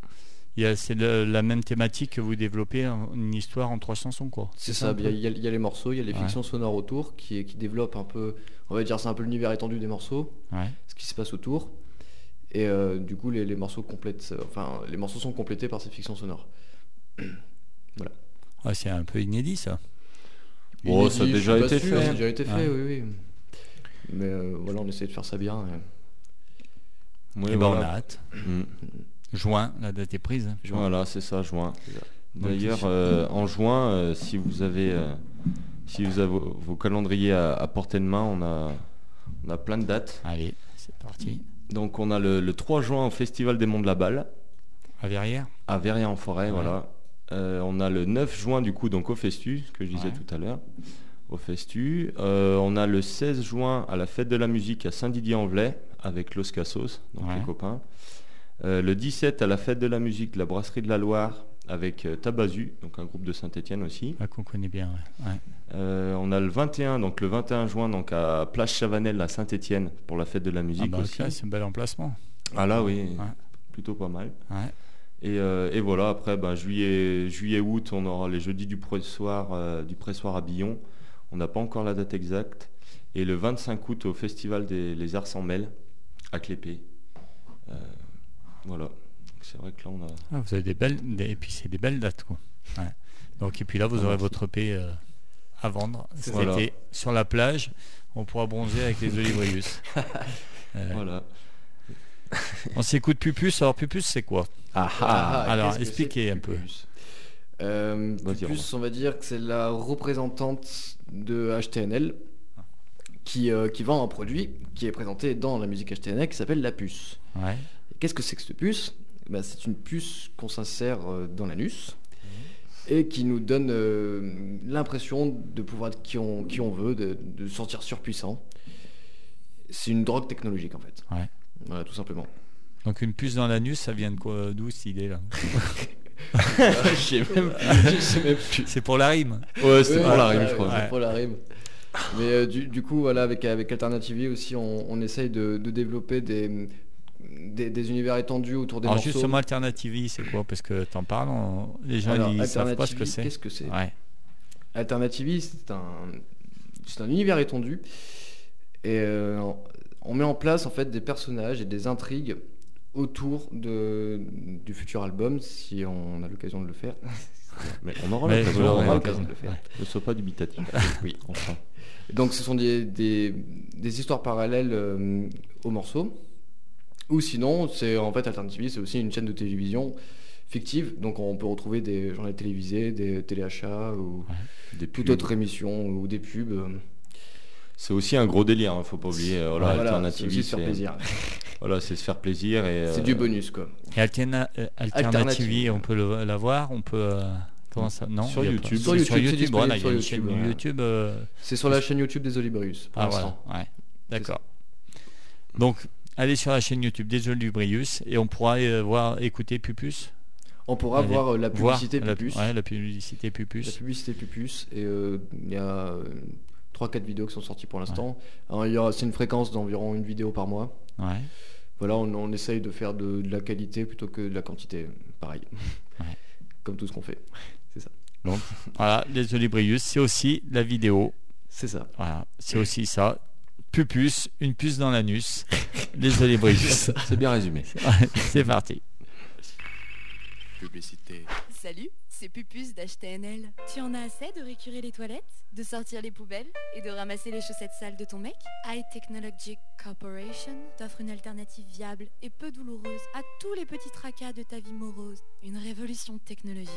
Speaker 3: il y a- C'est le- la même thématique que vous développez, en- une histoire en trois chansons, quoi.
Speaker 6: C'est
Speaker 3: un
Speaker 6: ça, il y a-
Speaker 3: peu
Speaker 6: il y, a- il y a les morceaux, il y a les
Speaker 3: Ouais.
Speaker 6: fictions sonores autour qui, qui développent un peu, on va dire, c'est un peu l'univers étendu des morceaux,
Speaker 3: Ouais.
Speaker 6: ce qui se passe autour. Et euh, du coup, les, les morceaux complètent, enfin, les morceaux sont complétés par ces fictions sonores.
Speaker 3: Ouais, Ah, c'est un peu inédit ça.
Speaker 5: Bon,
Speaker 6: Il
Speaker 5: ça a
Speaker 6: dit, je
Speaker 5: déjà
Speaker 6: suis pas
Speaker 5: été fait.
Speaker 6: sûr, hein, Ça a déjà été
Speaker 3: Ouais.
Speaker 6: fait, oui, oui. Mais euh, voilà, on essaie de faire ça bien. hein.
Speaker 5: Oui,
Speaker 3: Et ben, on a
Speaker 5: Eh voilà.
Speaker 3: hâte.
Speaker 5: Hum.
Speaker 3: Juin, la date est prise. hein.
Speaker 5: Voilà, c'est ça, juin.
Speaker 6: C'est ça.
Speaker 5: D'ailleurs,
Speaker 3: Donc,
Speaker 5: euh, en juin, euh, si vous avez, euh, si vous avez vos vos calendriers à, à portée de main, on a, on a plein de dates.
Speaker 3: Allez, c'est parti.
Speaker 5: Donc, on a le, le 3 juin au Festival des Monts de la Balle,
Speaker 3: À Verrières
Speaker 5: à Verrières-en-Forêt, voilà. Euh, on a le 9 juin, du coup, donc au Festu, ce que je disais
Speaker 3: Ouais.
Speaker 5: tout à l'heure, au Festu. Euh, on a le 16 juin à la Fête de la Musique à Saint-Didier-en-Velay, avec Los Cassos, donc
Speaker 3: Ouais.
Speaker 5: les copains. Euh, le 17 à la Fête de la Musique, la Brasserie de la Loire, avec euh, Tabazu, donc un groupe de Saint-Étienne aussi.
Speaker 3: Ah, qu'on connaît bien. ouais. Ouais.
Speaker 5: Euh, on a le 21, donc le 21 juin, donc à Plage Chavanel à Saint-Étienne pour la fête de la
Speaker 3: Ah
Speaker 5: musique
Speaker 3: bah,
Speaker 5: aussi.
Speaker 3: là, c'est un bel emplacement.
Speaker 5: Ah là oui,
Speaker 3: Ouais.
Speaker 5: plutôt pas mal.
Speaker 3: Ouais.
Speaker 5: Et, euh, et voilà, après ben, juillet, juillet, août, on aura les jeudis du pressoir, euh, du pressoir à Billon. On n'a pas encore la date exacte. Et le 25 août au Festival des les Arts sans Mêle à Clépé. Euh, voilà. Donc, C'est vrai que là on a.
Speaker 3: Ah, vous avez des belles. des- Et puis c'est des belles dates quoi. Ouais. Donc et puis là vous
Speaker 5: Ah,
Speaker 3: aurez
Speaker 5: merci.
Speaker 3: votre paix à vendre.
Speaker 5: C'est
Speaker 3: Cet
Speaker 5: ça. Voilà.
Speaker 3: été, sur la plage, on pourra bronzer avec les olivrius. Euh,
Speaker 5: Voilà.
Speaker 3: On s'écoute Pupus. Alors Pupus c'est quoi
Speaker 6: Ah,
Speaker 3: Alors
Speaker 6: qu'est-ce que
Speaker 3: expliquez un peu.
Speaker 6: Euh,
Speaker 5: Vas-y, Romain.
Speaker 6: plus, on va dire que c'est la représentante de HTNL qui, euh, qui vend un produit qui est présenté dans la musique HTNL qui s'appelle la puce.
Speaker 3: Ouais.
Speaker 6: Et Qu'est-ce que c'est que cette puce Bah, C'est une puce qu'on s'insère euh, dans l'anus et qui nous donne euh, l'impression de pouvoir être qui on, qui on veut, de, de se sentir surpuissant. C'est une drogue technologique en fait.
Speaker 3: Ouais.
Speaker 6: Voilà, tout simplement.
Speaker 3: Donc une puce dans l'anus, ça vient de quoi D'où cette idée là
Speaker 6: Je sais Ah, même plus. Je sais même plus.
Speaker 3: C'est pour la rime.
Speaker 5: Ouais, c'est
Speaker 6: Ouais,
Speaker 5: pour la
Speaker 6: ouais,
Speaker 5: rime, je crois.
Speaker 6: ouais, c'est pour la rime. Mais euh, du, du coup, voilà, avec, avec Alternativi aussi, on, on essaye de, de développer des, des, des univers étendus autour des
Speaker 3: Alors
Speaker 6: morceaux.
Speaker 3: justement Alternativi c'est quoi Parce que t'en parles, on- les gens
Speaker 6: Alors,
Speaker 3: ils savent pas ce
Speaker 6: Alternativi,
Speaker 3: que c'est.
Speaker 6: Qu'est-ce que c'est
Speaker 3: Ouais.
Speaker 6: Alternativi, c'est un, c'est un univers étendu. Et euh, on met en place en fait des personnages et des intrigues autour de, du futur album, si on a l'occasion de le faire.
Speaker 5: Mais on aura
Speaker 3: Mais
Speaker 5: l'occasion,
Speaker 3: vous
Speaker 5: on
Speaker 3: aurez
Speaker 5: aura
Speaker 3: l'occasion.
Speaker 5: l'occasion.
Speaker 6: de le faire.
Speaker 5: Ne sois pas dubitatif. oui, enfin.
Speaker 6: Donc ce sont des, des, des histoires parallèles euh, aux morceaux. Ou sinon, c'est en fait Alternative, c'est aussi une chaîne de télévision fictive, donc on peut retrouver des journées télévisées, des téléachats ou
Speaker 5: Des
Speaker 6: toute
Speaker 5: pubs.
Speaker 6: autre émission ou des pubs. euh,
Speaker 5: C'est aussi un gros délire, hein, faut pas oublier. euh, Voilà,
Speaker 6: voilà, c'est
Speaker 5: Alternative,
Speaker 6: aussi se faire plaisir.
Speaker 5: Voilà, c'est se faire plaisir et.
Speaker 6: C'est
Speaker 5: euh,
Speaker 6: du bonus quoi.
Speaker 3: Et Alterna- euh, Alternativi,
Speaker 6: Alternativi.
Speaker 3: on peut le- la voir, on peut. euh, comment ça Non il
Speaker 5: Sur
Speaker 3: y a pas-
Speaker 5: YouTube.
Speaker 3: c'est
Speaker 6: Sur
Speaker 3: Sur,
Speaker 6: YouTube, c'est
Speaker 3: YouTube,
Speaker 6: disponible
Speaker 3: voilà, il y a
Speaker 6: sur
Speaker 3: une
Speaker 6: YouTube,
Speaker 3: chaîne
Speaker 6: ouais.
Speaker 3: YouTube. euh,
Speaker 6: C'est sur la chaîne YouTube des Olibrius pour
Speaker 3: ah,
Speaker 6: l'instant.
Speaker 3: voilà, ouais. D'accord. Donc, allez sur la chaîne YouTube des Jeux du Brius et on pourra euh, voir, écouter Pupus.
Speaker 6: On pourra
Speaker 3: Allez,
Speaker 6: voir euh, la
Speaker 3: voir
Speaker 6: publicité
Speaker 3: la-
Speaker 6: Pupus.
Speaker 3: ouais, la publicité
Speaker 6: La
Speaker 3: Pupus.
Speaker 6: publicité Pupus et euh, il y a 3-4 vidéos qui sont sorties pour l'instant. Alors, il y aura- C'est une fréquence d'environ une vidéo par mois.
Speaker 3: Ouais.
Speaker 6: Voilà, on, on essaye de faire de, de la qualité plutôt que de la quantité. Pareil.
Speaker 3: Ouais.
Speaker 6: Comme tout ce qu'on fait.
Speaker 3: Voilà, les Jeux du Brius, c'est aussi la vidéo.
Speaker 6: C'est ça.
Speaker 3: Voilà, c'est aussi ça. Pupus, une puce dans l'anus. Les Jeux du Brius.
Speaker 5: C'est bien résumé.
Speaker 3: c'est parti.
Speaker 7: Publicité.
Speaker 9: Salut, c'est Pupus d'HTNL. Tu en as assez de récurer les toilettes, de sortir les poubelles et de ramasser les chaussettes sales de ton mec High Technologic Corporation t'offre une alternative viable et peu douloureuse à tous les petits tracas de ta vie morose. Une révolution technologique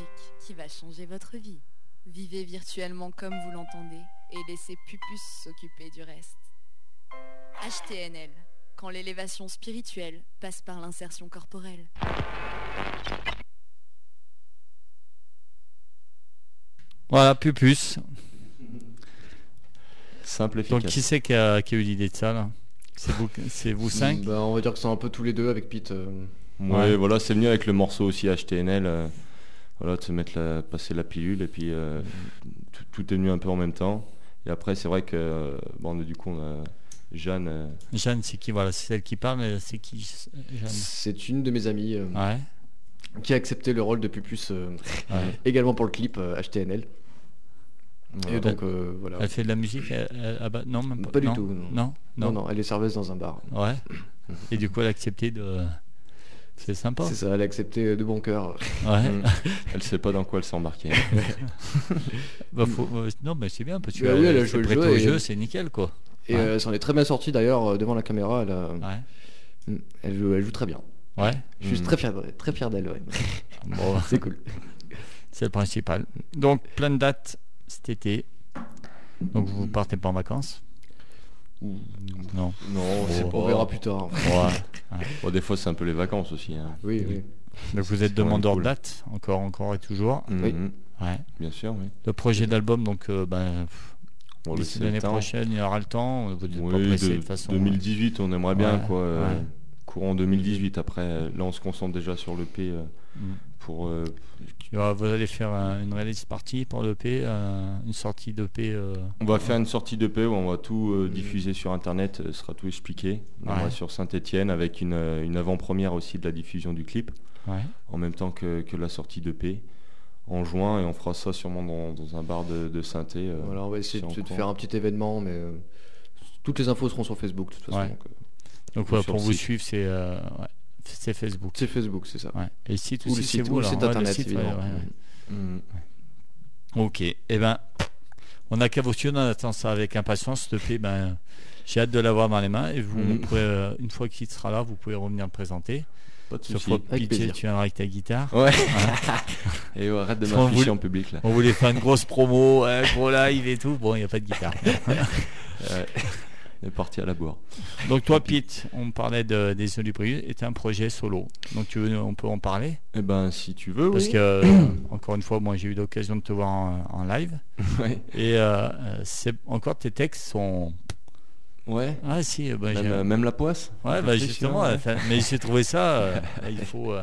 Speaker 9: qui va changer votre vie. Vivez virtuellement comme vous l'entendez et laissez Pupus s'occuper du reste. HTNL, quand l'élévation spirituelle passe par l'insertion corporelle.
Speaker 3: Voilà, Pupus.
Speaker 5: Simple, efficace.
Speaker 3: Donc qui c'est qui a, qui a eu l'idée de ça là C'est vous, c'est vous cinq
Speaker 6: Bah, On va dire que c'est un peu tous les deux avec Pete. euh,
Speaker 5: Ouais,
Speaker 3: Ouais.
Speaker 5: voilà, c'est venu avec le morceau aussi HTNL. euh, voilà, de se mettre la, passer la pilule et puis euh, tout, tout est venu un peu en même temps. Et après, c'est vrai que euh, bon, du coup, on a Jeanne. euh,
Speaker 3: Jeanne, c'est qui Voilà, c'est celle qui parle. euh, C'est qui euh, Jeanne
Speaker 6: C'est une de mes amies euh,
Speaker 3: Ouais.
Speaker 6: qui a accepté le rôle de Pupus euh,
Speaker 3: Ouais.
Speaker 6: également pour le clip euh, HTNL.
Speaker 5: voilà.
Speaker 6: Et donc euh, voilà.
Speaker 3: Elle fait de la musique elle- elle- ah bah, Non, même pas.
Speaker 6: Pas du
Speaker 3: non.
Speaker 6: tout, non.
Speaker 3: Non,
Speaker 6: Non, non, elle est serveuse dans un bar.
Speaker 3: Ouais. Et du coup, elle a accepté de. C'est sympa.
Speaker 6: C'est ça, elle a accepté euh, de bon cœur.
Speaker 3: Ouais.
Speaker 5: Mm. Elle sait pas dans quoi elle s'est embarquée.
Speaker 3: Bah, faut- euh, Non, mais c'est bien parce que
Speaker 6: Bah oui, elle a
Speaker 3: s'est
Speaker 6: joué le
Speaker 3: prêtée
Speaker 6: jeu
Speaker 3: au
Speaker 6: et-
Speaker 3: jeu, c'est nickel quoi.
Speaker 6: Et
Speaker 3: Ouais.
Speaker 6: euh, elle s'en est très bien sortie d'ailleurs euh, devant la caméra. Elle, a- mm,
Speaker 3: Ouais.
Speaker 6: elle, joue, elle joue très bien.
Speaker 3: Ouais.
Speaker 6: Je suis
Speaker 5: Mm.
Speaker 6: très fier, de- très fier d'elle. ouais.
Speaker 3: Bon,
Speaker 6: C'est cool.
Speaker 3: c'est le principal. Donc plein de dates cet été. Donc vous partez pas en vacances Non.
Speaker 5: Non,
Speaker 3: c'est
Speaker 5: c'est
Speaker 3: pas-
Speaker 6: On verra plus tard.
Speaker 3: Ouais.
Speaker 5: Bon, des fois, c'est un peu les vacances aussi. hein.
Speaker 6: Oui, oui.
Speaker 3: Donc vous êtes
Speaker 5: quand même
Speaker 3: demandeur
Speaker 5: cool.
Speaker 3: de date, encore, encore et toujours.
Speaker 6: Oui.
Speaker 5: Mhm,
Speaker 3: Ouais.
Speaker 5: Bien sûr, oui.
Speaker 3: Le projet d'album, donc euh, ben, pff,
Speaker 5: Bon, le
Speaker 3: d'ici l'année
Speaker 5: septembre.
Speaker 3: prochaine, il y aura le temps. Vous n'êtes pas
Speaker 5: Oui,
Speaker 3: pressé de
Speaker 5: de-
Speaker 3: toute façon. hein.
Speaker 5: 2018, on aimerait bien
Speaker 3: Ouais,
Speaker 5: quoi. euh,
Speaker 3: ouais.
Speaker 5: Courant 2018. Après, euh, là, on se concentre déjà sur le P euh,
Speaker 3: Mm.
Speaker 5: pour euh,
Speaker 3: Tu vas- vous allez faire euh, une release party pour l'EP, euh, une sortie d'EP. euh,
Speaker 5: On va faire une sortie d'EP où on va tout euh, diffuser sur internet, euh, sera tout expliqué. On
Speaker 3: Ouais.
Speaker 5: va sur Saint-Etienne avec une, euh, une avant-première aussi de la diffusion du clip,
Speaker 3: ouais.
Speaker 5: en même temps que, que la sortie d'EP en juin et on fera ça sûrement dans, dans un bar de, euh. de saint
Speaker 6: Euh, Voilà, on va essayer
Speaker 5: c'est en
Speaker 6: de, de
Speaker 5: cours.
Speaker 6: faire un petit événement, mais euh, toutes les infos seront sur Facebook de toute façon.
Speaker 3: Ouais.
Speaker 6: donc, euh,
Speaker 3: Donc
Speaker 5: Ou
Speaker 3: ouais,
Speaker 5: sur
Speaker 3: pour
Speaker 5: le
Speaker 3: vous
Speaker 5: site.
Speaker 3: suivre, c'est euh, ouais, c'est Facebook.
Speaker 6: c'est Facebook, c'est ça.
Speaker 3: Ouais. Et le site
Speaker 6: Ou le
Speaker 3: aussi, c'est
Speaker 6: site,
Speaker 3: vous.
Speaker 6: ou le
Speaker 3: alors,
Speaker 6: site
Speaker 3: ouais, le
Speaker 6: internet,
Speaker 3: site, ouais,
Speaker 6: évidemment.
Speaker 3: ouais, ouais.
Speaker 5: Mm.
Speaker 3: Ok, et eh ben, on n'a qu'à voter, on attend ça avec impatience. S'il te plaît, ben, j'ai hâte de l'avoir dans les mains. Et vous,
Speaker 5: Mhm.
Speaker 6: Mm.
Speaker 3: vous pouvez, euh, une fois qu'il sera là, vous pouvez revenir le présenter.
Speaker 5: Pas de
Speaker 3: Sauf
Speaker 5: soucis.
Speaker 3: que
Speaker 6: Avec
Speaker 3: Pitié,
Speaker 6: plaisir.
Speaker 3: tu viendras avec ta guitare.
Speaker 5: Ouais. et ouais, arrête de
Speaker 3: Parce qu'on
Speaker 5: m'afficher
Speaker 3: voulait-
Speaker 5: en public là.
Speaker 3: On voulait faire une grosse promo, un gros live et tout. Bon, il n'y a pas de guitare.
Speaker 5: On est parti à la boire.
Speaker 3: Donc toi, Pete, on parlait de, des Olibrius, est un projet solo. Donc tu veux, on peut en parler
Speaker 5: Eh ben si tu veux,
Speaker 3: Parce
Speaker 5: oui.
Speaker 3: que, euh, encore une fois, moi j'ai eu l'occasion de te voir en, en live.
Speaker 5: Ouais.
Speaker 3: Et euh, euh, c'est encore tes textes sont...
Speaker 5: Ouais.
Speaker 3: Ah si, euh, ben,
Speaker 5: Même,
Speaker 3: j'ai-
Speaker 5: euh, même la poisse
Speaker 3: Ouais,
Speaker 5: T'as
Speaker 3: bah
Speaker 5: fait
Speaker 3: justement,
Speaker 5: chier, ouais.
Speaker 3: enfin, mais j'ai trouvé ça. euh, il faut. euh,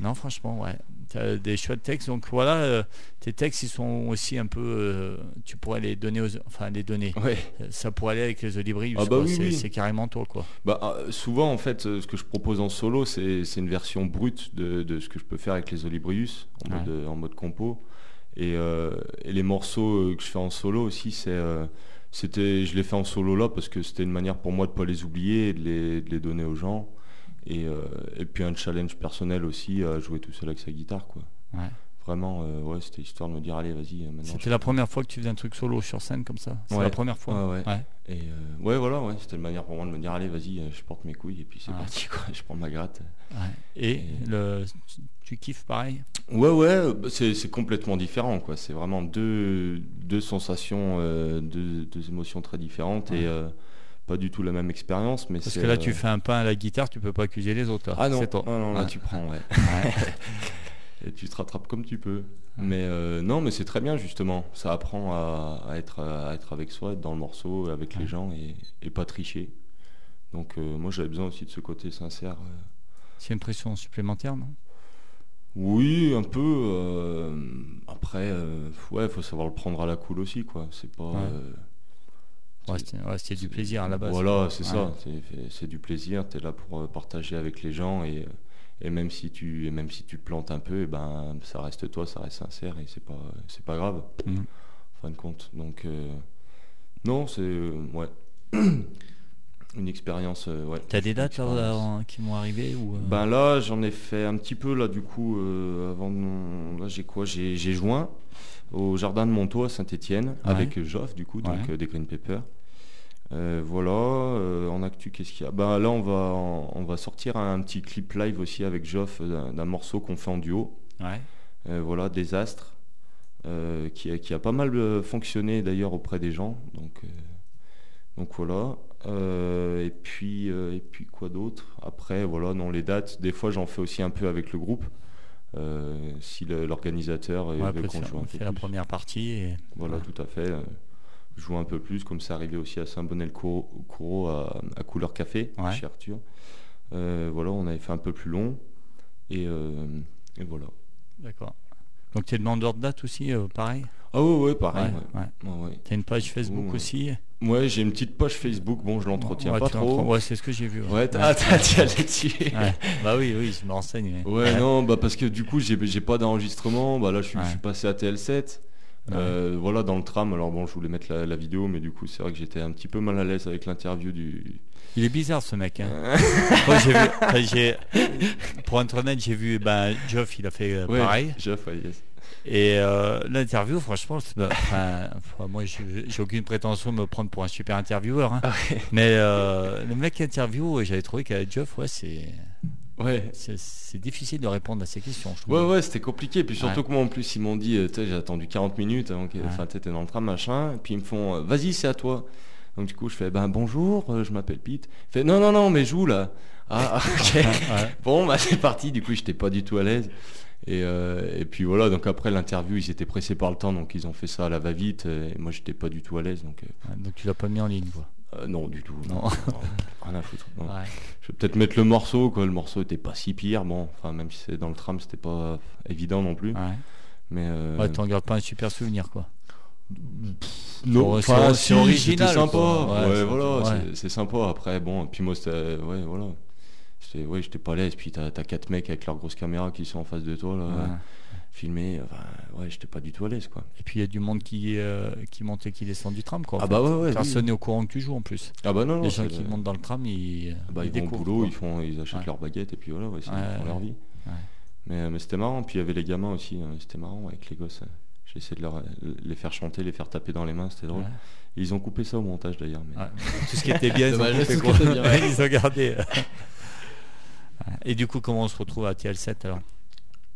Speaker 3: Non, franchement, ouais. T'as des chouettes textes. Donc voilà, euh, tes textes, ils sont aussi un peu. euh, tu pourrais les donner aux. Enfin, les donner.
Speaker 5: Ouais.
Speaker 3: Euh, Ça pourrait aller avec les Olibrius.
Speaker 5: Oh. Ah bah
Speaker 3: quoi.
Speaker 5: oui,
Speaker 3: c'est
Speaker 5: oui.
Speaker 3: c'est carrément toi, quoi.
Speaker 5: Bah, euh, souvent, en fait, euh, ce que je propose en solo, c'est c'est une version brute de, de ce que je peux faire avec les Olibrius, en,
Speaker 3: Ouais.
Speaker 5: mode, euh, en mode compo. Et, euh, et les morceaux euh, que je fais en solo aussi, c'est... euh, c'était, je les fais en solo là parce que c'était une manière pour moi de pas les oublier et de les, de les donner aux gens. Et, euh, et puis un challenge personnel aussi à jouer tout seul avec sa guitare. Quoi.
Speaker 3: Ouais.
Speaker 5: Vraiment, euh, ouais, c'était histoire de me dire allez, vas-y, euh, maintenant.
Speaker 3: C'était la première fois que tu faisais un truc solo sur scène comme ça. C'est
Speaker 5: Ouais.
Speaker 3: la première fois.
Speaker 5: Ouais, ouais.
Speaker 3: Ouais.
Speaker 5: je- Et euh, ouais, voilà, ouais, c'était une manière pour moi de me dire allez, vas-y, euh, je porte mes couilles et puis c'est
Speaker 3: Ouais.
Speaker 5: parti, quoi, je prends ma gratte.
Speaker 3: Et le, tu kiffes pareil
Speaker 5: Ouais, ouais, euh, bah, c'est c'est complètement différent, quoi. C'est vraiment deux, deux sensations, euh, deux, deux émotions très différentes
Speaker 3: Ouais.
Speaker 5: et euh, pas du tout la même expérience. mais
Speaker 3: Parce
Speaker 5: c'est,
Speaker 3: que là,
Speaker 5: euh,
Speaker 3: tu fais un pain à la guitare, tu peux pas accuser les autres. là.
Speaker 5: Ah non,
Speaker 3: c'est toi.
Speaker 5: ah non, là
Speaker 3: Ouais.
Speaker 5: tu prends, ouais. Et tu te rattrapes comme tu peux. Mais euh, non, mais c'est très bien justement. Ça apprend à, à être, à être avec soi, être dans le morceau, avec les gens et, et pas tricher. Donc euh, moi j'avais besoin aussi de ce côté sincère. euh,
Speaker 3: C'est une pression supplémentaire, non
Speaker 5: oui, un peu. euh, après, euh, ouais, faut savoir le prendre à la cool aussi, quoi. C'est pas.
Speaker 3: Ouais.
Speaker 5: euh,
Speaker 3: Ouais, c'était ouais, c'était du plaisir à la base.
Speaker 5: Voilà, c'est
Speaker 3: Ouais.
Speaker 5: ça. C'est- C'est du plaisir. Tu es là pour euh, partager avec les gens et, euh, et même si tu et même si tu te plantes un peu, eh ben ça reste toi, ça reste sincère et c'est pas c'est pas grave.
Speaker 3: Mhm.
Speaker 5: En fin de compte. Donc euh, non, c'est euh, ouais. Une expérience euh, ouais.
Speaker 3: T'as des dates là, euh,
Speaker 5: Expérience.
Speaker 3: en- qui vont arriver ou euh,
Speaker 5: Ben là, j'en ai fait un petit peu là du coup euh, avant de mon- là j'ai quoi J'ai j'ai joint au jardin de Montaut à Saint-Étienne
Speaker 3: Ouais.
Speaker 5: avec Joff du coup donc
Speaker 3: Ouais.
Speaker 5: euh, des Green Pepper. Euh, voilà, euh, en actu qu'est-ce qu'il y a Ben là on va on va sortir un, petit clip live aussi avec Joff euh, d'un- d'un morceau qu'on fait en duo.
Speaker 3: ouais.
Speaker 5: Euh, voilà, Désastre euh, qui, a, qui a pas mal euh, fonctionné d'ailleurs auprès des gens. Donc, euh, donc voilà. Euh, et, puis, euh, et puis quoi d'autre Après, voilà, non, les dates, des fois j'en fais aussi un peu avec le groupe. euh, si le- l'organisateur euh,
Speaker 3: Ouais,
Speaker 5: veut
Speaker 3: après,
Speaker 5: qu'on joue un
Speaker 3: on
Speaker 5: peu
Speaker 3: fait la
Speaker 5: plus.
Speaker 3: première partie et
Speaker 5: Voilà,
Speaker 3: Ouais.
Speaker 5: tout à fait. euh, jouer un peu plus, comme c'est arrivé aussi à Saint-Bonnet-le-Courreau à, à Couleur Café,
Speaker 3: Ouais.
Speaker 5: chez Arthur. Euh, voilà, on avait fait un peu plus long. Et, euh, et voilà.
Speaker 3: d'accord. Donc t'es demandeur de date aussi, euh, pareil.
Speaker 5: Ah ouais, ouais, pareil.
Speaker 3: ouais. ouais.
Speaker 5: ouais. Ouais, ouais.
Speaker 3: T'as une page Facebook
Speaker 5: Ouh.
Speaker 3: aussi.
Speaker 5: Ouais, j'ai une petite poche Facebook. Bon, je l'entretiens
Speaker 3: Ouais,
Speaker 5: pas
Speaker 3: tu l'entre-
Speaker 5: trop.
Speaker 3: Ouais, c'est ce que j'ai vu.
Speaker 5: Ouais, t'as ah, t'as- t'y allais dessus.
Speaker 3: Ouais. Bah oui, oui, je me renseigne. mais-
Speaker 5: Ouais, non, bah parce que du coup, j'ai j'ai pas d'enregistrement. Bah là, je suis, je
Speaker 3: Ouais.
Speaker 5: suis passé à TL7. Euh, voilà, dans le tram. Alors bon, je voulais mettre la, la vidéo, mais du coup, c'est vrai que j'étais un petit peu mal à l'aise avec l'interview du.
Speaker 3: Il est bizarre ce mec. hein. Moi, j'ai vu- enfin, j'ai- pour être honnête, j'ai vu ben, Geoff, il a fait euh, pareil.
Speaker 5: Jeff, ouais, yes.
Speaker 3: Et euh, l'interview, franchement, c'est- enfin, enfin, moi, j'ai j'ai aucune prétention de me prendre pour un super intervieweur.
Speaker 5: Ah
Speaker 3: hein. Mais euh, le mec qui interview, j'avais trouvé qu'à Geoff, ouais, c'est
Speaker 5: Ouais.
Speaker 3: c'est- c'est difficile de répondre à ces questions. Je trouve.
Speaker 5: Ouais ouais c'était compliqué puis surtout
Speaker 3: Ouais.
Speaker 5: que moi en plus ils m'ont dit euh, tu sais, j'ai attendu 40 minutes avant que enfin tu sais, t'es dans le tram machin et puis ils me font euh, vas-y c'est à toi donc du coup je fais ben bonjour euh, je m'appelle Pete Il fait non non non mais joue là ah ah, ok
Speaker 3: Ouais.
Speaker 5: Bon, bah c'est parti, du coup j'étais pas du tout à l'aise. Et, euh, et puis voilà, donc après l'interview, ils étaient pressés par le temps, donc ils ont fait ça à la va-vite. euh, Et moi j'étais pas du tout à l'aise, donc euh,
Speaker 3: Ouais, Donc tu l'as pas mis en ligne, quoi.
Speaker 5: euh, non, du tout.
Speaker 3: Non.
Speaker 5: rien à foutre. non.
Speaker 3: Ouais.
Speaker 5: Je vais peut-être mettre le morceau, quoi. Le morceau était pas si pire, bon, enfin, même si c'est dans le tram, c'était pas évident non plus.
Speaker 3: Ouais.
Speaker 5: Mais euh,
Speaker 3: Ouais, t'en gardes pas un super souvenir, quoi.
Speaker 5: non,
Speaker 3: c'est-
Speaker 5: enfin,
Speaker 3: c'est
Speaker 5: si,
Speaker 3: original,
Speaker 5: c'était sympa.
Speaker 3: quoi.
Speaker 5: Ouais,
Speaker 3: Ouais, c'est-
Speaker 5: voilà,
Speaker 3: ouais.
Speaker 5: c'est- c'est sympa. Après, bon, et puis moi, c'était, euh, ouais, voilà. C'était- Ouais, j'étais pas à l'aise. Puis t'as t'as quatre mecs avec leurs grosses caméras qui sont en face de toi, là.
Speaker 3: Ouais.
Speaker 5: filmé, enfin, ouais, j'étais pas du tout à l'aise, quoi.
Speaker 3: Et puis il y a du monde qui, euh, qui monte et qui descend du tram, quoi. en
Speaker 5: Ah
Speaker 3: fait.
Speaker 5: bah ouais, ouais,
Speaker 3: Personne n'est au courant que tu joues en plus.
Speaker 5: Ah bah non, non,
Speaker 3: Les gens
Speaker 5: c'est-
Speaker 3: qui montent dans le tram, ils,
Speaker 5: ah bah, ils, vont au
Speaker 3: découvrent,
Speaker 5: boulot,
Speaker 3: quoi.
Speaker 5: ils, font, ils achètent
Speaker 3: Ouais.
Speaker 5: leurs baguettes et puis voilà, ouais, c'est-
Speaker 3: Ouais,
Speaker 5: ils font leur
Speaker 3: ouais.
Speaker 5: vie.
Speaker 3: Ouais.
Speaker 5: Mais, euh, mais c'était marrant, puis il y avait les gamins aussi, hein, c'était marrant avec les gosses. hein. J'ai essayé de leur, les faire chanter, les faire taper dans les mains, c'était drôle.
Speaker 3: Ouais.
Speaker 5: Ils ont coupé ça au montage d'ailleurs. Mais...
Speaker 3: Ouais. Tout ce qui était bien, ils ont
Speaker 6: Dommage,
Speaker 3: coupé,
Speaker 6: tout ce
Speaker 3: quoi.
Speaker 6: qui était bien, ouais.
Speaker 3: Ils ont gardé. Ouais. Et du coup, comment on se retrouve à TL7 alors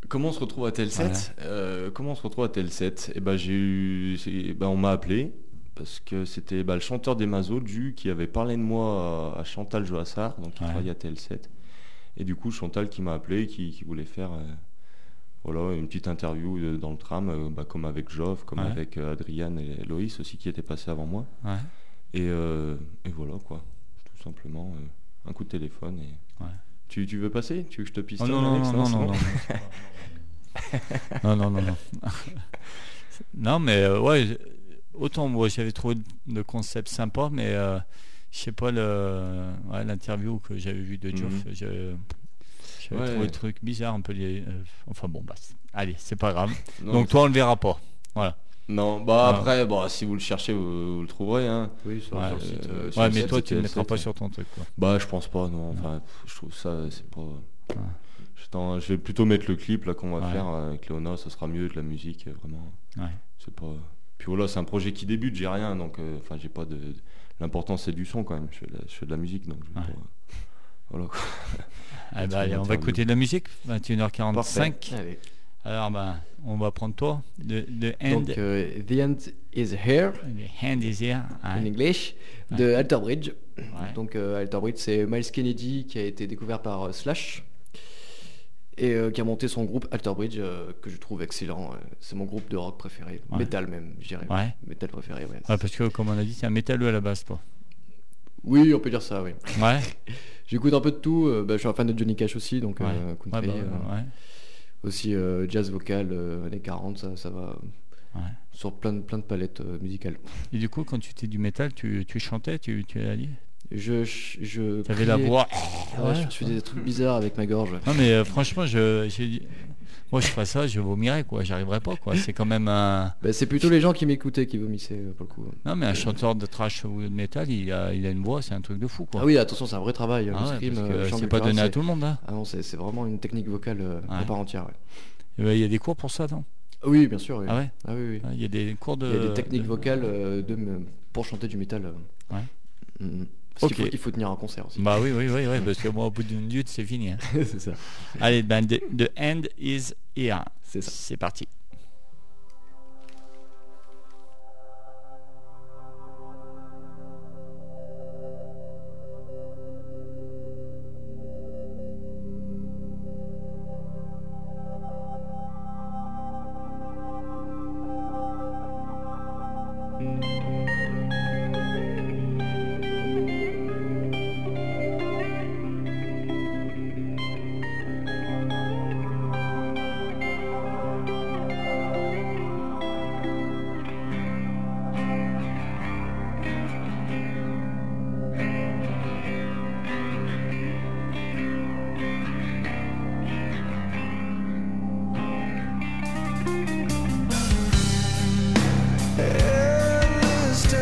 Speaker 5: Comment on se retrouve à TL7 Euh, Comment on se retrouve à TL7 Eh ben, j'ai eu, c'est- ben, on m'a appelé parce que c'était ben, le chanteur des Mazos, Du, qui avait parlé de moi à, à Chantal Joassard, donc qui
Speaker 3: Ouais.
Speaker 5: travaille à TL7. Et du coup, Chantal qui m'a appelé, qui, qui voulait faire euh, voilà, une petite interview euh, dans le tram, euh, ben, comme avec Joff, comme
Speaker 3: Ouais.
Speaker 5: avec euh, Adriane et Loïs aussi, qui étaient passés avant moi.
Speaker 3: Ouais.
Speaker 5: Et, euh, et voilà, quoi. Tout simplement, euh, un coup de téléphone. Et...
Speaker 3: Ouais.
Speaker 5: Tu, tu veux passer Tu veux que je te piste
Speaker 3: Oh non, non, non, non, non, non. Non, non, non, non. Non, mais euh, ouais, je- autant moi j'avais trouvé le concept sympa, mais euh, je sais pas, le- ouais, l'interview que j'avais vue de Geoff,
Speaker 5: Mhm.
Speaker 3: je- j'avais
Speaker 5: Ouais.
Speaker 3: trouvé le truc bizarre, un peu. lié- euh, enfin bon, bah, c'est- allez, c'est pas grave.
Speaker 5: Non,
Speaker 3: Donc toi, on le verra pas.
Speaker 5: Non, bah
Speaker 3: Ah.
Speaker 5: après, bah, si vous le cherchez, vous, vous le trouverez. Hein.
Speaker 6: Oui, sur,
Speaker 3: Ouais,
Speaker 6: sur le site.
Speaker 5: euh,
Speaker 6: euh, sur
Speaker 3: Ouais,
Speaker 6: le
Speaker 3: mais
Speaker 6: site.
Speaker 3: toi, tu ne
Speaker 5: c'était-
Speaker 3: le mettras pas
Speaker 5: c'était-
Speaker 3: sur ton truc. Quoi.
Speaker 5: Bah, je pense pas, non. Enfin, pff, je trouve ça, c'est pas. Je, t'en- je vais plutôt mettre le clip là qu'on va
Speaker 3: Ouais.
Speaker 5: faire euh, avec Léona, ça sera mieux de la musique, euh, vraiment.
Speaker 3: Ouais.
Speaker 5: C'est pas. Puis voilà, c'est un projet qui débute, j'ai rien, donc euh, enfin j'ai pas de. L'important, c'est du son quand même. Je fais de la, je fais de la musique, donc je vais
Speaker 3: Ouais.
Speaker 5: pas- voilà, quoi.
Speaker 3: Ah, bah,
Speaker 5: Très
Speaker 3: allez,
Speaker 5: bon
Speaker 3: on va
Speaker 5: interview.
Speaker 3: écouter de la musique,
Speaker 6: Mm.
Speaker 3: 21h45.
Speaker 6: Allez.
Speaker 3: Alors, bah, on va prendre toi. The, the End,
Speaker 6: Donc, euh, The End is Here,
Speaker 3: the hand is here. Ouais,
Speaker 6: in English, de Alter Bridge.
Speaker 3: ouais.
Speaker 6: Donc, euh, Alter Bridge, c'est Miles Kennedy qui a été découvert par euh, Slash et euh, qui a monté son groupe Alter Bridge, euh, que je trouve excellent. euh, C'est mon groupe de rock préféré,
Speaker 3: Ouais.
Speaker 6: metal même, je dirais.
Speaker 3: Ouais.
Speaker 6: Metal préféré, ouais.
Speaker 3: Ouais, parce que, comme on a dit, c'est un métalleux à la base, toi.
Speaker 6: Oui, on peut dire ça, oui.
Speaker 3: Ouais,
Speaker 6: J'écoute un peu de tout. euh, bah, je suis un fan de Johnny Cash aussi, donc
Speaker 3: Ouais.
Speaker 6: euh,
Speaker 3: ouais, bah,
Speaker 6: country, euh,
Speaker 3: ouais.
Speaker 6: aussi euh, jazz vocal euh, années 40, ça, ça va euh,
Speaker 3: Ouais.
Speaker 6: sur plein de, plein de palettes euh, musicales.
Speaker 3: Et du coup, quand tu étais du métal, tu, tu chantais, tu, tu as dit
Speaker 6: Je, je
Speaker 3: Tu avais la
Speaker 6: criais-
Speaker 3: voix.
Speaker 6: Ah Ouais,
Speaker 3: Ouais.
Speaker 6: je fais des trucs bizarres avec ma gorge.
Speaker 3: Non, mais euh, franchement, je, j'ai dit- moi, je ferais ça, je vomirais, quoi. J'arriverais pas, quoi. C'est quand même un.
Speaker 6: Bah, c'est plutôt les gens qui m'écoutaient qui vomissaient euh, pour le coup.
Speaker 3: Non, mais un chanteur de trash ou de métal, il a, il a une voix, c'est un truc de fou, quoi.
Speaker 6: Ah oui, attention, c'est un vrai travail.
Speaker 3: Ah
Speaker 6: le
Speaker 3: ouais,
Speaker 6: scream,
Speaker 3: parce
Speaker 6: euh,
Speaker 3: que
Speaker 6: le chant
Speaker 3: c'est
Speaker 6: du
Speaker 3: pas
Speaker 6: chœur,
Speaker 3: donné à
Speaker 6: c'est-
Speaker 3: tout le monde. hein.
Speaker 6: Ah non, c'est c'est vraiment une technique vocale euh, à
Speaker 3: Ouais.
Speaker 6: part entière. ouais.
Speaker 3: Eh ben, Il y a des cours pour ça, non
Speaker 6: Ah Oui, bien sûr. oui.
Speaker 3: Ah ouais
Speaker 6: Ah oui, oui.
Speaker 3: Il y a des cours de.
Speaker 6: Il y a des techniques
Speaker 3: de-
Speaker 6: vocales euh, de, me- pour chanter du métal. euh.
Speaker 3: Ouais.
Speaker 6: Mhm. Parce qu'il
Speaker 3: Ok.
Speaker 6: faut- il faut tenir un concert aussi.
Speaker 3: Bah oui, oui, oui, oui, parce que moi, au bout d'une minute, c'est fini. hein.
Speaker 6: c'est ça.
Speaker 3: Allez, ben, the, the end is here.
Speaker 6: C'est ça.
Speaker 3: C'est parti.
Speaker 1: Endless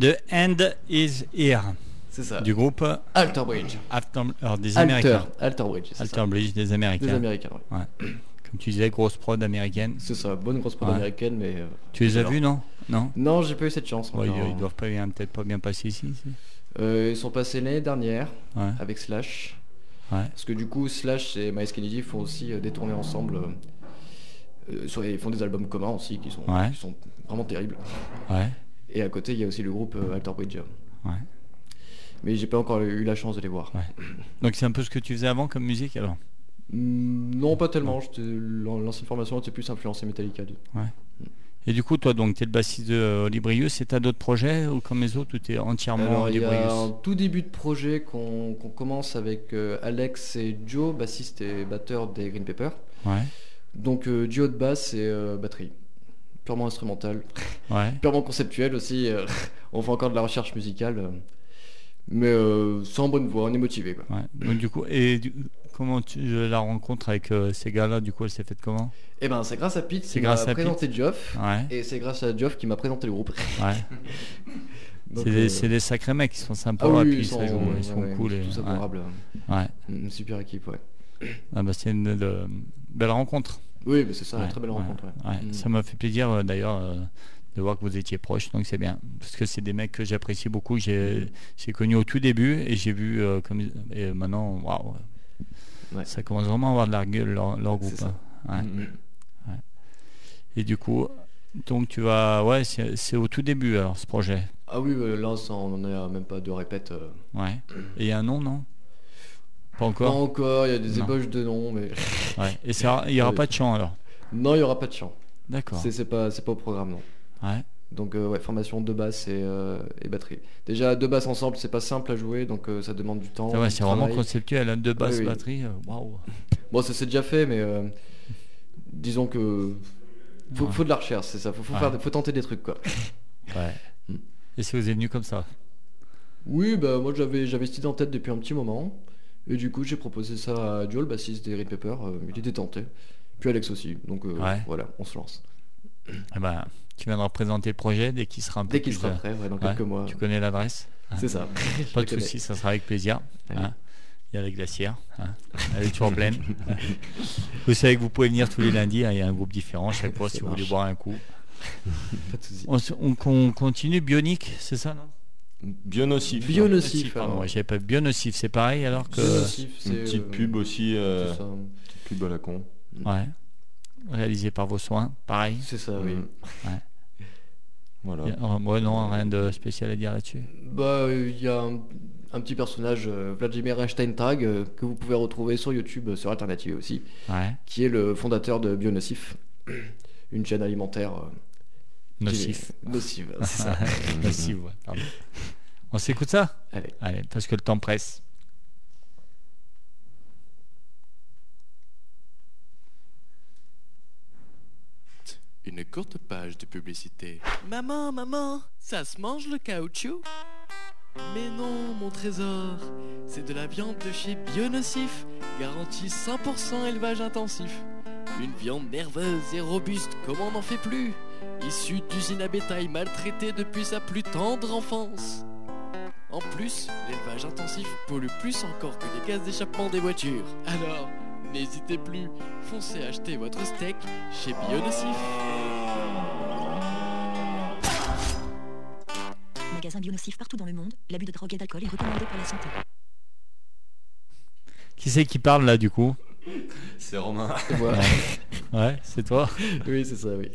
Speaker 3: The End is Here
Speaker 6: C'est ça.
Speaker 3: du groupe
Speaker 6: Alter Bridge.
Speaker 3: After, alors, des
Speaker 6: Alter,
Speaker 3: Américains.
Speaker 6: Alter Bridge. c'est
Speaker 3: Alter
Speaker 6: ça.
Speaker 3: Bridge des
Speaker 6: Des
Speaker 3: Américains.
Speaker 6: Américains, ouais.
Speaker 3: Comme tu disais, grosse prod américaine.
Speaker 6: C'est ça, bonne grosse prod
Speaker 3: Ouais.
Speaker 6: américaine, mais. euh,
Speaker 3: Tu les as
Speaker 6: Alors.
Speaker 3: vus, non Non
Speaker 6: Non, j'ai pas eu cette chance.
Speaker 3: Ouais,
Speaker 6: encore.
Speaker 3: ils, ils doivent pas bien- peut-être pas bien passer ici. si.
Speaker 6: Euh, ils sont passés l'année dernière
Speaker 3: Ouais.
Speaker 6: avec Slash.
Speaker 3: Ouais.
Speaker 6: Parce que du coup, Slash et Miles Kennedy font aussi euh, des tournées ensemble. euh, euh, sur- ils font des albums communs aussi qui sont,
Speaker 3: Ouais.
Speaker 6: qui sont vraiment terribles.
Speaker 3: Ouais.
Speaker 6: Et à côté, il y a aussi le groupe euh, Alter Bridge.
Speaker 3: Ouais.
Speaker 6: Mais j'ai pas encore eu la chance de les voir.
Speaker 3: Ouais. Donc c'est un peu ce que tu faisais avant comme musique alors.
Speaker 6: Mm, Non, pas tellement. j'étais- l'an- L'ancienne formation était plus influencée Metallica. de-
Speaker 3: Et du coup, toi, donc, t'es le bassiste de euh, Olibrius et t'as d'autres projets ou comme les autres ou t'es entièrement
Speaker 6: Alors, il y a un
Speaker 3: Olibrius
Speaker 6: tout début de projet qu'on qu'on commence avec euh, Alex et Joe, bassiste et batteur des Green Pepper.
Speaker 3: Ouais.
Speaker 6: Donc euh, duo de basse et euh, batterie. Purement instrumental,
Speaker 3: Ouais.
Speaker 6: purement conceptuel aussi. euh, on fait encore de la recherche musicale. euh, mais euh, sans bonne voix, on est motivé. quoi.
Speaker 3: Ouais. Donc du coup, et du- comment tu, euh, la rencontre avec euh, ces gars-là, du coup, elle s'est faite comment
Speaker 6: Et ben c'est grâce à Pete
Speaker 3: C'est
Speaker 6: qui m'a
Speaker 3: grâce à
Speaker 6: présenté Geoff.
Speaker 3: Ouais.
Speaker 6: Et c'est grâce à Geoff qui m'a présenté le groupe.
Speaker 3: Ouais.
Speaker 6: Donc,
Speaker 3: C'est des,
Speaker 6: euh,
Speaker 3: c'est des sacrés mecs, ils sont sympas
Speaker 6: ah oui,
Speaker 3: et puis
Speaker 6: ils sont,
Speaker 3: ça joue,
Speaker 6: ouais,
Speaker 3: ils sont
Speaker 6: ouais,
Speaker 3: cool. et-
Speaker 6: tous
Speaker 3: ouais.
Speaker 6: adorables.
Speaker 3: Ouais.
Speaker 6: Une super équipe, ouais.
Speaker 3: Ah bah, c'est une euh, belle rencontre.
Speaker 6: Oui, bah, c'est ça,
Speaker 3: Ouais,
Speaker 6: une très belle
Speaker 3: ouais,
Speaker 6: rencontre. ouais.
Speaker 3: ouais.
Speaker 6: Mm.
Speaker 3: Ça m'a fait plaisir euh, d'ailleurs euh, de voir que vous étiez proches, donc c'est bien. Parce que c'est des mecs que j'apprécie beaucoup, que j'ai j'ai connu au tout début et j'ai vu euh, comme et maintenant, waouh,
Speaker 6: Ouais.
Speaker 3: ça commence vraiment à avoir de la gueule leur, leur
Speaker 6: C'est
Speaker 3: groupe.
Speaker 6: ça.
Speaker 3: hein. Ouais.
Speaker 6: Mm.
Speaker 3: Et du coup, donc tu vas, ouais, c'est c'est au tout début alors ce projet.
Speaker 6: Ah oui, euh, là, ça, on en est à même pas de répète. euh.
Speaker 3: Ouais. Et il y a un nom, non Pas
Speaker 6: Pas
Speaker 3: encore.
Speaker 6: encore, il y a des
Speaker 3: Non.
Speaker 6: ébauches de noms, mais
Speaker 3: Ouais. Et ça, il n'y aura
Speaker 6: Ouais.
Speaker 3: pas de chant alors.
Speaker 6: non, il y aura pas de chant.
Speaker 3: D'accord.
Speaker 6: C'est c'est pas, c'est pas au programme, non.
Speaker 3: Ouais.
Speaker 6: Donc euh, ouais, formation de basse et, euh, et batterie. Déjà deux basses ensemble, c'est pas simple à jouer, donc euh, ça demande du temps.
Speaker 3: Ah ouais,
Speaker 6: du
Speaker 3: c'est vraiment
Speaker 6: travail.
Speaker 3: conceptuel, hein, deux basses,
Speaker 6: oui.
Speaker 3: batterie, euh, waouh.
Speaker 6: Bon, ça c'est déjà fait, mais euh, disons que faut,
Speaker 3: Ouais.
Speaker 6: faut de la recherche, c'est ça. Faut, faut
Speaker 3: Ouais.
Speaker 6: faire, des- faut tenter des trucs quoi.
Speaker 3: Ouais.
Speaker 6: Mm.
Speaker 3: Et si vous êtes venu comme ça
Speaker 6: Oui, bah moi j'avais j'avais cette idée en tête depuis un petit moment, et du coup j'ai proposé ça à Joel, bassiste des Red Pepper. euh, il était tenté. Puis Alex aussi, donc euh,
Speaker 3: Ouais.
Speaker 6: voilà, on se lance.
Speaker 3: Eh ben, tu viendras présenter le projet dès qu'il sera un peu
Speaker 6: Dès qu'il
Speaker 3: plus,
Speaker 6: sera
Speaker 3: euh,
Speaker 6: prêt, ouais, dans
Speaker 3: ouais,
Speaker 6: quelques mois.
Speaker 3: Tu connais l'adresse
Speaker 6: C'est ça. Je
Speaker 3: Pas
Speaker 6: le
Speaker 3: de
Speaker 6: connais. Ah
Speaker 3: souci, ça sera avec plaisir.
Speaker 6: Allez.
Speaker 3: hein. Il y a les glacières. hein. Elle est toujours pleine. vous savez que vous pouvez venir tous les lundis. hein, Il y a un groupe différent chaque fois
Speaker 6: Ça
Speaker 3: si vous voulez
Speaker 6: marche.
Speaker 3: boire un coup.
Speaker 6: Pas de souci.
Speaker 3: On, se- on- qu'on continue bionique, c'est ça non
Speaker 5: Bien nocif.
Speaker 6: Bio
Speaker 5: hein.
Speaker 6: nocif.
Speaker 3: Pardon,
Speaker 6: alors.
Speaker 3: ouais, j'avais pas bionocif. C'est pareil alors que.
Speaker 6: Bio nocif,
Speaker 5: Euh, Une
Speaker 6: c'est,
Speaker 5: petite
Speaker 6: euh,
Speaker 5: pub aussi, euh,
Speaker 6: c'est ça.
Speaker 5: petite pub à la con.
Speaker 3: Ouais. Réalisé par vos soins, pareil.
Speaker 6: C'est ça, oui.
Speaker 5: Mm.
Speaker 3: Ouais.
Speaker 5: Voilà.
Speaker 3: Y a- oh, ouais, non, rien de spécial à dire là-dessus.
Speaker 6: Bah, euh, il y a un, un petit personnage, euh, Vladimir Einsteintag, euh, que vous pouvez retrouver sur YouTube, euh, sur Alternative aussi,
Speaker 3: Ouais.
Speaker 6: qui est le fondateur de Bionocif, une chaîne alimentaire. euh, qui-
Speaker 3: Nocif.
Speaker 6: Nocive, c'est ça.
Speaker 3: Nocif, ouais, pardon. On s'écoute ça
Speaker 6: Allez.
Speaker 3: Allez, parce que le temps presse.
Speaker 7: Une courte page de publicité. Maman, maman, ça se mange le caoutchouc Mais non, mon trésor, c'est de la viande de chez Bionocif, garantie 100% élevage intensif. Une viande nerveuse et robuste comme on n'en fait plus, issue d'usines à bétail maltraitées depuis sa plus tendre enfance. En plus, l'élevage intensif pollue plus encore que les gaz d'échappement des voitures. Alors, n'hésitez plus, foncez acheter votre steak chez Bionocif.
Speaker 10: Magasin bionocif partout dans le monde, l'abus de drogue et d'alcool est recommandé pour la santé.
Speaker 3: Qui c'est qui parle là du coup
Speaker 5: C'est Romain.
Speaker 6: Et voilà.
Speaker 3: Ouais, c'est toi.
Speaker 6: oui, c'est ça, oui.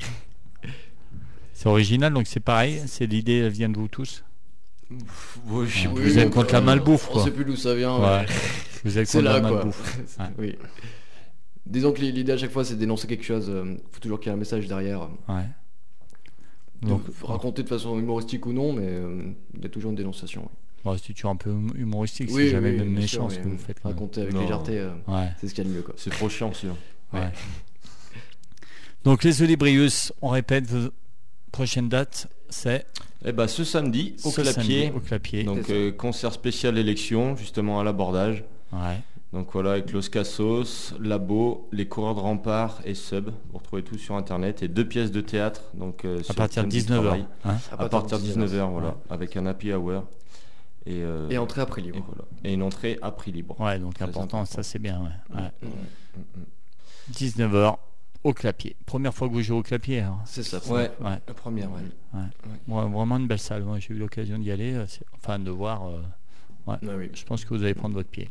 Speaker 3: C'est original, donc c'est pareil. C'est l'idée, elle vient de vous tous.
Speaker 5: Ouais, je sais
Speaker 3: Vous
Speaker 5: plus.
Speaker 3: êtes contre la malbouffe,
Speaker 6: On
Speaker 3: quoi.
Speaker 6: sait plus d'où ça vient.
Speaker 3: Ouais.
Speaker 6: mais
Speaker 3: Vous êtes
Speaker 6: C'est
Speaker 3: contre la
Speaker 6: là, quoi.
Speaker 3: malbouffe.
Speaker 6: C'est-
Speaker 3: Ouais.
Speaker 6: Oui. Disons que l'idée à chaque fois, c'est d'énoncer quelque chose. Il faut toujours qu'il y ait un message derrière.
Speaker 3: Ouais. Donc,
Speaker 6: Donc, raconter de façon humoristique ou non, mais euh, il y a toujours une dénonciation. oui.
Speaker 3: bon, c'est toujours un peu hum- humoristique.
Speaker 6: Oui,
Speaker 3: c'est jamais
Speaker 6: oui,
Speaker 3: même
Speaker 6: bien
Speaker 3: méchant
Speaker 6: sûr,
Speaker 3: ce
Speaker 6: mais
Speaker 3: que vous faites. quand même.
Speaker 6: Raconter avec
Speaker 5: Non.
Speaker 6: légèreté, euh,
Speaker 3: Ouais.
Speaker 6: c'est ce qu'il y a de mieux, quoi.
Speaker 5: C'est trop chiant celui-là.
Speaker 3: Ouais.
Speaker 6: Ouais.
Speaker 3: Donc les Olibrius, on répète, vos- prochaine date, c'est
Speaker 5: Eh ben ce samedi, au
Speaker 3: ce
Speaker 5: clapier.
Speaker 3: samedi Au clapier.
Speaker 5: Donc
Speaker 6: C'est ça.
Speaker 5: euh, concert spécial élection, justement à l'abordage.
Speaker 3: Ouais.
Speaker 5: Donc voilà, avec Los Casos, Labo, les coureurs de rempart et Sub, vous retrouvez tout sur internet, et deux pièces de théâtre. Donc, euh, sur
Speaker 3: à
Speaker 5: le
Speaker 3: partir de
Speaker 5: thème du
Speaker 3: 19h.
Speaker 5: travail.
Speaker 3: hein.
Speaker 5: À partir de 19h, voilà,
Speaker 3: Ouais.
Speaker 5: avec un happy hour. Et, euh,
Speaker 6: Et entrée après
Speaker 5: et
Speaker 6: libre.
Speaker 5: voilà. Et une entrée à prix libre.
Speaker 3: Ouais, donc
Speaker 5: Très
Speaker 3: important,
Speaker 5: important.
Speaker 3: ça c'est bien. ouais. Ouais.
Speaker 6: Mm.
Speaker 3: 19h au clapier. Première fois que vous jouez au clapier. hein.
Speaker 6: C'est ça.
Speaker 5: Ouais,
Speaker 3: Ouais.
Speaker 5: la première, ouais.
Speaker 3: Moi, vraiment une belle salle. Moi, j'ai eu l'occasion d'y aller, euh, c'est- enfin de voir. euh,
Speaker 6: Ah oui.
Speaker 3: je pense que vous allez prendre votre pied.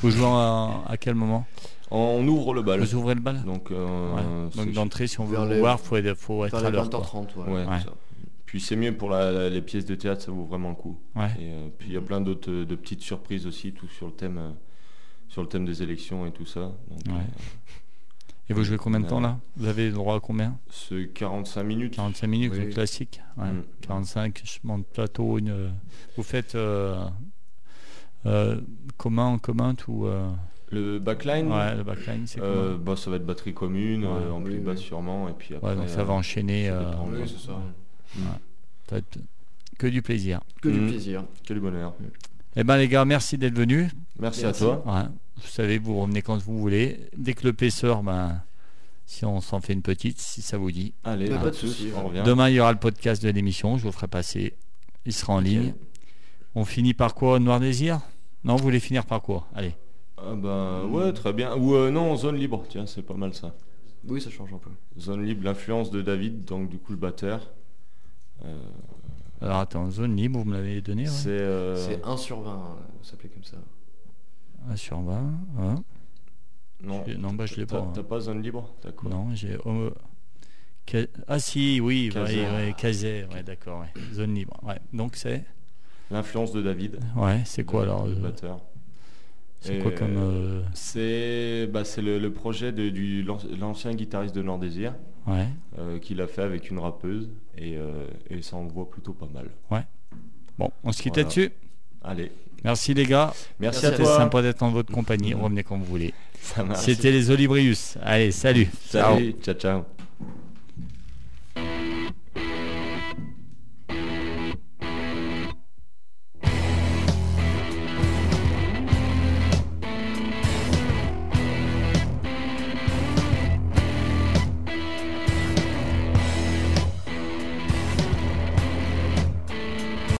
Speaker 3: Vous jouez en- à quel moment
Speaker 5: On ouvre Ah, le bal.
Speaker 3: Vous ouvrez le bal
Speaker 5: Donc, euh,
Speaker 3: Ouais.
Speaker 5: c'est-
Speaker 3: Donc d'entrée, si on veut
Speaker 6: Vers
Speaker 3: vous
Speaker 6: les-
Speaker 3: voir, faut être, faut être
Speaker 6: Vers
Speaker 3: à
Speaker 6: les
Speaker 3: l'heure. quoi.
Speaker 6: 20h30, ouais.
Speaker 5: Ouais.
Speaker 6: comme ça.
Speaker 5: Puis c'est mieux pour la- la- les pièces de théâtre, ça vaut vraiment le coup.
Speaker 3: Ouais.
Speaker 5: Et euh, puis
Speaker 3: Mhm.
Speaker 5: il y a plein d'autres euh, de petites surprises aussi, tout sur le thème, euh, sur le thème des élections et tout ça. Donc,
Speaker 3: Ouais.
Speaker 5: euh,
Speaker 3: Et vous jouez combien de temps
Speaker 5: Ouais.
Speaker 3: là Vous avez le droit à combien
Speaker 5: c'est 45 minutes.
Speaker 3: 45 minutes,
Speaker 6: Oui.
Speaker 3: le classique. Ouais.
Speaker 5: Mm.
Speaker 3: 45, je monte plateau. Une... Vous faites euh, euh, commun en commun ou euh,
Speaker 5: Le backline,
Speaker 3: ouais, le backline, c'est
Speaker 5: euh,
Speaker 3: commun.
Speaker 5: bah, ça va être batterie commune,
Speaker 3: Ouais,
Speaker 5: euh, en
Speaker 6: oui,
Speaker 5: plus
Speaker 6: oui.
Speaker 5: basse sûrement, et puis après.
Speaker 3: Ouais, donc ça
Speaker 5: euh,
Speaker 3: va enchaîner.
Speaker 5: ça
Speaker 3: euh,
Speaker 5: dépend.
Speaker 6: Oui, c'est ça.
Speaker 3: ça va être que du plaisir.
Speaker 6: Que du
Speaker 5: Mm.
Speaker 6: plaisir.
Speaker 5: Quel bonheur.
Speaker 3: Eh ben les gars, merci d'être venus.
Speaker 5: Merci,
Speaker 6: Merci.
Speaker 5: à toi.
Speaker 3: Ouais, vous savez, vous revenez quand vous voulez. Dès que le Pesseur, ben, si on s'en fait une petite, si ça vous dit.
Speaker 5: Allez,
Speaker 6: Bah,
Speaker 5: à
Speaker 6: pas de
Speaker 5: tous,
Speaker 6: soucis, ouais.
Speaker 5: on revient.
Speaker 3: Demain, il y aura le podcast de l'émission. Je vous ferai passer. Il sera en ligne. On finit par quoi Noir Désir Non, vous voulez finir par quoi Allez.
Speaker 5: Ah bah ouais, très bien. Ou euh, non, zone libre, tiens, c'est pas mal ça.
Speaker 6: Oui, ça change un peu.
Speaker 5: Zone libre, l'influence de David, donc du coup le batteur. Euh,
Speaker 3: Alors attends, zone libre, vous me l'avez donné. ouais.
Speaker 5: C'est euh,
Speaker 6: C'est 1 sur 20, euh, ça s'appelait comme ça.
Speaker 3: Un Ah, sur 20. ouais.
Speaker 5: non,
Speaker 3: je- non, bah, je l'ai
Speaker 5: T'as-
Speaker 3: pas, hein.
Speaker 5: T'as pas zone libre, t'as quoi
Speaker 3: Non, j'ai. oh, euh, Ca- Ah si, oui, ouais,
Speaker 5: Kazé.
Speaker 3: ouais, Kazé, ouais, d'accord, ouais. zone libre. Ouais. Donc c'est,
Speaker 5: L'influence de David.
Speaker 3: ouais, c'est quoi
Speaker 5: le-
Speaker 3: alors
Speaker 5: le
Speaker 3: euh,
Speaker 5: batteur.
Speaker 3: C'est quoi
Speaker 5: Et,
Speaker 3: comme
Speaker 5: euh,
Speaker 3: euh,
Speaker 5: C'est bah, c'est le, le projet de du- l'anci- l'ancien guitariste de Nord Désir
Speaker 3: ouais.
Speaker 5: euh, qu'il a fait avec une rappeuse et, euh, et ça envoie plutôt pas mal.
Speaker 3: Bon, on se quitte
Speaker 5: Voilà.
Speaker 3: là-dessus.
Speaker 5: Allez,
Speaker 3: Merci les gars.
Speaker 5: merci, à
Speaker 3: C'était
Speaker 5: toi.
Speaker 3: sympa d'être en votre compagnie. Revenez quand vous voulez.
Speaker 5: Ça marche.
Speaker 3: C'était les Olibrius. Allez, salut. Ciao.
Speaker 5: Salut, ciao ciao.